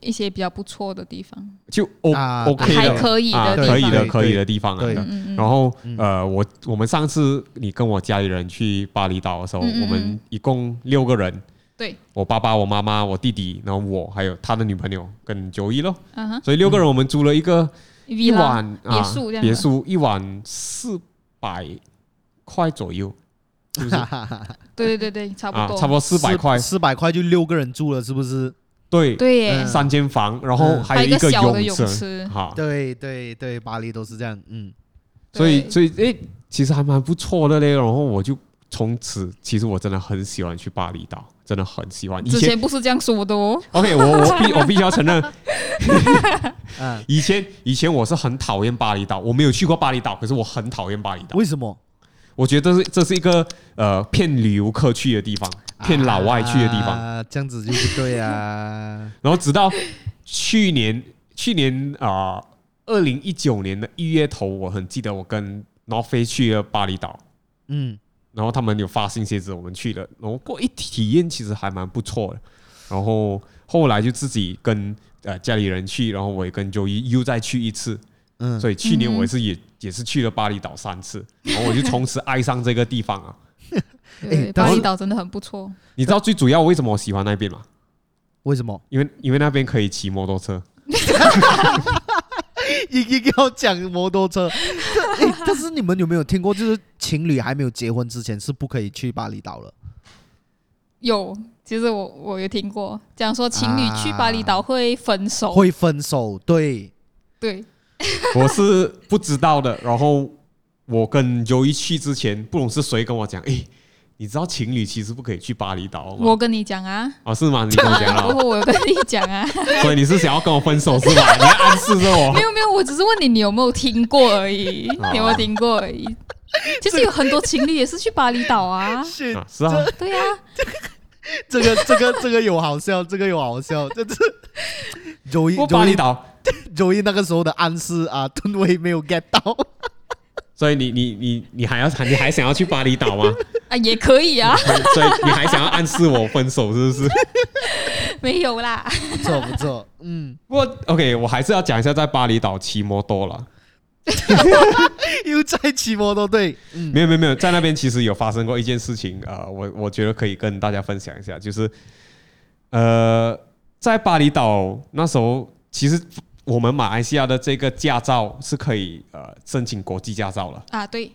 Speaker 4: 一些比较不错的地方，
Speaker 2: 就 O、
Speaker 3: 啊
Speaker 2: OK
Speaker 3: 对
Speaker 2: 的，
Speaker 4: 还可以
Speaker 2: 啊
Speaker 4: 的地
Speaker 2: 可
Speaker 4: 方。
Speaker 2: 以的，
Speaker 3: 对
Speaker 2: 可以的地方啊来
Speaker 3: 对
Speaker 2: 的。
Speaker 4: 嗯嗯
Speaker 2: 然后
Speaker 3: 嗯
Speaker 2: 呃，我我们上次你跟我家里人去巴厘岛的时候，
Speaker 4: 嗯嗯嗯
Speaker 2: 我们一共六个人，
Speaker 4: 对，
Speaker 2: 我爸爸、我妈妈、我弟弟，然后我还有他的女朋友跟九一咯，
Speaker 4: 嗯哼，
Speaker 2: 所以六个人我们租了一个一
Speaker 4: villa
Speaker 2: 晚啊
Speaker 4: 嗯别墅这样的
Speaker 2: 别墅一晚四百块左右，是不 是
Speaker 4: 对对对对，差不
Speaker 2: 啊？
Speaker 4: 多，
Speaker 2: 差不多四百块，
Speaker 3: 四百块就六个人住了，是不是？
Speaker 2: 对，
Speaker 4: 对耶，
Speaker 2: 三间房，然后
Speaker 3: 嗯
Speaker 2: 还有
Speaker 4: 一个小的
Speaker 2: 泳
Speaker 4: 泳
Speaker 2: 池，
Speaker 4: 池，
Speaker 2: 哈，
Speaker 3: 对对对，巴黎都是这样，嗯，
Speaker 2: 所以
Speaker 4: 对
Speaker 2: 所以诶，其实还蛮不错的嘞。然后我就从此，其实我真的很喜欢去巴厘岛，真的很喜欢。以
Speaker 4: 之
Speaker 2: 前
Speaker 4: 前不是这样说的哦，
Speaker 2: OK，我我必我必须要承认，
Speaker 3: 啊，
Speaker 2: 以前以前我是很讨厌巴厘岛，我没有去过巴厘岛，可是我很讨厌巴厘岛。
Speaker 3: 为什么？
Speaker 2: 我觉得这是这是一个呃骗旅游客去的地方，骗老外去的地方。
Speaker 3: 啊，这样子就不对啊。
Speaker 2: 然后直到去年去年啊，二零一九年的一月头，我很记得我跟 North Face 去了巴厘岛，
Speaker 3: 嗯，
Speaker 2: 然后他们有发新鞋子，我们去了，然后过一体验其实还蛮不错的。然后后来就自己跟呃家里人去，然后我也跟周一又再去一次，
Speaker 3: 嗯
Speaker 2: 所以去年我也是也、也是去了巴厘岛三次，然后我就从此爱上这个地方啊。
Speaker 4: 对，
Speaker 3: 但
Speaker 4: 巴
Speaker 3: 是
Speaker 4: 厘岛真的很不错。
Speaker 2: 你知道最主要为什么我喜欢那边吗？
Speaker 3: 为什么
Speaker 2: 因为因为那边可以骑摩托车，
Speaker 3: 一定要讲摩托车？这诶但是你们有没有听过，就是情侣还没有结婚之前是不可以去巴厘岛了？
Speaker 4: 有，其实我我有听过讲说情侣去巴厘岛会分手，
Speaker 3: 会分手，对，
Speaker 4: 对，
Speaker 2: 我是不知道的。然后我跟周一去之前，不懂是谁跟我讲，诶，你知道情侣其实不可以去巴厘岛吗
Speaker 4: 我？跟你讲啊，
Speaker 2: 哦，是吗？你跟我讲
Speaker 4: 不
Speaker 2: 了，
Speaker 4: 过我有跟你讲啊，
Speaker 2: 所以你是想要跟我分手是吗？你要暗示着我
Speaker 4: 没。有没有，我只是问你你有没有听过而已，你有没有听过而已。其实有很多情侣也是去巴厘岛啊，
Speaker 3: 是
Speaker 2: 啊是啊，
Speaker 4: 对啊，
Speaker 3: 这个这个这个有好笑，这个有好笑，这 这。周一
Speaker 2: 不过
Speaker 3: 周
Speaker 2: 巴厘
Speaker 3: 一
Speaker 2: 岛，
Speaker 3: 周一那个时候的暗示啊， 吨位没有 get 到，
Speaker 2: 所以你你你你还要你还想要去巴厘岛吗？
Speaker 4: 啊也可以啊，
Speaker 2: 所以你还想要暗示我分手是不是？
Speaker 4: 没有啦，
Speaker 3: 不错不错，嗯，
Speaker 2: 不过 OK，我还是要讲一下在巴厘岛骑摩托了。
Speaker 3: 又在骑摩托队，嗯
Speaker 2: 没有没有没有，在那边其实有发生过一件事情啊、呃我我觉得可以跟大家分享一下，就是呃，在巴厘岛那时候，其实我们马来西亚的这个驾照是可以呃申请国际驾照了。
Speaker 4: 啊对，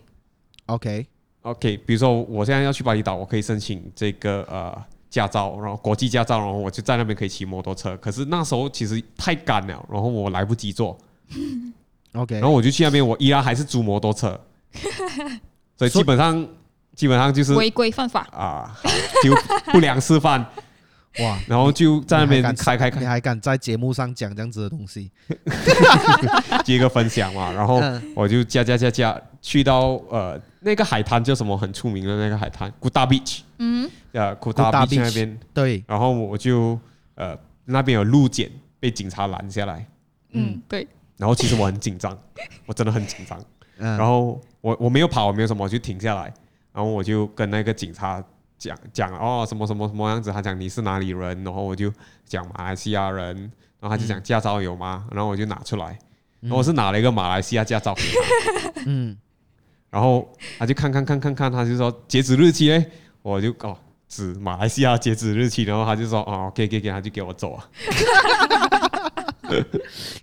Speaker 3: ，OK，
Speaker 2: OK，比如说我现在要去巴厘岛，我可以申请这个呃驾照，然后国际驾照，然后我就在那边可以骑摩托车。可是那时候其实太赶了，然后我来不及做，
Speaker 3: OK，
Speaker 2: 然后我就去那边，我依然还是租摩托 车，所以基本上基本上就是
Speaker 4: 违规犯法，
Speaker 2: 啊，好就不良示范，
Speaker 3: 哇，
Speaker 2: 然后就在那边
Speaker 3: 你还敢
Speaker 2: 开开
Speaker 3: 你
Speaker 2: 开
Speaker 3: 还敢在节目上讲这样子的东西？
Speaker 2: 接个分享嘛，然后
Speaker 3: 嗯
Speaker 2: 我就加加加加去到呃那个海滩叫什么很出名的那个海滩，Kuta Beach，
Speaker 4: 嗯，
Speaker 2: 呃 Kuta
Speaker 3: Kuta
Speaker 2: Beach
Speaker 3: Beach
Speaker 2: 那边，
Speaker 3: 对，
Speaker 2: 然后我就呃那边有路检被警察拦下来，
Speaker 4: 嗯，对，
Speaker 2: 然后其实我很紧张，我真的很紧张，
Speaker 3: 嗯，
Speaker 2: 然后我我没有跑，我没有什么，我就停下来，然后我就跟那个警察讲讲哦什么什么什么样子，他讲你是哪里人，然后我就讲马来西亚人，然后他就讲驾照有吗？然后我就拿出来，然后我是拿了一个马来西亚驾照给他，
Speaker 3: 嗯，
Speaker 2: 然后他就看看看看看，他就说截止日期嘞，我就哦。指马来西亚截止日期，然后他就说哦，OK OK OK，他就给我走啊。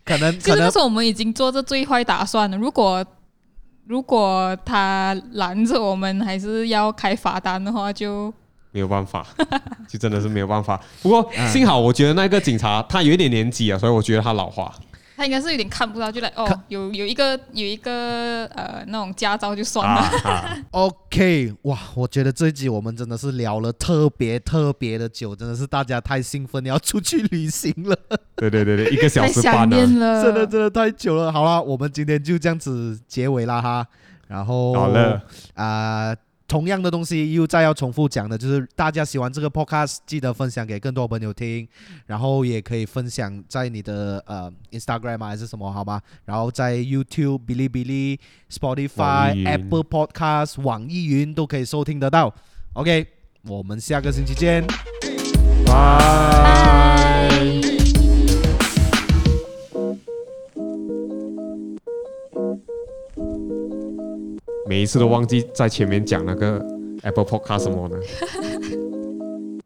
Speaker 3: 可能
Speaker 4: 其
Speaker 3: 可
Speaker 4: 实那
Speaker 3: 能
Speaker 4: 时候我们已经做这最坏打算了，如果。如果他拦着我们，还是要开罚单的话，就
Speaker 2: 没有办法， 就真的是没有办法。不过幸好，我觉得那个警察他有一点年纪啊，所以我觉得他老化。
Speaker 4: 他应该是有点看不到，就来哦
Speaker 3: 看，
Speaker 4: 有有一个有一个呃那种驾照就算了。
Speaker 2: 啊
Speaker 3: OK，哇，我觉得这一集我们真的是聊了特别特别的久，真的是大家太兴奋了，要出去旅行了，
Speaker 2: 对对对对，一个小
Speaker 4: 太
Speaker 2: 时
Speaker 4: 想
Speaker 2: 半啊 呢、
Speaker 4: 念了，
Speaker 3: 真的真的太久了。好了，我们今天就这样子结尾啦哈，然后
Speaker 2: 好了，
Speaker 3: 啊、同样的东西又再要重复讲的，就是大家喜欢这个 podcast，记得分享给更多朋友听，然后也可以分享在你的呃 Instagram 啊还是什么好吗？然后在 YouTube、哔哩哔哩、
Speaker 2: 网易
Speaker 3: Spotify
Speaker 2: 云、
Speaker 3: Apple Podcast、网易云都可以收听得到。OK，我们下个星期见。
Speaker 4: 拜。
Speaker 2: 每一次都忘记在前面讲那个 Apple Podcast 什么的。